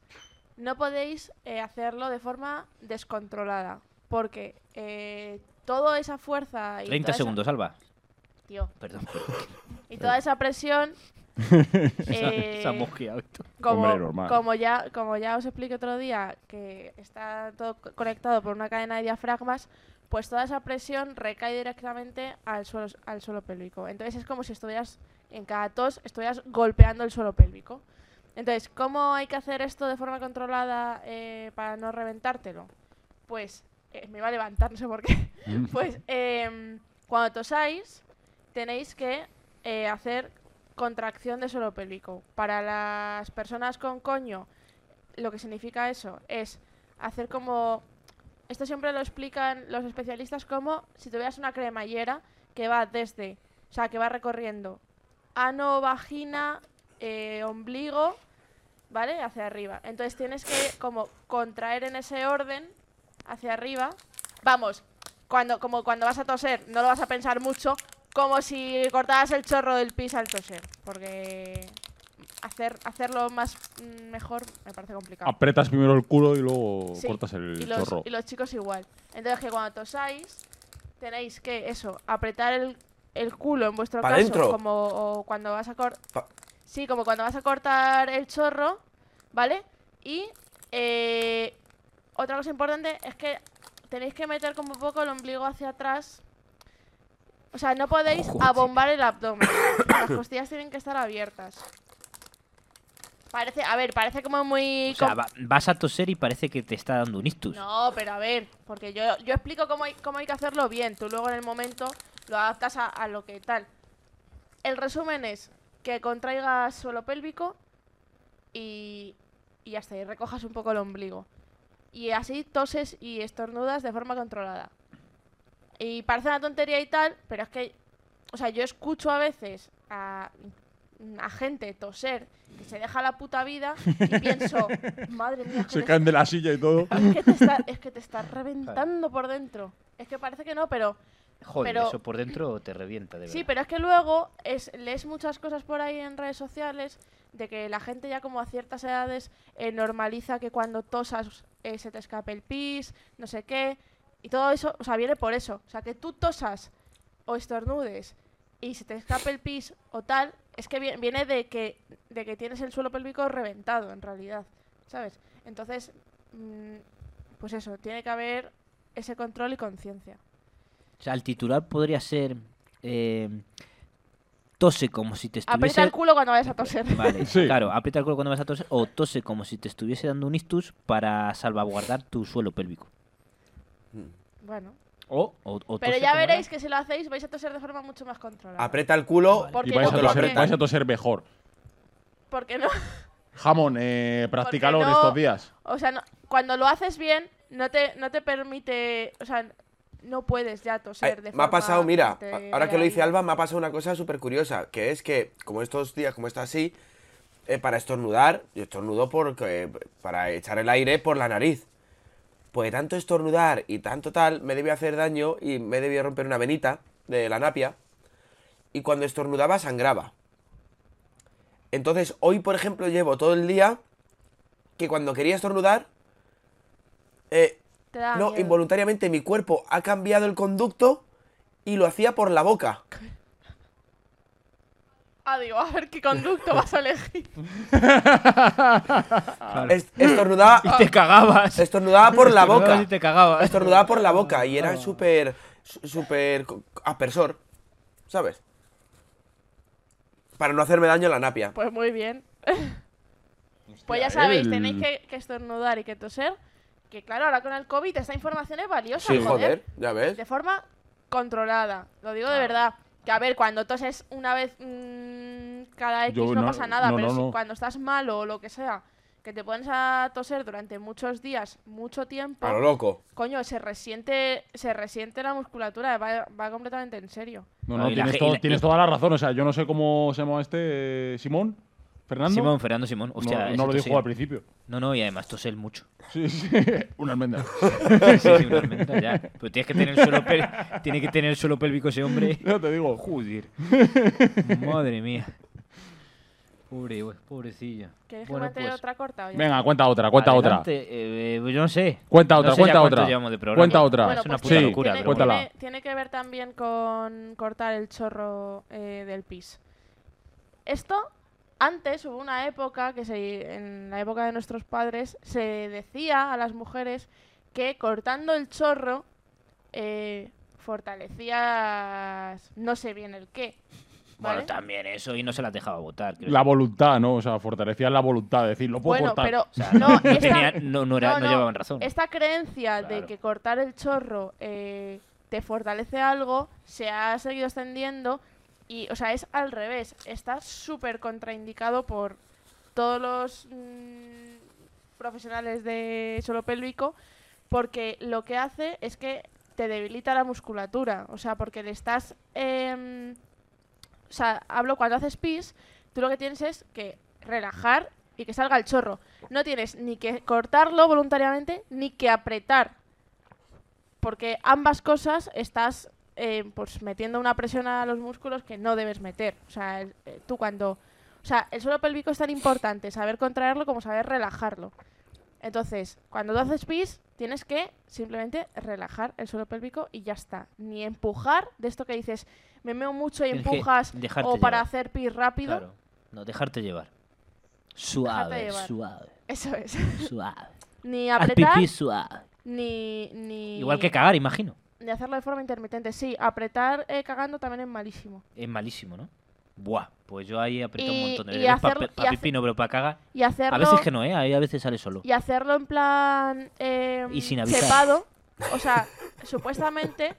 S5: no podéis eh, hacerlo de forma descontrolada. Porque eh, toda esa fuerza y.
S3: 30
S5: toda esa-
S3: segundos, Alba.
S5: tío,
S3: Perdón. perdón.
S5: y toda esa presión. eh,
S3: Se ha mosqueado esto.
S5: como,
S4: Hombre, normal.
S5: como ya como ya os expliqué otro día que está todo co- conectado por una cadena de diafragmas pues toda esa presión recae directamente al suelo al suelo pélvico entonces es como si estuvieras en cada tos estuvieras golpeando el suelo pélvico entonces cómo hay que hacer esto de forma controlada eh, para no reventártelo pues eh, me iba a levantar no sé por qué
S3: Mm.
S5: pues em, cuando tosáis tenéis que eh, hacer contracción de suelo pélvico. Para las personas con coño, lo que significa eso es hacer como... Esto siempre lo explican los especialistas como si tuvieras una cremallera que va desde, o sea, que va recorriendo ano, vagina, eh, ombligo, ¿vale? Hacia arriba. Entonces tienes que como contraer en ese orden hacia arriba. Vamos, cuando, como cuando vas a toser, no lo vas a pensar mucho, como si cortaras el chorro del pis al toser, porque hacer, hacerlo más mm, mejor me parece complicado.
S4: Apretas primero el culo y luego
S5: Sí,
S4: cortas el
S5: y los,
S4: chorro.
S5: y los chicos igual. Entonces que cuando tosáis, tenéis que eso, apretar el, el culo en vuestro
S2: Pa'
S5: caso,
S2: dentro.
S5: como o cuando vas a cortar.
S2: Pa-
S5: Sí, como cuando vas a cortar el chorro, ¿vale? Y eh, otra cosa importante es que tenéis que meter como un poco el ombligo hacia atrás. O sea, no podéis
S3: Joder.
S5: abombar el abdomen. Las costillas tienen que estar abiertas. Parece, a ver, parece como muy
S3: O sea,
S5: com-
S3: va- vas a toser y parece que te está dando un ictus.
S5: no, pero a ver, porque yo, yo explico cómo hay, cómo hay que hacerlo bien. Tú luego en el momento lo adaptas a, a lo que tal. El resumen es que contraigas suelo pélvico y, y hasta ahí recojas un poco el ombligo. Y así toses y estornudas de forma controlada. Y parece una tontería y tal, pero es que, o sea, yo escucho a veces a, a gente toser que se deja la puta vida y pienso, madre mía,
S4: Se
S5: joder,
S4: caen de la silla y todo.
S5: es que te está, es que te está reventando por dentro. Es que parece que no, pero
S3: Joder,
S5: pero-
S3: eso por dentro te revienta, de verdad.
S5: sí, pero es que luego es, lees muchas cosas por ahí en redes sociales de que la gente ya como a ciertas edades eh, normaliza que cuando tosas eh, se te escape el pis, no sé qué, y todo eso, o sea, viene por eso. O sea, que tú tosas o estornudes y se te escape el pis o tal, es que vi- viene de que, de que tienes el suelo pélvico reventado, en realidad, ¿sabes? Entonces, mm, pues eso, tiene que haber ese control y conciencia.
S3: O sea, el titular podría ser... eh, tose como si te estuviese...
S5: Aprieta el culo cuando vayas a toser.
S3: Vale,
S4: Sí.
S3: claro, aprieta el culo cuando vas a toser o tose como si te estuviese dando un ictus para salvaguardar tu suelo pélvico.
S2: Mm.
S5: Bueno,
S3: O, o- o
S2: Pues
S5: pero
S3: tose
S5: ya
S3: como era.
S5: veréis que si lo hacéis vais a toser de forma mucho más controlada.
S2: Aprieta el culo.
S3: Vale.
S5: Porque,
S4: Y vais a,
S5: no,
S4: toser,
S5: porque-
S4: vais a toser mejor.
S5: porque no,
S4: Jamón, eh, practícalo en
S5: no-
S4: estos días.
S5: o sea, no- cuando lo haces bien no te no te permite, o sea, no puedes ya
S2: Ay,
S5: toser de
S2: me ha
S5: forma
S2: pasado, mira,
S5: te
S2: a- ahora que lo
S5: vea
S2: dice
S5: bien.
S2: Alba, me ha pasado una cosa súper curiosa, que es que, como estos días, como está así, eh, para estornudar, yo estornudo porque, para echar el aire por la nariz. Pues de tanto estornudar y tanto tal, me debía hacer daño y me debía romper una venita de la napia. Y cuando estornudaba, sangraba. Entonces, hoy, por ejemplo, llevo todo el día que cuando quería estornudar, eh,
S5: Te da
S2: no,
S5: miedo.
S2: involuntariamente mi cuerpo ha cambiado el conducto y lo hacía por la boca.
S5: Ah, digo, a ver qué conducto vas a elegir.
S2: Es- estornudaba,
S3: Y te cagabas.
S2: estornudaba por la
S3: Estornudabas
S2: boca.
S3: Y te cagabas.
S2: Estornudaba por la boca y era súper, su- súper co- aspersor, ¿sabes? Para no hacerme daño a la napia.
S5: Pues muy bien. Pues ya
S4: Hostia,
S5: sabéis,
S4: el-
S5: tenéis que, que estornudar y que toser. Que claro, ahora con el COVID esta información es valiosa,
S2: Sí, joder, ya ves.
S5: de forma controlada. Lo digo de verdad. Que a ver, cuando toses una vez mm, cada X
S4: Yo
S5: no,
S4: no-
S5: pasa nada,
S4: no,
S5: pero
S4: no,
S5: si
S4: no.
S5: cuando estás malo o lo que sea, que te pones a toser durante muchos días, mucho tiempo,
S2: A lo loco.
S5: coño, se resiente, se resiente la musculatura, va, va completamente en serio.
S4: No,
S3: No,
S4: no,
S3: y la
S4: tienes,
S3: ge-
S4: todo-
S3: y la-
S4: tienes
S3: y-
S4: toda la razón. O sea, yo no sé cómo se llama este eh, Simón, Fernando.
S3: Simón, Fernando Simón. Hostia,
S4: no,
S3: ese
S4: no lo dijo
S3: tosía.
S4: al principio.
S3: No, no, y además tosel mucho.
S4: Sí, sí. Una almendra.
S3: Sí, sí, una almendra, ya. Pero tienes que tener el suelo, pel- tiene que tener el suelo pélvico ese hombre.
S4: No te digo.
S3: Joder. Madre mía. Pobre, güey, pobrecilla.
S5: ¿Quieres
S3: Bueno,
S5: que mate
S3: pues,
S5: otra corta? o ya?
S4: Venga, cuenta otra, cuenta
S3: adelante,
S4: otra.
S3: eh, eh, yo no sé.
S4: Cuenta
S3: No
S4: otra,
S3: sé ya
S4: cuenta
S3: cuánto
S4: otra.
S3: llevamos de programa.
S4: Cuenta otra.
S5: Bueno,
S3: es una
S5: pues
S3: puta
S5: tiene-
S3: locura,
S5: tiene,
S3: pero
S4: cuéntala.
S5: tiene- tiene que ver también con cortar el chorro eh, del pis. Esto, antes hubo una época que se, en la época de nuestros padres se decía a las mujeres que cortando el chorro eh, fortalecías no sé bien el qué. ¿vale?
S3: Bueno, también eso, y no se la dejaba votar. creo.
S4: La voluntad, ¿no? O sea, fortalecía la voluntad de decir, lo puedo
S5: Bueno,
S4: cortar.
S5: pero
S3: O sea,
S5: no,
S3: no,
S5: esta-
S3: tenía- no- no era-
S5: no,
S3: no
S5: no,
S3: llevaban razón.
S5: Esta creencia de
S3: Claro.
S5: que cortar el chorro eh, te fortalece algo se ha seguido extendiendo y, o sea, es al revés. Está súper contraindicado por todos los mm, profesionales de suelo pélvico porque lo que hace es que te debilita la musculatura. O sea, porque le estás... em, o sea, hablo cuando haces pis, tú lo que tienes es que relajar y que salga el chorro. No tienes ni que cortarlo voluntariamente ni que apretar. Porque ambas cosas estás eh, pues metiendo una presión a los músculos que no debes meter. O sea, el- eh, tú cuando. O sea, el suelo pélvico es tan importante saber contraerlo como saber relajarlo. Entonces, cuando tú haces pis, tienes que simplemente relajar el suelo pélvico y ya está. Ni empujar de esto que dices, me meo mucho y
S3: Tienes que
S5: empujas,
S3: dejarte
S5: o para
S3: llevar.
S5: hacer pis rápido.
S3: Claro. No, dejarte llevar. Suave,
S5: llevar.
S3: suave,
S5: Eso es.
S3: suave.
S5: ni
S3: Haz
S5: apretar,
S3: pipí suave.
S5: ni, ni.
S3: Igual que cagar, imagino.
S5: De hacerlo de forma intermitente, sí. Apretar eh, cagando también es malísimo.
S3: Es malísimo, ¿no? Buah, pues yo ahí aprieto
S5: Y-
S3: un montón de
S5: y
S3: veces. Para
S5: hacerlo- y hace-
S3: pipí no, pero para cagar.
S5: Y hacerlo.
S3: A veces que no, ¿eh? Ahí a veces sale solo.
S5: Y hacerlo en plan. eh,
S3: Y sin avisar.
S5: Chepado. O sea, supuestamente.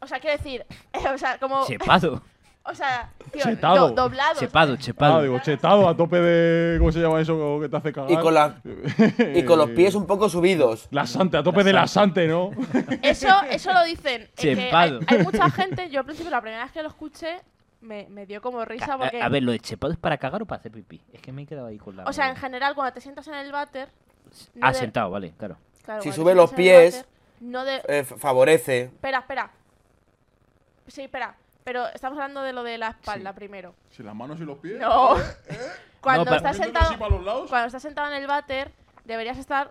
S5: O sea, quiero decir. o sea, como.
S3: Chepado,
S5: O sea, tío,
S4: Chetado.
S5: do- doblado.
S3: chepado,
S4: Ah,
S3: chepado.
S4: digo, chetado a tope de. ¿Cómo se llama eso que te hace cagar?
S2: Y con, la- y con los pies un poco subidos.
S4: Lasante, a tope de lasante, ¿no?
S5: Eso, eso lo dicen. eh, que hay,
S3: Chepado.
S5: hay mucha gente. Yo al principio, la primera vez que lo escuché, me, me dio como
S3: Ca-
S5: risa
S3: a,
S5: porque.
S3: a ver, ¿lo de chepado es para cagar o para hacer pipí? Es que me he quedado ahí con la.
S5: O sea, en general, cuando te sientas en el váter. no
S3: Ah,
S5: de-
S3: sentado, vale, claro.
S5: claro,
S2: Si
S5: cuando te
S2: sube los
S5: sientas en el
S2: pies-
S5: váter, no de,
S2: Eh, f- favorece.
S5: Espera, espera. Sí, espera. Pero estamos hablando de lo de la espalda primero.
S4: Si las manos y los pies.
S5: No.
S3: No,
S5: cuando,
S3: pero-
S4: Moviéndolo
S5: estás sentado,
S4: así para los lados.
S5: cuando estás sentado en el váter, deberías estar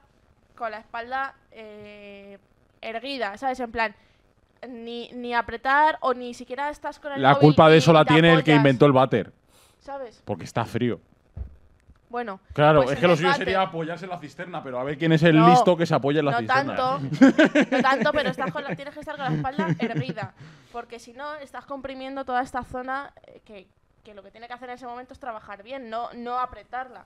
S5: con la espalda eh, erguida, ¿sabes? En plan, ni, ni apretar o ni siquiera estás con el
S4: La
S5: móvil
S4: culpa de
S5: y
S4: eso la
S5: te
S4: tiene el que
S5: apoyas,
S4: inventó el váter.
S5: ¿Sabes?
S4: Porque está frío.
S5: Bueno.
S4: Claro,
S5: pues
S4: es
S5: en
S4: que lo
S5: el
S4: suyo
S5: váter.
S4: sería apoyarse en la cisterna, pero a ver quién es el
S5: No,
S4: listo que se apoya en la
S5: No
S4: cisterna.
S5: tanto, no tanto, pero estás con la- tienes que estar con la espalda erguida, porque si no estás comprimiendo toda esta zona eh, que, que lo que tiene que hacer en ese momento es trabajar bien, no, no apretarla.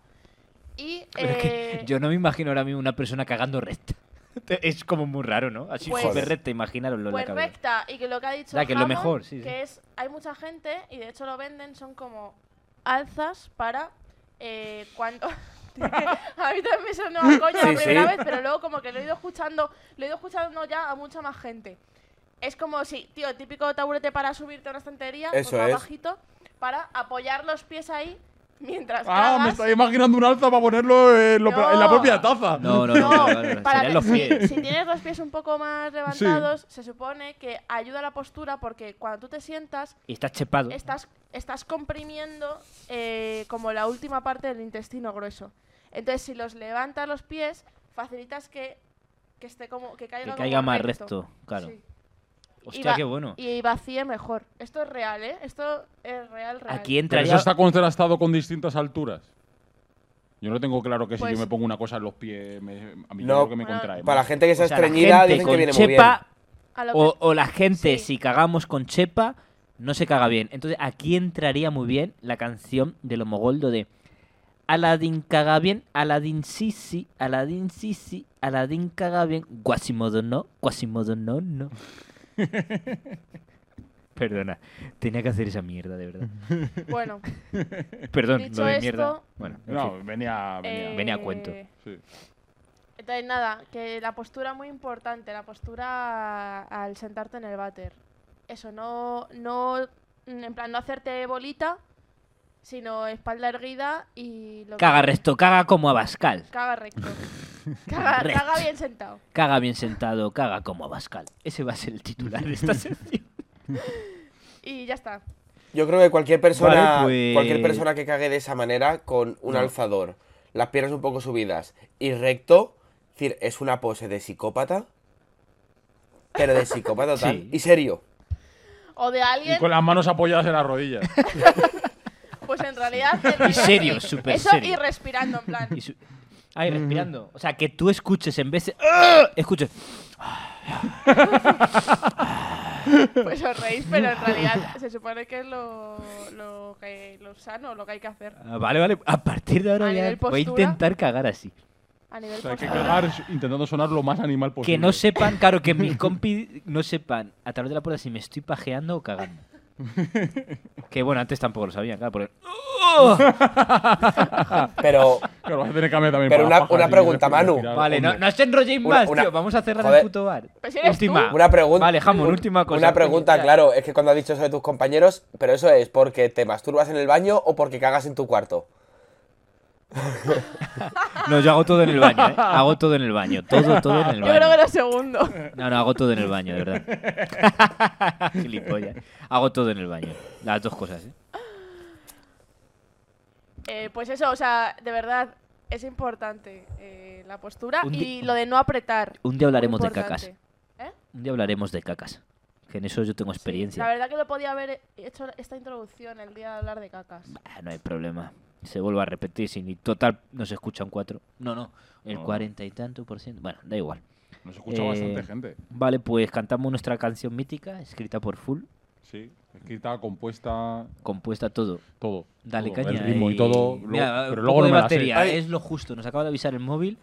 S5: Y
S3: Pero es que
S5: eh,
S3: yo no me imagino ahora mismo una persona cagando recta. Es como muy raro, ¿no? Así
S5: Pues-
S3: súper recta, imaginaroslo en la
S5: pues
S3: cabeza.
S5: recta, y que lo que ha dicho
S3: Ya, que es lo
S5: Hammond,
S3: mejor, sí, sí.
S5: que es, hay mucha gente, y de hecho lo venden, son como alzas para eh, cuando... a mí también me sonó a coña
S2: Sí,
S5: la primera
S2: sí.
S5: vez, pero luego como que lo he ido escuchando, lo he ido escuchando ya a mucha más gente. Es como si, tío, el típico taburete para subirte a una estantería, pues
S2: Eso
S5: más
S2: es.
S5: bajito, para apoyar los pies ahí
S4: Ah,
S5: mientras
S4: me
S3: pues
S5: cagas.
S4: estaba imaginando un alza para ponerlo en, lo-
S5: No.
S4: en la propia taza.
S3: No, no, no,
S5: No,
S3: no, no, no,
S5: para
S3: serían
S5: que-
S3: los
S5: si-
S3: pies.
S5: Si, tienes los pies un poco más levantados, se supone que ayuda a la postura porque cuando tú te sientas,
S3: Y está chepado.
S5: estás, estás comprimiendo eh, como la última parte del intestino grueso. Entonces, si los levantas los pies, facilitas que, que esté como que caiga,
S3: Que
S5: como
S3: caiga más
S5: recto.
S3: recto, claro.
S5: Sí.
S3: Hostia,
S5: va-
S3: qué bueno.
S5: Y vacíe mejor. Esto es real, ¿eh? Esto es real, real.
S3: Aquí
S4: Pero
S3: entraría...
S4: eso está contrastado con distintas alturas. Yo no tengo claro que si
S5: Pues-
S4: yo me pongo una cosa en los pies, me- a mí yo
S2: No,
S4: creo que me
S5: bueno,
S4: contrae.
S2: Para la
S4: más.
S2: gente que está
S3: o sea, la
S2: estreñida,
S3: gente
S2: dicen que
S3: con
S2: viene muy bien.
S3: chepa
S5: A lo
S3: o,
S5: que-
S3: o la gente,
S5: Sí.
S3: si cagamos con chepa, no se caga bien. Entonces, aquí entraría muy bien la canción de los mogoldo de Aladín caga bien, Aladín sí sí, Aladín sí sí, Aladín caga bien, Guasimodo no, Guasimodo no, no. Perdona, tenía que hacer esa mierda, de verdad.
S5: bueno,
S3: Perdón,
S5: Dicho
S3: lo de
S5: esto,
S3: mierda. Bueno, en
S4: No,
S3: fin.
S4: venía. venía.
S5: eh,
S3: venía a cuento.
S4: Sí.
S5: Entonces, nada, que la postura muy importante, la postura al sentarte en el váter. Eso, no, no, mm, en plan, no hacerte bolita, sino espalda erguida y... Lo que-
S3: Caga recto, caga como Abascal.
S5: Caga recto. Caga,
S3: Recto.
S5: caga bien sentado.
S3: Caga bien sentado, caga como Abascal. Ese va a ser el titular de esta sección.
S5: Y ya está.
S2: Yo creo que cualquier persona,
S3: Vale, pues- Mm.
S2: cualquier persona que cague de esa manera con un alzador, las piernas un poco subidas y recto, es decir, es una pose de psicópata, pero de psicópata total
S3: Sí.
S2: y serio.
S5: O de
S4: Y
S5: alguien,
S4: con las manos apoyadas en las rodillas.
S5: pues en realidad... del-
S3: Y serio, súper
S5: Eso y
S3: serio.
S5: respirando, en plan.
S3: Y su- Ahí respirando. O sea, que tú escuches en vez de. ¡Ah! Escuches.
S5: Pues os reís, pero en realidad se supone que es lo, lo, que, lo sano, lo que hay que hacer.
S3: Ah, Vale, vale. A partir de ahora
S5: A
S3: ya
S5: nivel
S3: voy a
S5: postura.
S3: intentar cagar así.
S5: A nivel
S4: O sea, hay que
S5: postura.
S4: cagar intentando sonar lo más animal
S3: Que
S4: posible.
S3: no sepan, claro, que mis compis no sepan a través de la puerta si me estoy pajeando o cagando. que bueno, antes tampoco lo sabían, claro, porque.
S2: Pero,
S4: Claro, vas a tener que cambiar también
S2: Pero
S4: por
S2: una-
S4: las pajas,
S2: una
S4: si
S2: pregunta,
S4: quieres
S2: Manu.
S4: respirar
S3: Vale, no,
S4: hondo.
S3: no os enrolléis
S2: Una-
S3: más,
S2: una-
S3: tío. Vamos a cerrar
S2: joder.
S3: el puto bar.
S5: Pues eres
S3: última.
S2: una pregunta.
S3: Vale, Jamón,
S2: un-
S3: última cosa.
S2: Una pregunta,
S3: Ya.
S2: claro, es que cuando has dicho eso de tus compañeros, pero eso es porque te masturbas en el baño o porque cagas en tu cuarto.
S3: No, yo hago todo en el baño, ¿eh? Hago todo en el baño. Todo, todo en el
S5: Yo creo
S3: baño.
S5: que lo segundo.
S3: No, no, hago todo en el baño, de verdad. Gilipollas. Hago todo en el baño. Las dos cosas, ¿eh?
S5: Eh, pues eso, o sea, de verdad, es importante eh, la postura
S3: Un di-
S5: y lo de no apretar.
S3: Un día hablaremos
S5: Muy
S3: de cacas.
S5: importante.
S3: Un día hablaremos de cacas. Que en eso yo tengo experiencia.
S5: La verdad que lo podía haber hecho esta introducción el día de hablar de cacas.
S3: Ah, no hay problema. Se vuelve a repetir, si ni total no se escucha un 4. No, no, el
S4: No.
S3: cuarenta y tanto por ciento. Bueno, da igual.
S4: Nos escucha
S3: Eh,
S4: bastante gente.
S3: Vale, pues cantamos nuestra canción mítica, escrita por Full,
S4: Sí. Escrita, compuesta,
S3: compuesta todo.
S4: todo.
S3: Dale
S4: Todo,
S3: caña.
S4: El ritmo y
S3: eh.
S4: todo. lo-
S3: Mira, un poco
S4: pero luego no
S3: de
S4: me la sé.
S3: batería, es lo justo. Nos acaba de avisar el móvil.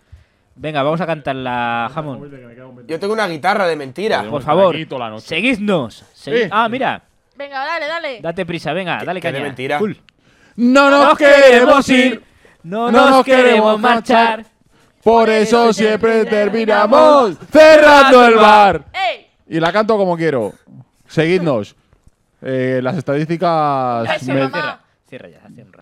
S3: Venga, vamos a cantar la jamón.
S2: Yo tengo una guitarra de mentira.
S4: Podemos
S3: Por
S4: estar
S3: favor,
S4: aquí toda la noche.
S3: seguidnos. Segui-
S4: Eh.
S3: Ah, mira,
S5: Venga, dale, dale.
S3: date prisa, venga, dale
S2: que de
S3: caña.
S2: mentira.
S3: Full.
S4: No nos queremos ir,
S3: no nos queremos marchar.
S4: por eso siempre terminamos cerrando el bar.
S5: ¡Ey!
S4: Y la canto como quiero. Seguidnos. Eh, las estadísticas.
S5: Eso,
S4: me-
S5: mamá.
S3: Cierra ya, hace un rato.